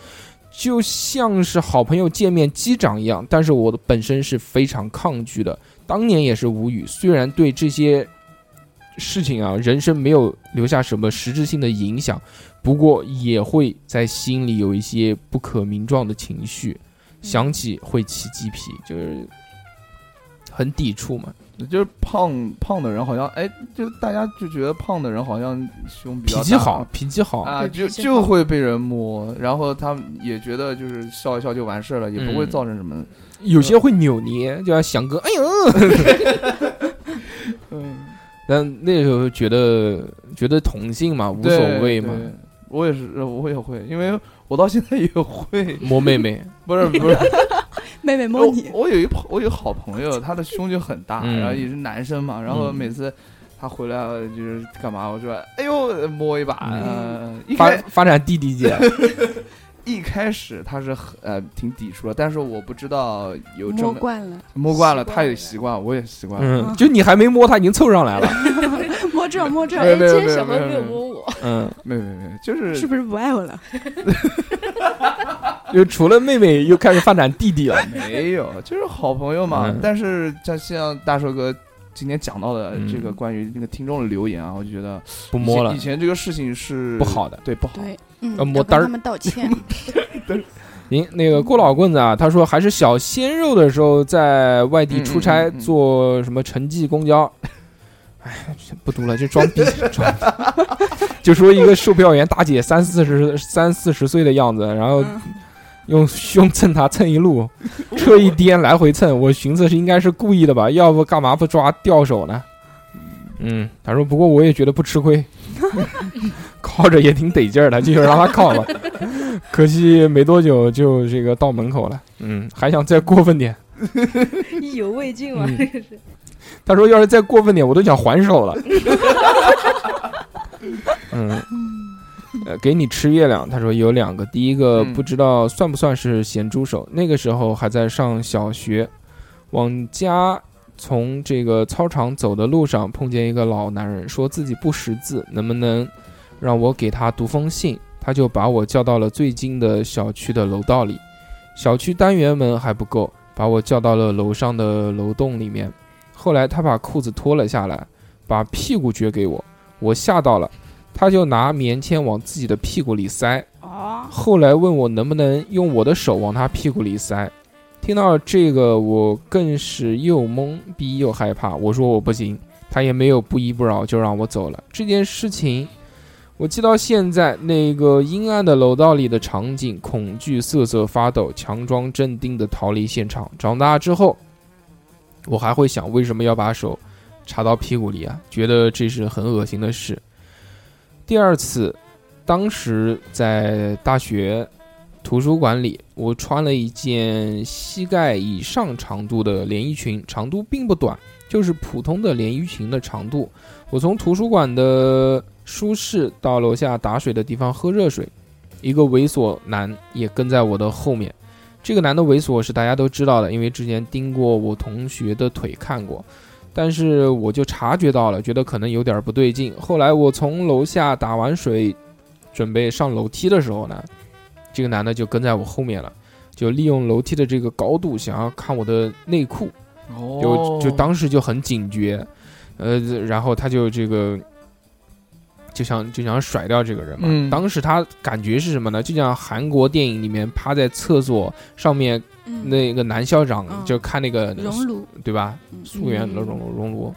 [SPEAKER 8] 就像是好朋友见面击掌一样，但是我的本身是非常抗拒的。当年也是无语，虽然对这些事情啊，人生没有留下什么实质性的影响，不过也会在心里有一些不可名状的情
[SPEAKER 4] 嗯
[SPEAKER 8] 绪，想起会起鸡皮，就是很抵触嘛。
[SPEAKER 2] 就是胖胖的人好像，哎，就大家就觉得胖的人好像胸比
[SPEAKER 8] 脾
[SPEAKER 2] 较大
[SPEAKER 8] 气好，脾气好，
[SPEAKER 2] 啊，
[SPEAKER 4] 对
[SPEAKER 2] 就
[SPEAKER 4] 脾气
[SPEAKER 2] 就
[SPEAKER 4] 好
[SPEAKER 2] 会被人摸，然后他们也觉得就是笑一笑就完事儿了，也不会
[SPEAKER 8] 嗯
[SPEAKER 2] 造成什么，
[SPEAKER 8] 有些会扭捏，就像翔哥，哎呦，
[SPEAKER 2] 嗯，
[SPEAKER 8] 但那时候觉得觉得同性嘛，无所谓嘛，
[SPEAKER 2] 对。我也是，我也会，因为我到现在也会，
[SPEAKER 8] 摸妹妹，
[SPEAKER 2] 不是不是，
[SPEAKER 7] 妹妹摸
[SPEAKER 2] 我
[SPEAKER 7] 你，
[SPEAKER 2] 我有一朋，我有好朋友，他的胸就很大，
[SPEAKER 8] 嗯
[SPEAKER 2] 然后也是男生嘛，然后
[SPEAKER 8] 嗯
[SPEAKER 2] 每次他回来就是干嘛，我说哎呦摸一把，
[SPEAKER 8] 嗯
[SPEAKER 2] 呃一
[SPEAKER 8] 发
[SPEAKER 2] 开
[SPEAKER 8] 发展弟弟姐，
[SPEAKER 2] 一开始他是很呃挺抵触的，但是我不知道有这
[SPEAKER 7] 摸
[SPEAKER 2] 么
[SPEAKER 7] 惯了，
[SPEAKER 2] 摸惯了，
[SPEAKER 4] 习惯
[SPEAKER 2] 他也
[SPEAKER 4] 了
[SPEAKER 2] 习惯，我也习惯了，
[SPEAKER 8] 嗯，就你还没摸他已经凑上来 了，
[SPEAKER 7] 摸这摸这，
[SPEAKER 2] 没有
[SPEAKER 4] 哎，
[SPEAKER 2] 没有
[SPEAKER 4] 今
[SPEAKER 2] 没
[SPEAKER 4] 天
[SPEAKER 2] 有
[SPEAKER 4] 小
[SPEAKER 2] 没有
[SPEAKER 4] 何没有
[SPEAKER 2] 没有
[SPEAKER 4] 摸我，
[SPEAKER 8] 嗯，
[SPEAKER 2] 没有没有没有，就是
[SPEAKER 7] 是不是不爱我 了？
[SPEAKER 8] 就除了妹妹又开始发展弟弟了，
[SPEAKER 2] 没有，就是好朋友嘛。
[SPEAKER 8] 嗯
[SPEAKER 2] 但是像像大寿哥今天讲到的这个
[SPEAKER 8] 嗯
[SPEAKER 2] 关于那个听众的留言啊，我就觉得
[SPEAKER 8] 不
[SPEAKER 2] 以
[SPEAKER 8] 摸
[SPEAKER 2] 前
[SPEAKER 8] 了
[SPEAKER 2] 以，前这个事情是
[SPEAKER 8] 不好的。
[SPEAKER 2] 对不好。
[SPEAKER 7] 对，嗯，
[SPEAKER 8] 要
[SPEAKER 7] 要
[SPEAKER 8] 摸
[SPEAKER 7] 跟
[SPEAKER 8] 单儿
[SPEAKER 7] 他们道歉，
[SPEAKER 8] 您那个郭老棍子啊，他说还是小鲜肉的时候在外地出
[SPEAKER 2] 嗯
[SPEAKER 8] 差
[SPEAKER 2] 嗯嗯嗯
[SPEAKER 8] 坐什么城际公交，哎，不读了，就装逼， 装逼。 就说一个售票员大姐三四十三四十岁的样子，然后
[SPEAKER 7] 嗯
[SPEAKER 8] 用胸蹭他蹭一路，车一颠来回蹭，我寻思是应该是故意的吧，要不干嘛不抓吊手呢？嗯，他说不过我也觉得不吃亏，靠着也挺得劲儿的，就让他靠吧。 可惜没多久就这个到门口了，嗯，还想再过分点。
[SPEAKER 4] 意犹未尽嘛，
[SPEAKER 8] 嗯
[SPEAKER 4] 这个是。
[SPEAKER 8] 他说要是再过分点，我都想还手了。嗯，呃，给你吃月亮。他说有两个，第一个
[SPEAKER 2] 嗯
[SPEAKER 8] 不知道算不算是咸猪手，那个时候还在上小学，往家从这个操场走的路上碰见一个老男人，说自己不识字，能不能让我给他读封信？他就把我叫到了最近的小区的楼道里，小区单元门还不够，把我叫到了楼上的楼栋里面。后来他把裤子脱了下来，把屁股撅给我，我吓到了，他就拿棉签往自己的屁股里塞。
[SPEAKER 7] 哦，
[SPEAKER 8] 后来问我能不能用我的手往他屁股里塞，听到这个我更是又懵逼又害怕，我说我不行，他也没有不依不饶就让我走了。这件事情我记到现在那个阴暗的楼道里的场景，恐惧瑟瑟发抖，强装镇定地逃离现场。长大之后，我还会想为什么要把手插到屁股里啊？觉得这是很恶心的事。第二次，当时在大学图书馆里，我穿了一件膝盖以上长度的连衣裙，长度并不短，就是普通的连衣裙的长度。我从图书馆的书室到楼下打水的地方喝热水，一个猥琐男也跟在我的后面。这个男的猥琐是大家都知道的，因为之前盯过我同学的腿看过，但是我就察觉到了，觉得可能有点不对劲。后来我从楼下打完水，准备上楼梯的时候呢，这个男的就跟在我后面了，就利用楼梯的这个高度想要看我的内裤，
[SPEAKER 2] 哦
[SPEAKER 8] 就就当时就很警觉，呃，然后他就这个就想就想甩掉这个人嘛。
[SPEAKER 2] 嗯
[SPEAKER 8] 当时他感觉是什么呢？就像韩国电影里面趴在厕所上面
[SPEAKER 7] 嗯，
[SPEAKER 8] 那个男校长
[SPEAKER 7] 嗯
[SPEAKER 8] 就看那个
[SPEAKER 7] 熔炉，
[SPEAKER 8] 对吧？
[SPEAKER 7] 嗯
[SPEAKER 8] 溯源的
[SPEAKER 4] 嗯
[SPEAKER 8] 熔炉熔炉，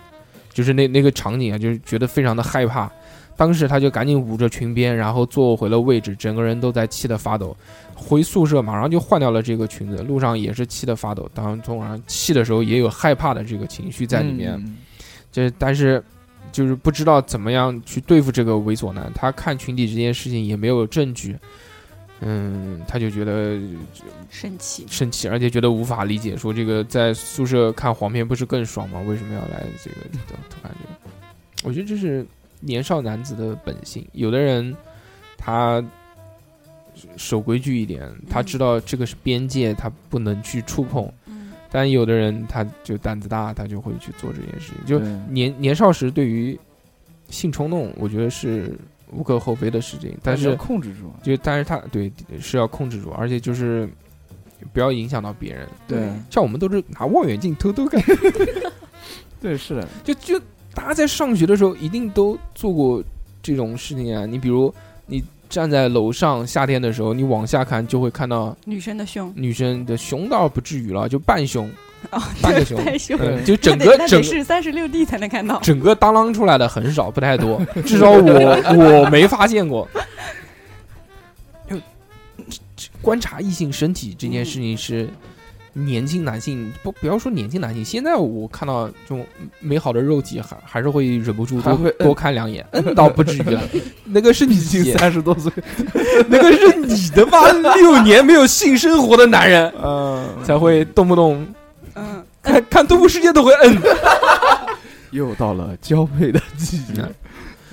[SPEAKER 8] 就是那那个场景啊，就是觉得非常的害怕。当时他就赶紧捂着裙边，然后坐回了位置，整个人都在气得发抖。回宿舍马上就换掉了这个裙子，路上也是气得发抖。当然，通常气的时候也有害怕的这个情绪在里面。
[SPEAKER 2] 嗯
[SPEAKER 8] 这但是就是不知道怎么样去对付这个猥琐男。他看群体这件事情也没有证据，嗯，他就觉得
[SPEAKER 7] 生气，
[SPEAKER 8] 生气，而且觉得无法理解，说这个在宿舍看黄片不是更爽吗？为什么要来这个这种感觉？我觉得这是年少男子的本性。有的人他呃守规矩一点，他知道这个是边界，他不能去触碰。
[SPEAKER 7] 嗯
[SPEAKER 8] 但有的人他就胆子大，他就会去做这件事情。就
[SPEAKER 2] 对
[SPEAKER 8] 年年少时对于性冲动，我觉得是无可厚非的事情，但
[SPEAKER 2] 你要
[SPEAKER 8] 是
[SPEAKER 2] 控制住，啊
[SPEAKER 8] 就但是他对是要控制住，而且就是不要影响到别人。
[SPEAKER 2] 对
[SPEAKER 8] 像我们都是拿望远镜偷偷看，
[SPEAKER 2] 对是的，
[SPEAKER 8] 就就大家在上学的时候一定都做过这种事情啊。你比如你站在楼上，夏天的时候，你往下看就会看到
[SPEAKER 7] 女生的胸，
[SPEAKER 8] 女生的胸倒不至于了，就半胸，
[SPEAKER 7] 哦，
[SPEAKER 8] 半个胸，
[SPEAKER 7] 半胸，
[SPEAKER 8] 嗯，就整
[SPEAKER 7] 那
[SPEAKER 8] 个
[SPEAKER 7] 得那
[SPEAKER 8] 整
[SPEAKER 7] 得
[SPEAKER 8] 个
[SPEAKER 7] 是三十六 D 才能看到。
[SPEAKER 8] 整个当啷出来的很少，不太 多，至少我我没发现过。 就观察异性身体这件事情是年轻男性不不要说年轻男性，现在我看到这种美好的肉体还还是会忍不住
[SPEAKER 2] 还会
[SPEAKER 8] 多
[SPEAKER 2] 嗯
[SPEAKER 8] 多看两眼，嗯，倒不至于了。 那个是你
[SPEAKER 2] 毕竟三十多岁，
[SPEAKER 8] 那个是你的妈六年没有性生活的男人
[SPEAKER 2] 嗯，
[SPEAKER 8] 才会动不动
[SPEAKER 7] 嗯，
[SPEAKER 8] 看看《动物世界》都会嗯摁。
[SPEAKER 2] 又到了交配的季节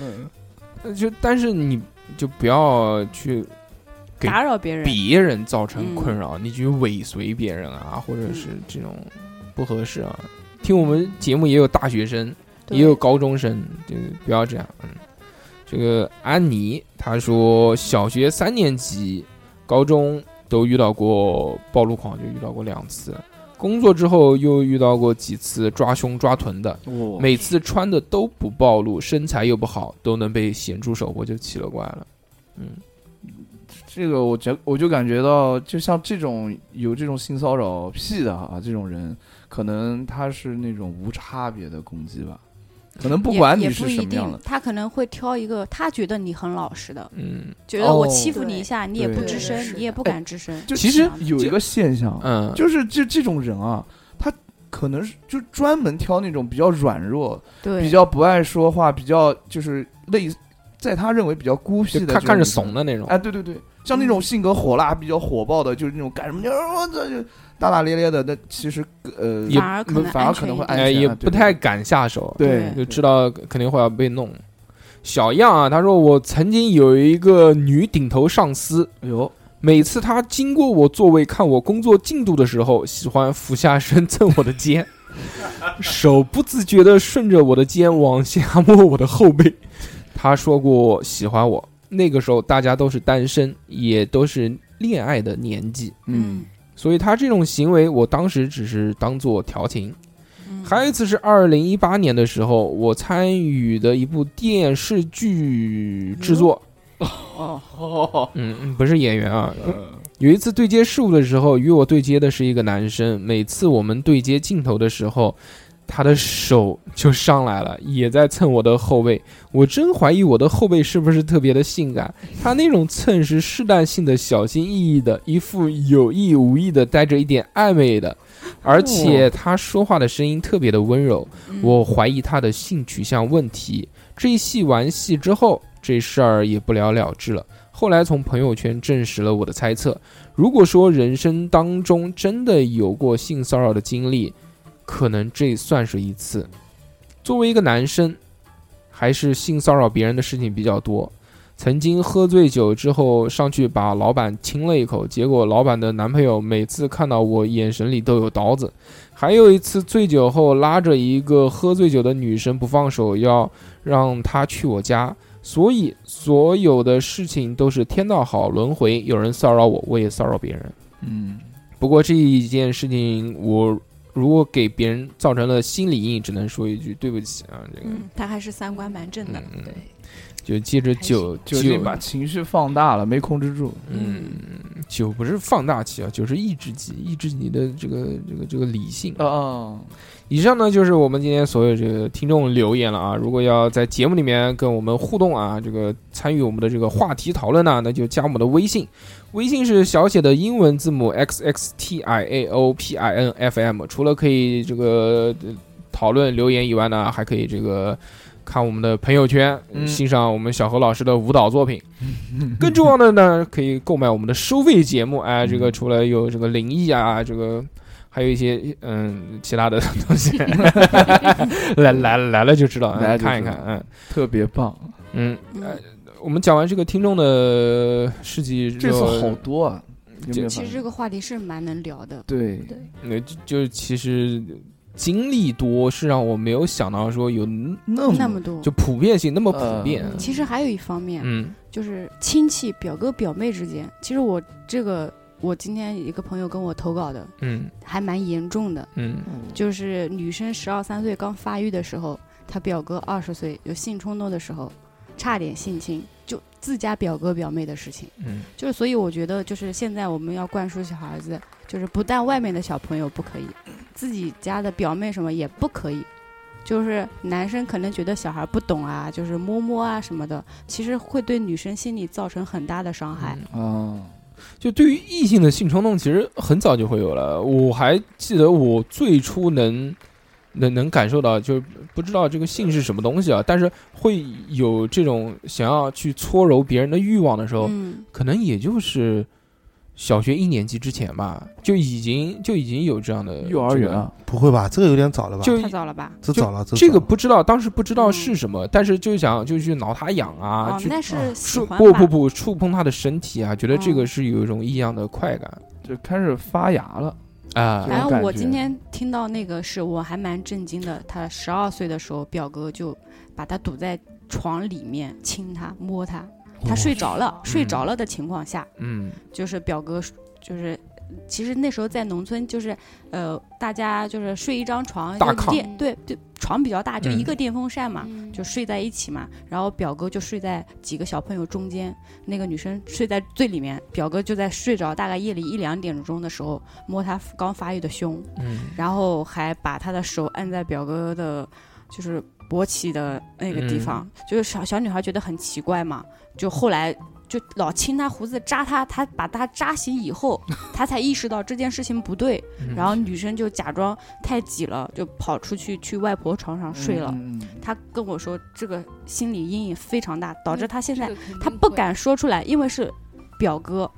[SPEAKER 8] 嗯，
[SPEAKER 2] 嗯，
[SPEAKER 8] 呃就但是你就不要去给
[SPEAKER 7] 打扰别人，嗯
[SPEAKER 8] 别人造成困扰，你去尾随别人啊，或者是这种不合适啊。听我们节目也有大学生，
[SPEAKER 4] 对
[SPEAKER 8] 也有高中生，就不要这样。嗯，这个安妮她说，小学三年级、高中都遇到过暴露狂，就遇到过两次。工作之后又遇到过几次抓胸抓臀的，
[SPEAKER 2] 我
[SPEAKER 8] 每次穿的都不暴露，身材又不好，都能被咸猪手，我就奇了怪了。嗯，
[SPEAKER 2] 这个我觉我就感觉到，就像这种有这种性骚扰癖的啊，这种人，可能他是那种无差别的攻击吧，可能不
[SPEAKER 7] 也
[SPEAKER 2] 管
[SPEAKER 7] 也
[SPEAKER 2] 你是
[SPEAKER 7] 不一
[SPEAKER 2] 什么样的
[SPEAKER 7] 定，，他可能会挑一个他觉得你很老实的，
[SPEAKER 8] 嗯
[SPEAKER 7] 觉得我
[SPEAKER 2] 哦
[SPEAKER 7] 欺负你一下，你也不
[SPEAKER 2] 对
[SPEAKER 7] 吱声
[SPEAKER 4] 对，
[SPEAKER 7] 你也不敢吱声。
[SPEAKER 2] 哎就
[SPEAKER 8] 其实
[SPEAKER 2] 有一个现象，
[SPEAKER 8] 嗯，
[SPEAKER 2] 就是这这种人啊，他可能是就专门挑那种比较软弱、
[SPEAKER 7] 对，
[SPEAKER 2] 比较不爱说话、比较就是类似，在他认为比较孤僻
[SPEAKER 8] 就
[SPEAKER 2] 的这
[SPEAKER 8] 看
[SPEAKER 2] 种
[SPEAKER 8] 看着
[SPEAKER 2] 女
[SPEAKER 8] 怂
[SPEAKER 2] 生。
[SPEAKER 8] 的那种。
[SPEAKER 2] 哎，对对对，像那种性格火辣、比较火爆的，就是那种干什么就我这就大大咧咧的，那其实呃
[SPEAKER 8] 也
[SPEAKER 7] 反而可能
[SPEAKER 2] 反而
[SPEAKER 7] 安
[SPEAKER 2] 可
[SPEAKER 7] 全
[SPEAKER 2] 能
[SPEAKER 7] 一
[SPEAKER 2] 会
[SPEAKER 7] 点。
[SPEAKER 2] 安全啊
[SPEAKER 8] 哎，也不
[SPEAKER 2] 对
[SPEAKER 8] 太敢下手，
[SPEAKER 2] 对
[SPEAKER 7] 对
[SPEAKER 8] 就知道肯定会要被弄。小样啊，他说我曾经有一个女顶头上司，
[SPEAKER 2] 哎呦，
[SPEAKER 8] 每次她经过我座位看我工作进度的时候，喜欢俯下身蹭我的肩，手不自觉地顺着我的肩往下摸我的后背。她说过喜欢我，那个时候大家都是单身，也都是恋爱的年纪，
[SPEAKER 2] 嗯，
[SPEAKER 8] 所以她这种行为，我当时只是当做调情。
[SPEAKER 7] 嗯
[SPEAKER 8] 还有一次是二零一八年的时候，我参与的一部电视剧制作，
[SPEAKER 2] 哦，
[SPEAKER 8] 嗯，嗯不是演员啊。有一次对接事务的时候，与我对接的是一个男生，每次我们对接镜头的时候，他的手就上来了，也在蹭我的后背。我真怀疑我的后背是不是特别的性感。他那种蹭是试探性的、小心翼翼的，一副有意无意的，带着一点暧昧的。而且他说话的声音特别的温柔，我怀疑他的性取向问题。这一戏完戏之后，这事儿也不了了之了。后来从朋友圈证实了我的猜测。如果说人生当中真的有过性骚扰的经历，可能这算是一次。作为一个男生，还是性骚扰别人的事情比较多。曾经喝醉酒之后上去把老板亲了一口，结果老板的男朋友每次看到我眼神里都有刀子。还有一次醉酒后拉着一个喝醉酒的女生不放手，要让她去我家。所以所有的事情都是天道好轮回，有人骚扰我，我也骚扰别人。
[SPEAKER 2] 嗯，
[SPEAKER 8] 不过这一件事情，我如果给别人造成了心理阴影，只能说一句对不起啊，这个、
[SPEAKER 3] 嗯，他还是三观蛮正的，
[SPEAKER 8] 嗯
[SPEAKER 3] 对，
[SPEAKER 8] 就借着酒
[SPEAKER 2] 酒精把情绪放大了，没控制住。
[SPEAKER 8] 嗯，酒不是放大器啊，酒是抑制剂，抑制你的这个这个这个理性。
[SPEAKER 2] 啊啊，
[SPEAKER 8] 以上呢就是我们今天所有这个听众留言了啊，如果要在节目里面跟我们互动啊，这个参与我们的这个话题讨论呢、啊那就加我们的微信，微信是小写的英文字母 x x t i a o p i n f m，除了可以这个呃讨论留言以外呢，还可以这个。看我们的朋友圈，
[SPEAKER 2] 嗯
[SPEAKER 8] 欣赏我们小何老师的舞蹈作品。 更重要的呢，可以购买我们的收费节目。
[SPEAKER 2] 嗯
[SPEAKER 8] 哎，这个除了有这个灵异啊，这个还有一些嗯其他的东 西。来来来了就知道，嗯
[SPEAKER 2] 来了就
[SPEAKER 8] 看一
[SPEAKER 2] 知道
[SPEAKER 8] 看。嗯
[SPEAKER 2] 特别棒！
[SPEAKER 8] 嗯，呃我们讲完这个听众的事迹之
[SPEAKER 2] 这次
[SPEAKER 8] 后，
[SPEAKER 2] 好多啊，有没有发
[SPEAKER 3] 其实这
[SPEAKER 2] 现？
[SPEAKER 3] 个话题是蛮能聊的，
[SPEAKER 2] 对，
[SPEAKER 8] 呃就就其实经历多是让我没有想到说有那
[SPEAKER 3] 那
[SPEAKER 8] 么
[SPEAKER 3] 么多
[SPEAKER 8] 就。普遍性那么普遍。啊
[SPEAKER 2] 呃
[SPEAKER 3] 其实还有一方面，
[SPEAKER 8] 嗯
[SPEAKER 3] 就是亲戚、表哥、表妹之间。其实我这个，我今天一个朋友跟我投稿的，
[SPEAKER 8] 嗯
[SPEAKER 3] 还蛮严重的，
[SPEAKER 8] 嗯
[SPEAKER 3] 就是女生十二三岁刚发育的时候，她表哥二十岁有性冲动的时候，差点性侵，就自家表哥表妹的事情。
[SPEAKER 8] 嗯，
[SPEAKER 3] 就是所以我觉得，就是现在我们要灌输小孩子，就是不但外面的小朋友不可以，自己家的表妹什么也不可以。就是男生可能觉得小孩不懂啊，就是摸摸啊什么的，其实会对女生心理造成很大的伤
[SPEAKER 8] 嗯
[SPEAKER 3] 害。
[SPEAKER 2] 啊，
[SPEAKER 8] 就对于异性的性冲动，其实很早就会有了。我还记得我最初能能能感受到，就是不知道这个性是什么东西啊，但是会有这种想要去搓揉别人的欲望的时候，
[SPEAKER 3] 嗯，
[SPEAKER 8] 可能也就是小学一年级之前吧，就已经就已经有这样的
[SPEAKER 2] 幼儿园
[SPEAKER 8] 这个
[SPEAKER 2] 啊，
[SPEAKER 5] 不会吧？这个有点早了吧？
[SPEAKER 8] 就
[SPEAKER 3] 太早了吧？
[SPEAKER 5] 这早了，这
[SPEAKER 8] 这
[SPEAKER 5] 早
[SPEAKER 8] 个
[SPEAKER 5] 了
[SPEAKER 8] 不知道，当时不知道是什么，但是就想就去挠他痒啊，
[SPEAKER 3] 哦，
[SPEAKER 8] 去
[SPEAKER 3] 那是喜
[SPEAKER 8] 触
[SPEAKER 3] 欢吧？
[SPEAKER 8] 不不不触碰他的身体啊，觉得这个
[SPEAKER 3] 哦
[SPEAKER 8] 是有一种异样的快感
[SPEAKER 2] 就开始发芽了。
[SPEAKER 8] 啊。
[SPEAKER 2] 这
[SPEAKER 3] 然
[SPEAKER 2] 种
[SPEAKER 3] 后
[SPEAKER 2] 感
[SPEAKER 3] 哎我
[SPEAKER 2] 觉
[SPEAKER 3] 今天听到那个是我还蛮震惊的，他十二岁的时候，表哥就把他堵在床里面亲他摸他，
[SPEAKER 2] 哦
[SPEAKER 3] 他睡着了，睡着了的情况下，
[SPEAKER 8] 嗯
[SPEAKER 3] 就是表哥就是。其实那时候在农村，就是，呃，大家就是睡一张床，
[SPEAKER 8] 大
[SPEAKER 3] 就
[SPEAKER 8] 炕
[SPEAKER 3] 电对对，床比较大，就一
[SPEAKER 8] 嗯
[SPEAKER 3] 个电风扇嘛，
[SPEAKER 4] 嗯
[SPEAKER 3] 就睡在一起嘛。然后表哥就睡在几个小朋友中间，那个女生睡在最里面，表哥就在睡着，大概夜里一两点钟的时候摸她刚发育的胸，
[SPEAKER 8] 嗯，
[SPEAKER 3] 然后还把他的手按在表哥的，就是勃起的那个地方，
[SPEAKER 2] 嗯
[SPEAKER 3] 就是小小女孩觉得很奇怪嘛，就后来就老亲他胡子扎他，他把他扎醒 以后，他才意识到这件事情不对，
[SPEAKER 8] 嗯
[SPEAKER 3] 然后女生就假装太挤了，就跑出去去外婆床上睡了。
[SPEAKER 2] 嗯，
[SPEAKER 3] 他跟我说这个心理阴影非常大，导致他现在
[SPEAKER 4] 嗯这个肯定
[SPEAKER 3] 他不
[SPEAKER 4] 会
[SPEAKER 3] 敢说出来，因为是表哥，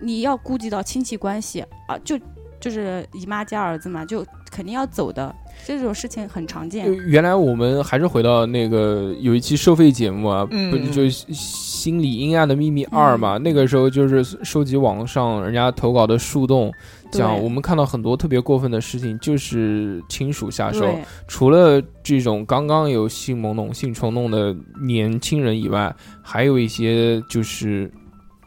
[SPEAKER 3] 你要顾及到亲戚关系啊，就就是姨妈加儿子嘛，就肯定要走的，这种事情很常见
[SPEAKER 8] 呃。原来我们还是回到那个有一期收费节目啊，
[SPEAKER 2] 嗯
[SPEAKER 8] 不是就是《心理阴暗的秘密二》
[SPEAKER 3] 嗯
[SPEAKER 8] 嘛？那个时候就是收集网上人家投稿的树洞，
[SPEAKER 3] 对
[SPEAKER 8] 讲我们看到很多特别过分的事情，就是亲属下手，
[SPEAKER 3] 对，
[SPEAKER 8] 除了这种刚刚有性懵懂、性冲动的年轻人以外，还有一些就是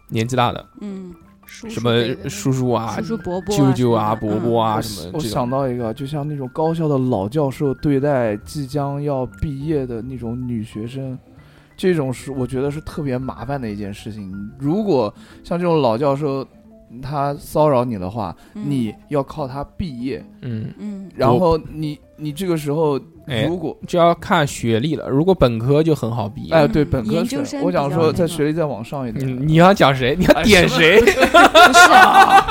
[SPEAKER 8] 年纪大的，
[SPEAKER 3] 嗯，
[SPEAKER 4] 叔
[SPEAKER 8] 什
[SPEAKER 4] 叔
[SPEAKER 8] 么
[SPEAKER 4] 辈的
[SPEAKER 8] 叔叔啊、
[SPEAKER 3] 叔叔伯伯、
[SPEAKER 8] 舅舅啊、
[SPEAKER 3] 什么
[SPEAKER 8] 伯
[SPEAKER 3] 的
[SPEAKER 8] 伯啊
[SPEAKER 2] 我
[SPEAKER 8] 什么
[SPEAKER 2] 我
[SPEAKER 8] 这种
[SPEAKER 2] 想到一个，就像那种高校的老教授对待即将要毕业的那种女学生，这种是我觉得是特别麻烦的一件事情。如果像这种老教授他骚扰你的话，
[SPEAKER 7] 嗯
[SPEAKER 2] 你要靠他毕业。
[SPEAKER 8] 嗯，
[SPEAKER 7] 嗯
[SPEAKER 2] 然后你你这个时候
[SPEAKER 8] 哎
[SPEAKER 2] 如果
[SPEAKER 8] 这要看学历了。如果本科就很好毕业。
[SPEAKER 2] 哎对
[SPEAKER 7] 嗯
[SPEAKER 2] 本科
[SPEAKER 7] 研究
[SPEAKER 2] 生，
[SPEAKER 7] 生
[SPEAKER 2] 我
[SPEAKER 7] 比
[SPEAKER 2] 想
[SPEAKER 7] 较
[SPEAKER 2] 说
[SPEAKER 7] 那
[SPEAKER 2] 在
[SPEAKER 7] 个
[SPEAKER 2] 学历再往上一
[SPEAKER 8] 你
[SPEAKER 2] 点，啊哎
[SPEAKER 8] 你要讲谁？你要点 谁？
[SPEAKER 7] 不是 啊，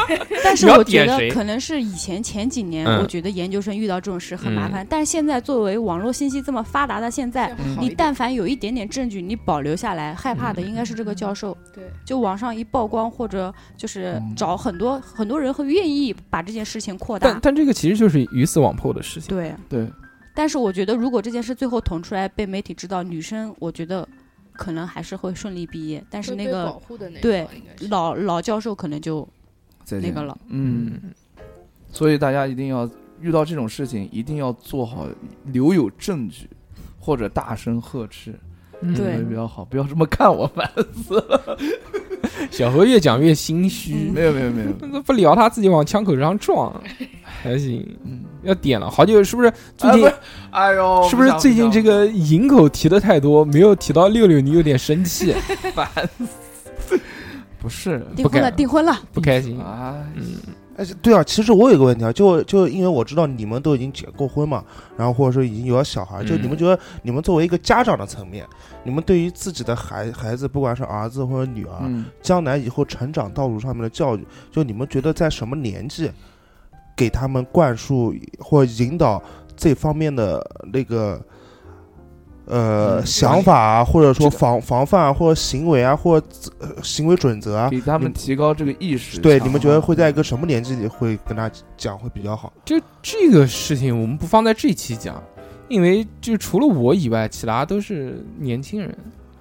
[SPEAKER 7] 但是
[SPEAKER 8] 你要
[SPEAKER 7] 我觉
[SPEAKER 8] 点谁
[SPEAKER 7] 得可能是以前前几年，
[SPEAKER 8] 嗯
[SPEAKER 7] 我觉得研究生遇到这种事很麻烦，但是现在作为网络信息这么发达的现在。
[SPEAKER 2] 嗯
[SPEAKER 7] 你但凡有一点点证据，你保留下来，害怕的
[SPEAKER 8] 嗯
[SPEAKER 7] 应该是这个教授。
[SPEAKER 4] 嗯对，
[SPEAKER 7] 就网上一曝光，或者就是
[SPEAKER 2] 嗯
[SPEAKER 7] 找很多很多人会愿意把这件事情扩
[SPEAKER 8] 但
[SPEAKER 7] 大。
[SPEAKER 8] 但这个其实就是鱼死网破的事情。
[SPEAKER 7] 对，
[SPEAKER 2] 对，
[SPEAKER 7] 但是我觉得如果这件事最后捅出来被媒体知道，女生我觉得可能还是会顺利毕业，但是
[SPEAKER 4] 会
[SPEAKER 7] 那
[SPEAKER 4] 被
[SPEAKER 7] 个
[SPEAKER 4] 保护的那
[SPEAKER 7] 对
[SPEAKER 4] 种应该是
[SPEAKER 7] 老老教授可能就
[SPEAKER 2] 再
[SPEAKER 7] 那
[SPEAKER 2] 见
[SPEAKER 7] 个了。
[SPEAKER 2] 嗯。，所以大家一定要遇到这种事情，一定要做好留有证据，或者大声呵斥，
[SPEAKER 7] 对
[SPEAKER 2] 会比较好。不要这么看我们，
[SPEAKER 8] 小何越讲越心虚，
[SPEAKER 2] 没有没有没 有，
[SPEAKER 8] 不聊他自己往枪口上撞，还行。
[SPEAKER 2] 嗯，
[SPEAKER 8] 要点了，好久是不是最近
[SPEAKER 2] 哎不是哎呦，
[SPEAKER 8] 是不是
[SPEAKER 2] 想
[SPEAKER 8] 最近这
[SPEAKER 2] 想
[SPEAKER 8] 个营口提的太多，没有提到六六，你有点生 气，
[SPEAKER 2] 不是
[SPEAKER 7] 订婚
[SPEAKER 8] 不
[SPEAKER 7] 了，
[SPEAKER 8] 敢
[SPEAKER 7] 订婚了，
[SPEAKER 8] 不开心。
[SPEAKER 2] 啊？
[SPEAKER 8] 嗯，
[SPEAKER 5] 哎，对啊，其实我有个问题啊，就就因为我知道你们都已经结过婚嘛，然后或者说已经有了小孩，就
[SPEAKER 8] 嗯
[SPEAKER 5] 你们觉得你们作为一个家长的层面，你们对于自己的孩孩子，不管是儿子或者女儿，
[SPEAKER 2] 嗯，
[SPEAKER 5] 将来以后成长道路上面的教育，就你们觉得在什么年纪给他们灌输或引导这方面的那个呃、
[SPEAKER 2] 嗯
[SPEAKER 5] 想法啊，或者说
[SPEAKER 2] 这个
[SPEAKER 5] 防防范啊，或者行为啊，或者、呃行为准则啊？
[SPEAKER 2] 给他
[SPEAKER 5] 你
[SPEAKER 2] 们
[SPEAKER 5] 们
[SPEAKER 2] 提高这个意识。
[SPEAKER 5] 对，
[SPEAKER 2] 强
[SPEAKER 5] 你们觉得
[SPEAKER 2] 化
[SPEAKER 5] 会在一个什么年纪里会跟他讲会比较好？
[SPEAKER 8] 就这个事情，我们不放在这一期讲，因为就除了我以外，其他都是年轻人，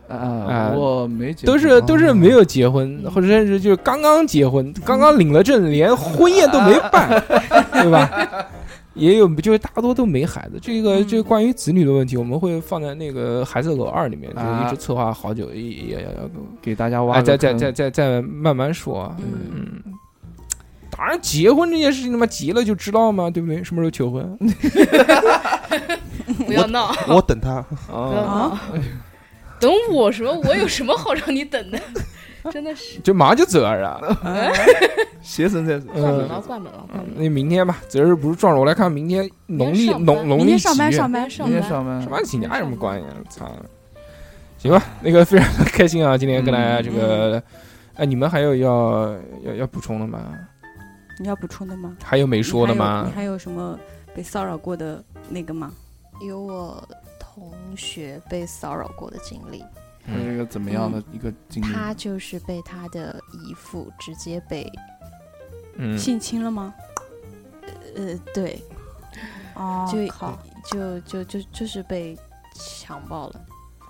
[SPEAKER 2] 啊？
[SPEAKER 8] 啊
[SPEAKER 2] 我没结
[SPEAKER 8] 都
[SPEAKER 2] 婚，
[SPEAKER 8] 是都是没有结婚，或者甚至就是刚刚结婚，刚刚领了证，连婚宴都没办， 对吧？也有，就是大多都没孩子。这个
[SPEAKER 7] 嗯
[SPEAKER 8] 这个关于子女的问题，我们会放在那个《孩子狗二》里面，就
[SPEAKER 2] 啊
[SPEAKER 8] 一直策划好久，也也也要
[SPEAKER 2] 给大家挖
[SPEAKER 8] 啊，
[SPEAKER 2] 个
[SPEAKER 8] 再
[SPEAKER 2] 坑。
[SPEAKER 8] 再再再再慢慢说啊。嗯，当然，结婚这件事情他妈结了就知道嘛，对不对？什么时候求婚？
[SPEAKER 4] 不要闹，
[SPEAKER 5] 我等他，
[SPEAKER 4] 不要
[SPEAKER 8] 啊，
[SPEAKER 4] 闹。 等我什么？我有什么好让你等的？ 真的是
[SPEAKER 8] 就马上就走啊。
[SPEAKER 2] 邪神在此
[SPEAKER 5] 呃
[SPEAKER 4] 关门了，
[SPEAKER 8] 嗯
[SPEAKER 4] 关门了，关
[SPEAKER 8] 嗯
[SPEAKER 4] 门了。
[SPEAKER 8] 那明天吧，择日不是撞着我来看，明天农历
[SPEAKER 4] 明天上班
[SPEAKER 8] 农农
[SPEAKER 7] 明
[SPEAKER 8] 历
[SPEAKER 7] 天
[SPEAKER 8] 几
[SPEAKER 7] 上班
[SPEAKER 8] 月
[SPEAKER 7] 上班
[SPEAKER 4] 上
[SPEAKER 2] 明天
[SPEAKER 4] 班，
[SPEAKER 2] 上班
[SPEAKER 8] 上班请假有什么关系啊？操！行吧，那个非常开心啊，今天跟大
[SPEAKER 2] 嗯
[SPEAKER 8] 家这个，哎，你们还有要要要补充的吗？
[SPEAKER 7] 你要补充的吗？
[SPEAKER 8] 还有没
[SPEAKER 7] 你
[SPEAKER 8] 说
[SPEAKER 7] 还
[SPEAKER 8] 的
[SPEAKER 7] 有
[SPEAKER 8] 吗
[SPEAKER 7] 你？还有什么被骚扰过的那个吗？
[SPEAKER 6] 有我同学被骚扰过的经历，
[SPEAKER 2] 还有一个怎么样的一个经历？
[SPEAKER 6] 他就是被他的姨父直接被
[SPEAKER 8] 嗯，
[SPEAKER 7] 性侵了吗？
[SPEAKER 6] 呃对，
[SPEAKER 7] 哦
[SPEAKER 6] 就
[SPEAKER 7] 靠！
[SPEAKER 6] 就就就就是被强暴了，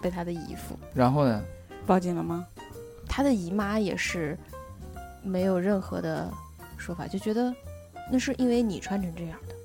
[SPEAKER 6] 被他的姨父，
[SPEAKER 2] 然后呢？
[SPEAKER 7] 报警了吗？
[SPEAKER 6] 他的姨妈也是没有任何的说法，就觉得那是因为你穿成这样的，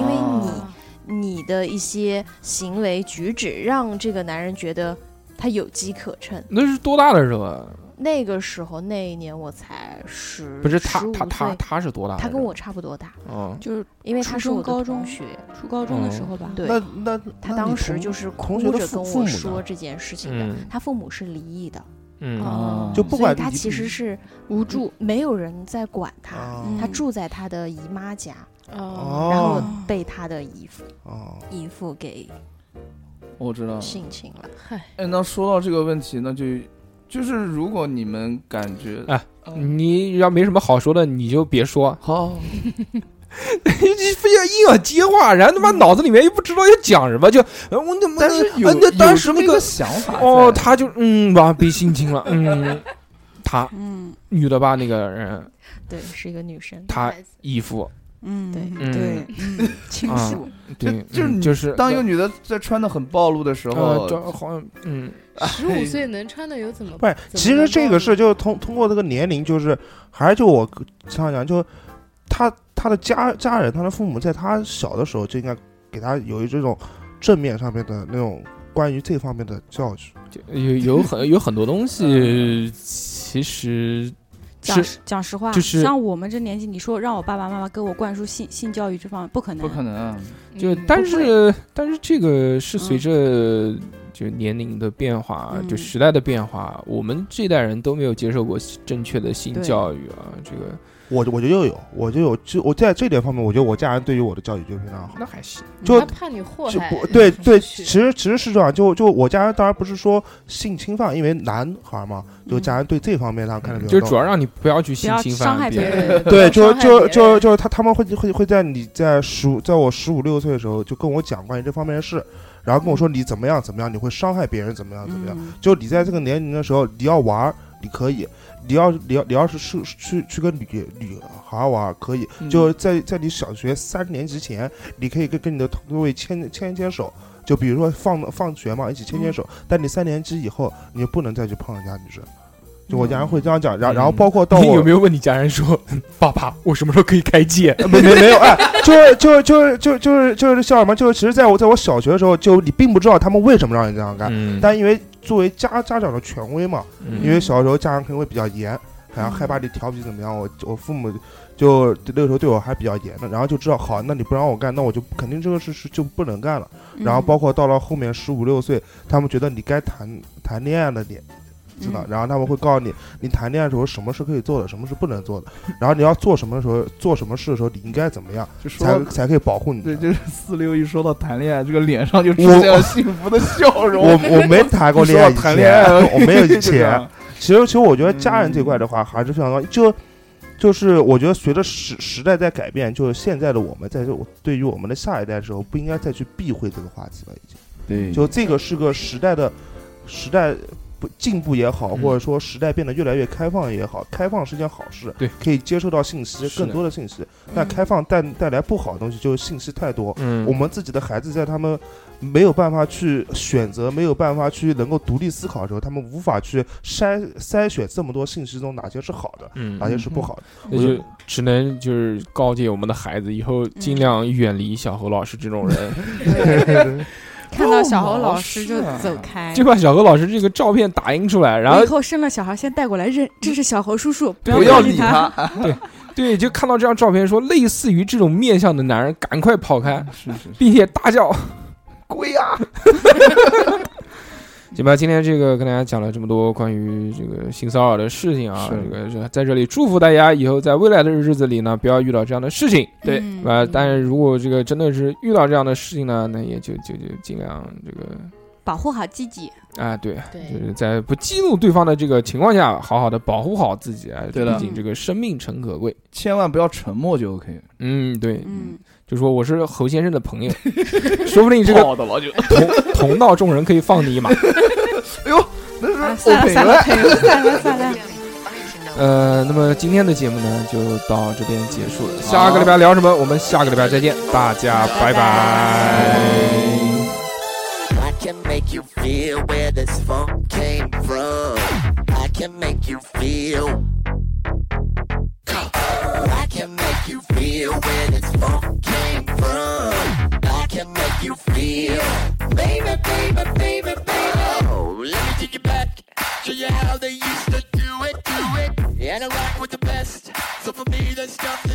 [SPEAKER 6] 因为
[SPEAKER 2] 啊
[SPEAKER 6] 你的一些行为举止让这个男人觉得他有机可乘。
[SPEAKER 8] 那是多大的时候啊？
[SPEAKER 6] 那个时候那一年我才十，
[SPEAKER 8] 不是他
[SPEAKER 6] 15
[SPEAKER 8] 他他
[SPEAKER 6] 岁
[SPEAKER 8] 他是多大的时
[SPEAKER 6] 他
[SPEAKER 8] 候？
[SPEAKER 6] 跟我差不多大，
[SPEAKER 8] 哦，
[SPEAKER 7] 就是
[SPEAKER 6] 因为他
[SPEAKER 7] 初
[SPEAKER 6] 是
[SPEAKER 7] 中
[SPEAKER 6] 我的
[SPEAKER 7] 高
[SPEAKER 6] 同
[SPEAKER 7] 中
[SPEAKER 6] 学，
[SPEAKER 7] 初高中的时候吧。
[SPEAKER 6] 对，
[SPEAKER 5] 那
[SPEAKER 8] 嗯
[SPEAKER 5] 那
[SPEAKER 6] 他当时就是哭
[SPEAKER 5] 同学的
[SPEAKER 6] 着
[SPEAKER 5] 父
[SPEAKER 6] 跟
[SPEAKER 5] 父母
[SPEAKER 6] 我
[SPEAKER 5] 呢
[SPEAKER 6] 说这件事情的，
[SPEAKER 8] 嗯
[SPEAKER 6] 他父母是离异的，
[SPEAKER 8] 嗯，
[SPEAKER 2] 啊
[SPEAKER 5] 就不
[SPEAKER 6] 所
[SPEAKER 5] 管
[SPEAKER 6] 以他
[SPEAKER 5] 你
[SPEAKER 6] 其实是无助，没有人在管他，
[SPEAKER 8] 啊
[SPEAKER 5] 哦
[SPEAKER 6] 他住在他的姨妈家，
[SPEAKER 4] 哦，
[SPEAKER 6] 然后
[SPEAKER 5] 哦
[SPEAKER 6] 被他的姨父
[SPEAKER 5] 哦，
[SPEAKER 6] 姨父给
[SPEAKER 2] 我知道。
[SPEAKER 8] 嗯
[SPEAKER 6] 性侵了。
[SPEAKER 2] 哎，那说到这个问题，那就就是如果你们感觉
[SPEAKER 8] 哎你要没什么好说的，你就别说，
[SPEAKER 2] 好，
[SPEAKER 8] 你非要硬要接话，然后他妈脑子里面又不知道要讲什么，就呃我怎么？
[SPEAKER 2] 但是有
[SPEAKER 8] 呃那当
[SPEAKER 2] 有
[SPEAKER 8] 时
[SPEAKER 2] 这么
[SPEAKER 8] 那
[SPEAKER 2] 一
[SPEAKER 8] 个
[SPEAKER 2] 个想法
[SPEAKER 8] 哦，
[SPEAKER 2] 在
[SPEAKER 8] 他就嗯吧，被性侵了，嗯， 他
[SPEAKER 7] 嗯
[SPEAKER 8] 女的吧，那个人
[SPEAKER 6] 对，是一个女生。
[SPEAKER 8] 他姨夫，
[SPEAKER 7] 嗯，
[SPEAKER 6] 对
[SPEAKER 8] 嗯
[SPEAKER 7] 对， 嗯，清
[SPEAKER 8] 啊
[SPEAKER 7] 楚。
[SPEAKER 8] 对，
[SPEAKER 2] 就
[SPEAKER 8] 嗯
[SPEAKER 2] 你
[SPEAKER 8] 就是
[SPEAKER 2] 当一个女的在穿的很暴露的时
[SPEAKER 8] 呃，
[SPEAKER 2] 候，
[SPEAKER 8] 这好像嗯，
[SPEAKER 4] 十五岁能穿的哎有怎么
[SPEAKER 5] 哎不是，其实这个事就是通通过这个年龄，就是还是就我上讲，就他他的家家人，他的父母在他小的时候就应该给他有一这种正面上面的那种关于这方面的教育。
[SPEAKER 8] 就有有很有很多东西，其实
[SPEAKER 7] 嗯讲
[SPEAKER 8] 是
[SPEAKER 7] 实讲实话，
[SPEAKER 8] 就是
[SPEAKER 7] 像我们这年纪，你说让我爸爸妈妈给我灌输性性教育
[SPEAKER 5] 嗯
[SPEAKER 7] 这方面，不可能，
[SPEAKER 2] 不可能啊。
[SPEAKER 8] 就
[SPEAKER 4] 嗯
[SPEAKER 8] 但是但是这个是随着就是年龄的变化，啊
[SPEAKER 3] 嗯
[SPEAKER 8] 就时代的变化，啊我们这代人都没有接受过正确的性
[SPEAKER 3] 对
[SPEAKER 8] 教育啊，这个
[SPEAKER 5] 我我觉得有，我就有，就我在这点方面，我觉得我家人对于我的教育就非常好。
[SPEAKER 8] 那还行，
[SPEAKER 5] 就
[SPEAKER 4] 他怕你祸
[SPEAKER 5] 就
[SPEAKER 4] 害
[SPEAKER 5] 不，对对，
[SPEAKER 4] 是
[SPEAKER 5] 其实其实是这样，就就我家人当然不是说性侵犯，因为男孩嘛，
[SPEAKER 4] 嗯
[SPEAKER 5] 就家人对这方面上看的比较
[SPEAKER 8] 嗯就
[SPEAKER 5] 重，
[SPEAKER 8] 主要让你不要去性
[SPEAKER 7] 要
[SPEAKER 8] 侵
[SPEAKER 7] 伤
[SPEAKER 8] 犯
[SPEAKER 7] 害
[SPEAKER 8] 别
[SPEAKER 7] 别
[SPEAKER 8] 人。
[SPEAKER 7] 人
[SPEAKER 5] 对，
[SPEAKER 4] 不要
[SPEAKER 5] 就
[SPEAKER 4] 伤害别
[SPEAKER 5] 就
[SPEAKER 4] 人
[SPEAKER 5] 就就是他他们会会会在你在十五，在我十五六岁的时候就跟我讲关于这方面的事，然后跟我说你怎么样怎么样，你会伤害别人怎么样怎么样。
[SPEAKER 3] 嗯
[SPEAKER 5] 就你在这个年龄的时候，你要玩儿你可以，你要你要你要是是去去跟女女孩儿玩儿可以，就在在你小学三年级前，你可以跟跟你的同各位牵牵一牵手。就比如说放放学嘛，一起牵牵手。但你三年级以后，你就不能再去碰人家女生。就我家人会这样讲，然后然后
[SPEAKER 8] 嗯
[SPEAKER 5] 包括到
[SPEAKER 8] 你
[SPEAKER 5] 我
[SPEAKER 8] 有没有问你家人说， 爸爸，我什么时候可以开 戒？
[SPEAKER 5] 没没没有，哎，就是就是就是就是就是就是叫什么？就是其实在我在我小学的时候，就你并不知道他们为什么让你这样干，
[SPEAKER 8] 嗯
[SPEAKER 5] 但因为作为家家长的权威嘛，
[SPEAKER 2] 嗯
[SPEAKER 5] 因为小的时候家长可能会比较严，好像害怕你调皮怎么样，我我父母就那个时候对我还比较严的，然后就知道好，那你不让我干，那我就肯定这个事是就不能干了。然后包括到了后面十五六岁，他们觉得你该谈谈恋爱了，你知道，然后他们会告诉你，你谈恋爱的时候什么是可以做的，什么是不能做的，然后你要做什么的时候，做什么事的时候，你应该怎么样，
[SPEAKER 2] 就说
[SPEAKER 5] 才
[SPEAKER 2] 到
[SPEAKER 5] 才可以保护你。
[SPEAKER 2] 对，就是四六一说到谈恋爱，这个脸上就出
[SPEAKER 5] 我
[SPEAKER 2] 现了幸福的笑容。
[SPEAKER 5] 我我没谈过 恋爱以
[SPEAKER 2] 一
[SPEAKER 5] 前，
[SPEAKER 2] 说到谈恋爱
[SPEAKER 5] 我没有 以
[SPEAKER 2] 就这
[SPEAKER 5] 前啊
[SPEAKER 2] 样。
[SPEAKER 5] 其实，其实我觉得家人这
[SPEAKER 2] 嗯
[SPEAKER 5] 块的话还是非常高，就就是我觉得随着时时代在改变，就是现在的我们在这对于我们的下一代的时候，不应该再去避讳这个话题了，已经。
[SPEAKER 8] 嗯
[SPEAKER 4] 네.
[SPEAKER 2] 对
[SPEAKER 5] 就这个是个时代的时代不进步也好，
[SPEAKER 8] 嗯
[SPEAKER 5] 或者说时代变得越来越开放也好，开放是件好事，
[SPEAKER 8] 对，
[SPEAKER 5] 可以接受到信息
[SPEAKER 8] 是的
[SPEAKER 5] 更多的信息。但开放带带来不好的东西就是信息太多，
[SPEAKER 8] 嗯
[SPEAKER 5] 我们自己的孩子在他们没有办法去选择、没有办法去能够独立思考的时候，他们无法去筛筛选这么多信息中哪些是好的，
[SPEAKER 8] 嗯
[SPEAKER 5] 哪些是不好的。
[SPEAKER 8] 那
[SPEAKER 5] 我
[SPEAKER 8] 就只能就是告诫我们的孩子，以后尽量远离小何老师这种人，
[SPEAKER 3] 看到小侯老师
[SPEAKER 2] 哦
[SPEAKER 3] 就
[SPEAKER 2] 老师啊
[SPEAKER 3] 走开，
[SPEAKER 8] 就把小何老师这个照片打印出来，然
[SPEAKER 3] 我
[SPEAKER 8] 后
[SPEAKER 3] 以后生了小孩先带过来认，这是小侯叔叔，
[SPEAKER 8] 对啊
[SPEAKER 2] 不
[SPEAKER 3] 不
[SPEAKER 2] 要
[SPEAKER 3] 要
[SPEAKER 2] 理
[SPEAKER 3] 他。
[SPEAKER 2] 他。
[SPEAKER 8] 对，就看到这张照片说，类似于这种面相的男人，赶快跑开，
[SPEAKER 2] 是是，
[SPEAKER 8] 并且大
[SPEAKER 2] 啊
[SPEAKER 8] 叫：“鬼啊！”行吧，今天这个跟大家讲了这么多关于这个性骚扰的事情啊，
[SPEAKER 2] 是
[SPEAKER 8] 这个这在这里祝福大家以后在未来的日子里呢，不要遇到这样的事情。
[SPEAKER 3] 对
[SPEAKER 8] 啊
[SPEAKER 3] 嗯、
[SPEAKER 8] 但是如果这个真的是遇到这样的事情呢，那也就就就尽量这个
[SPEAKER 3] 保护好自己。
[SPEAKER 8] 啊，对，
[SPEAKER 4] 对
[SPEAKER 8] 就是在不激怒对方的这个情况下，好好的保护好自己啊。
[SPEAKER 2] 对的
[SPEAKER 8] 毕竟这个生命诚可贵。
[SPEAKER 2] 千万不要沉默就 OK。
[SPEAKER 8] 嗯，对，
[SPEAKER 3] 嗯，
[SPEAKER 8] 就说我是侯先生的朋友， 说不定这个
[SPEAKER 2] 的老就，
[SPEAKER 8] 同同道中人可以放你一马。
[SPEAKER 9] 哎
[SPEAKER 3] 啊
[SPEAKER 2] 那是
[SPEAKER 3] 算了
[SPEAKER 2] OK
[SPEAKER 3] 算了，朋友散了散了。
[SPEAKER 8] 呃，那么今天的节目呢，就到这边结束了。下个礼拜聊什么？我们下个礼拜再见，大家拜拜
[SPEAKER 9] I can make you feel where this funk came from. I can make you feel. I can make you feel where this funk came from. I can make you feel. Baby, baby, baby, baby. Oh, let me take you back. Show you how they used to do it, do it. And I rock with the best. So for me, there's nothing.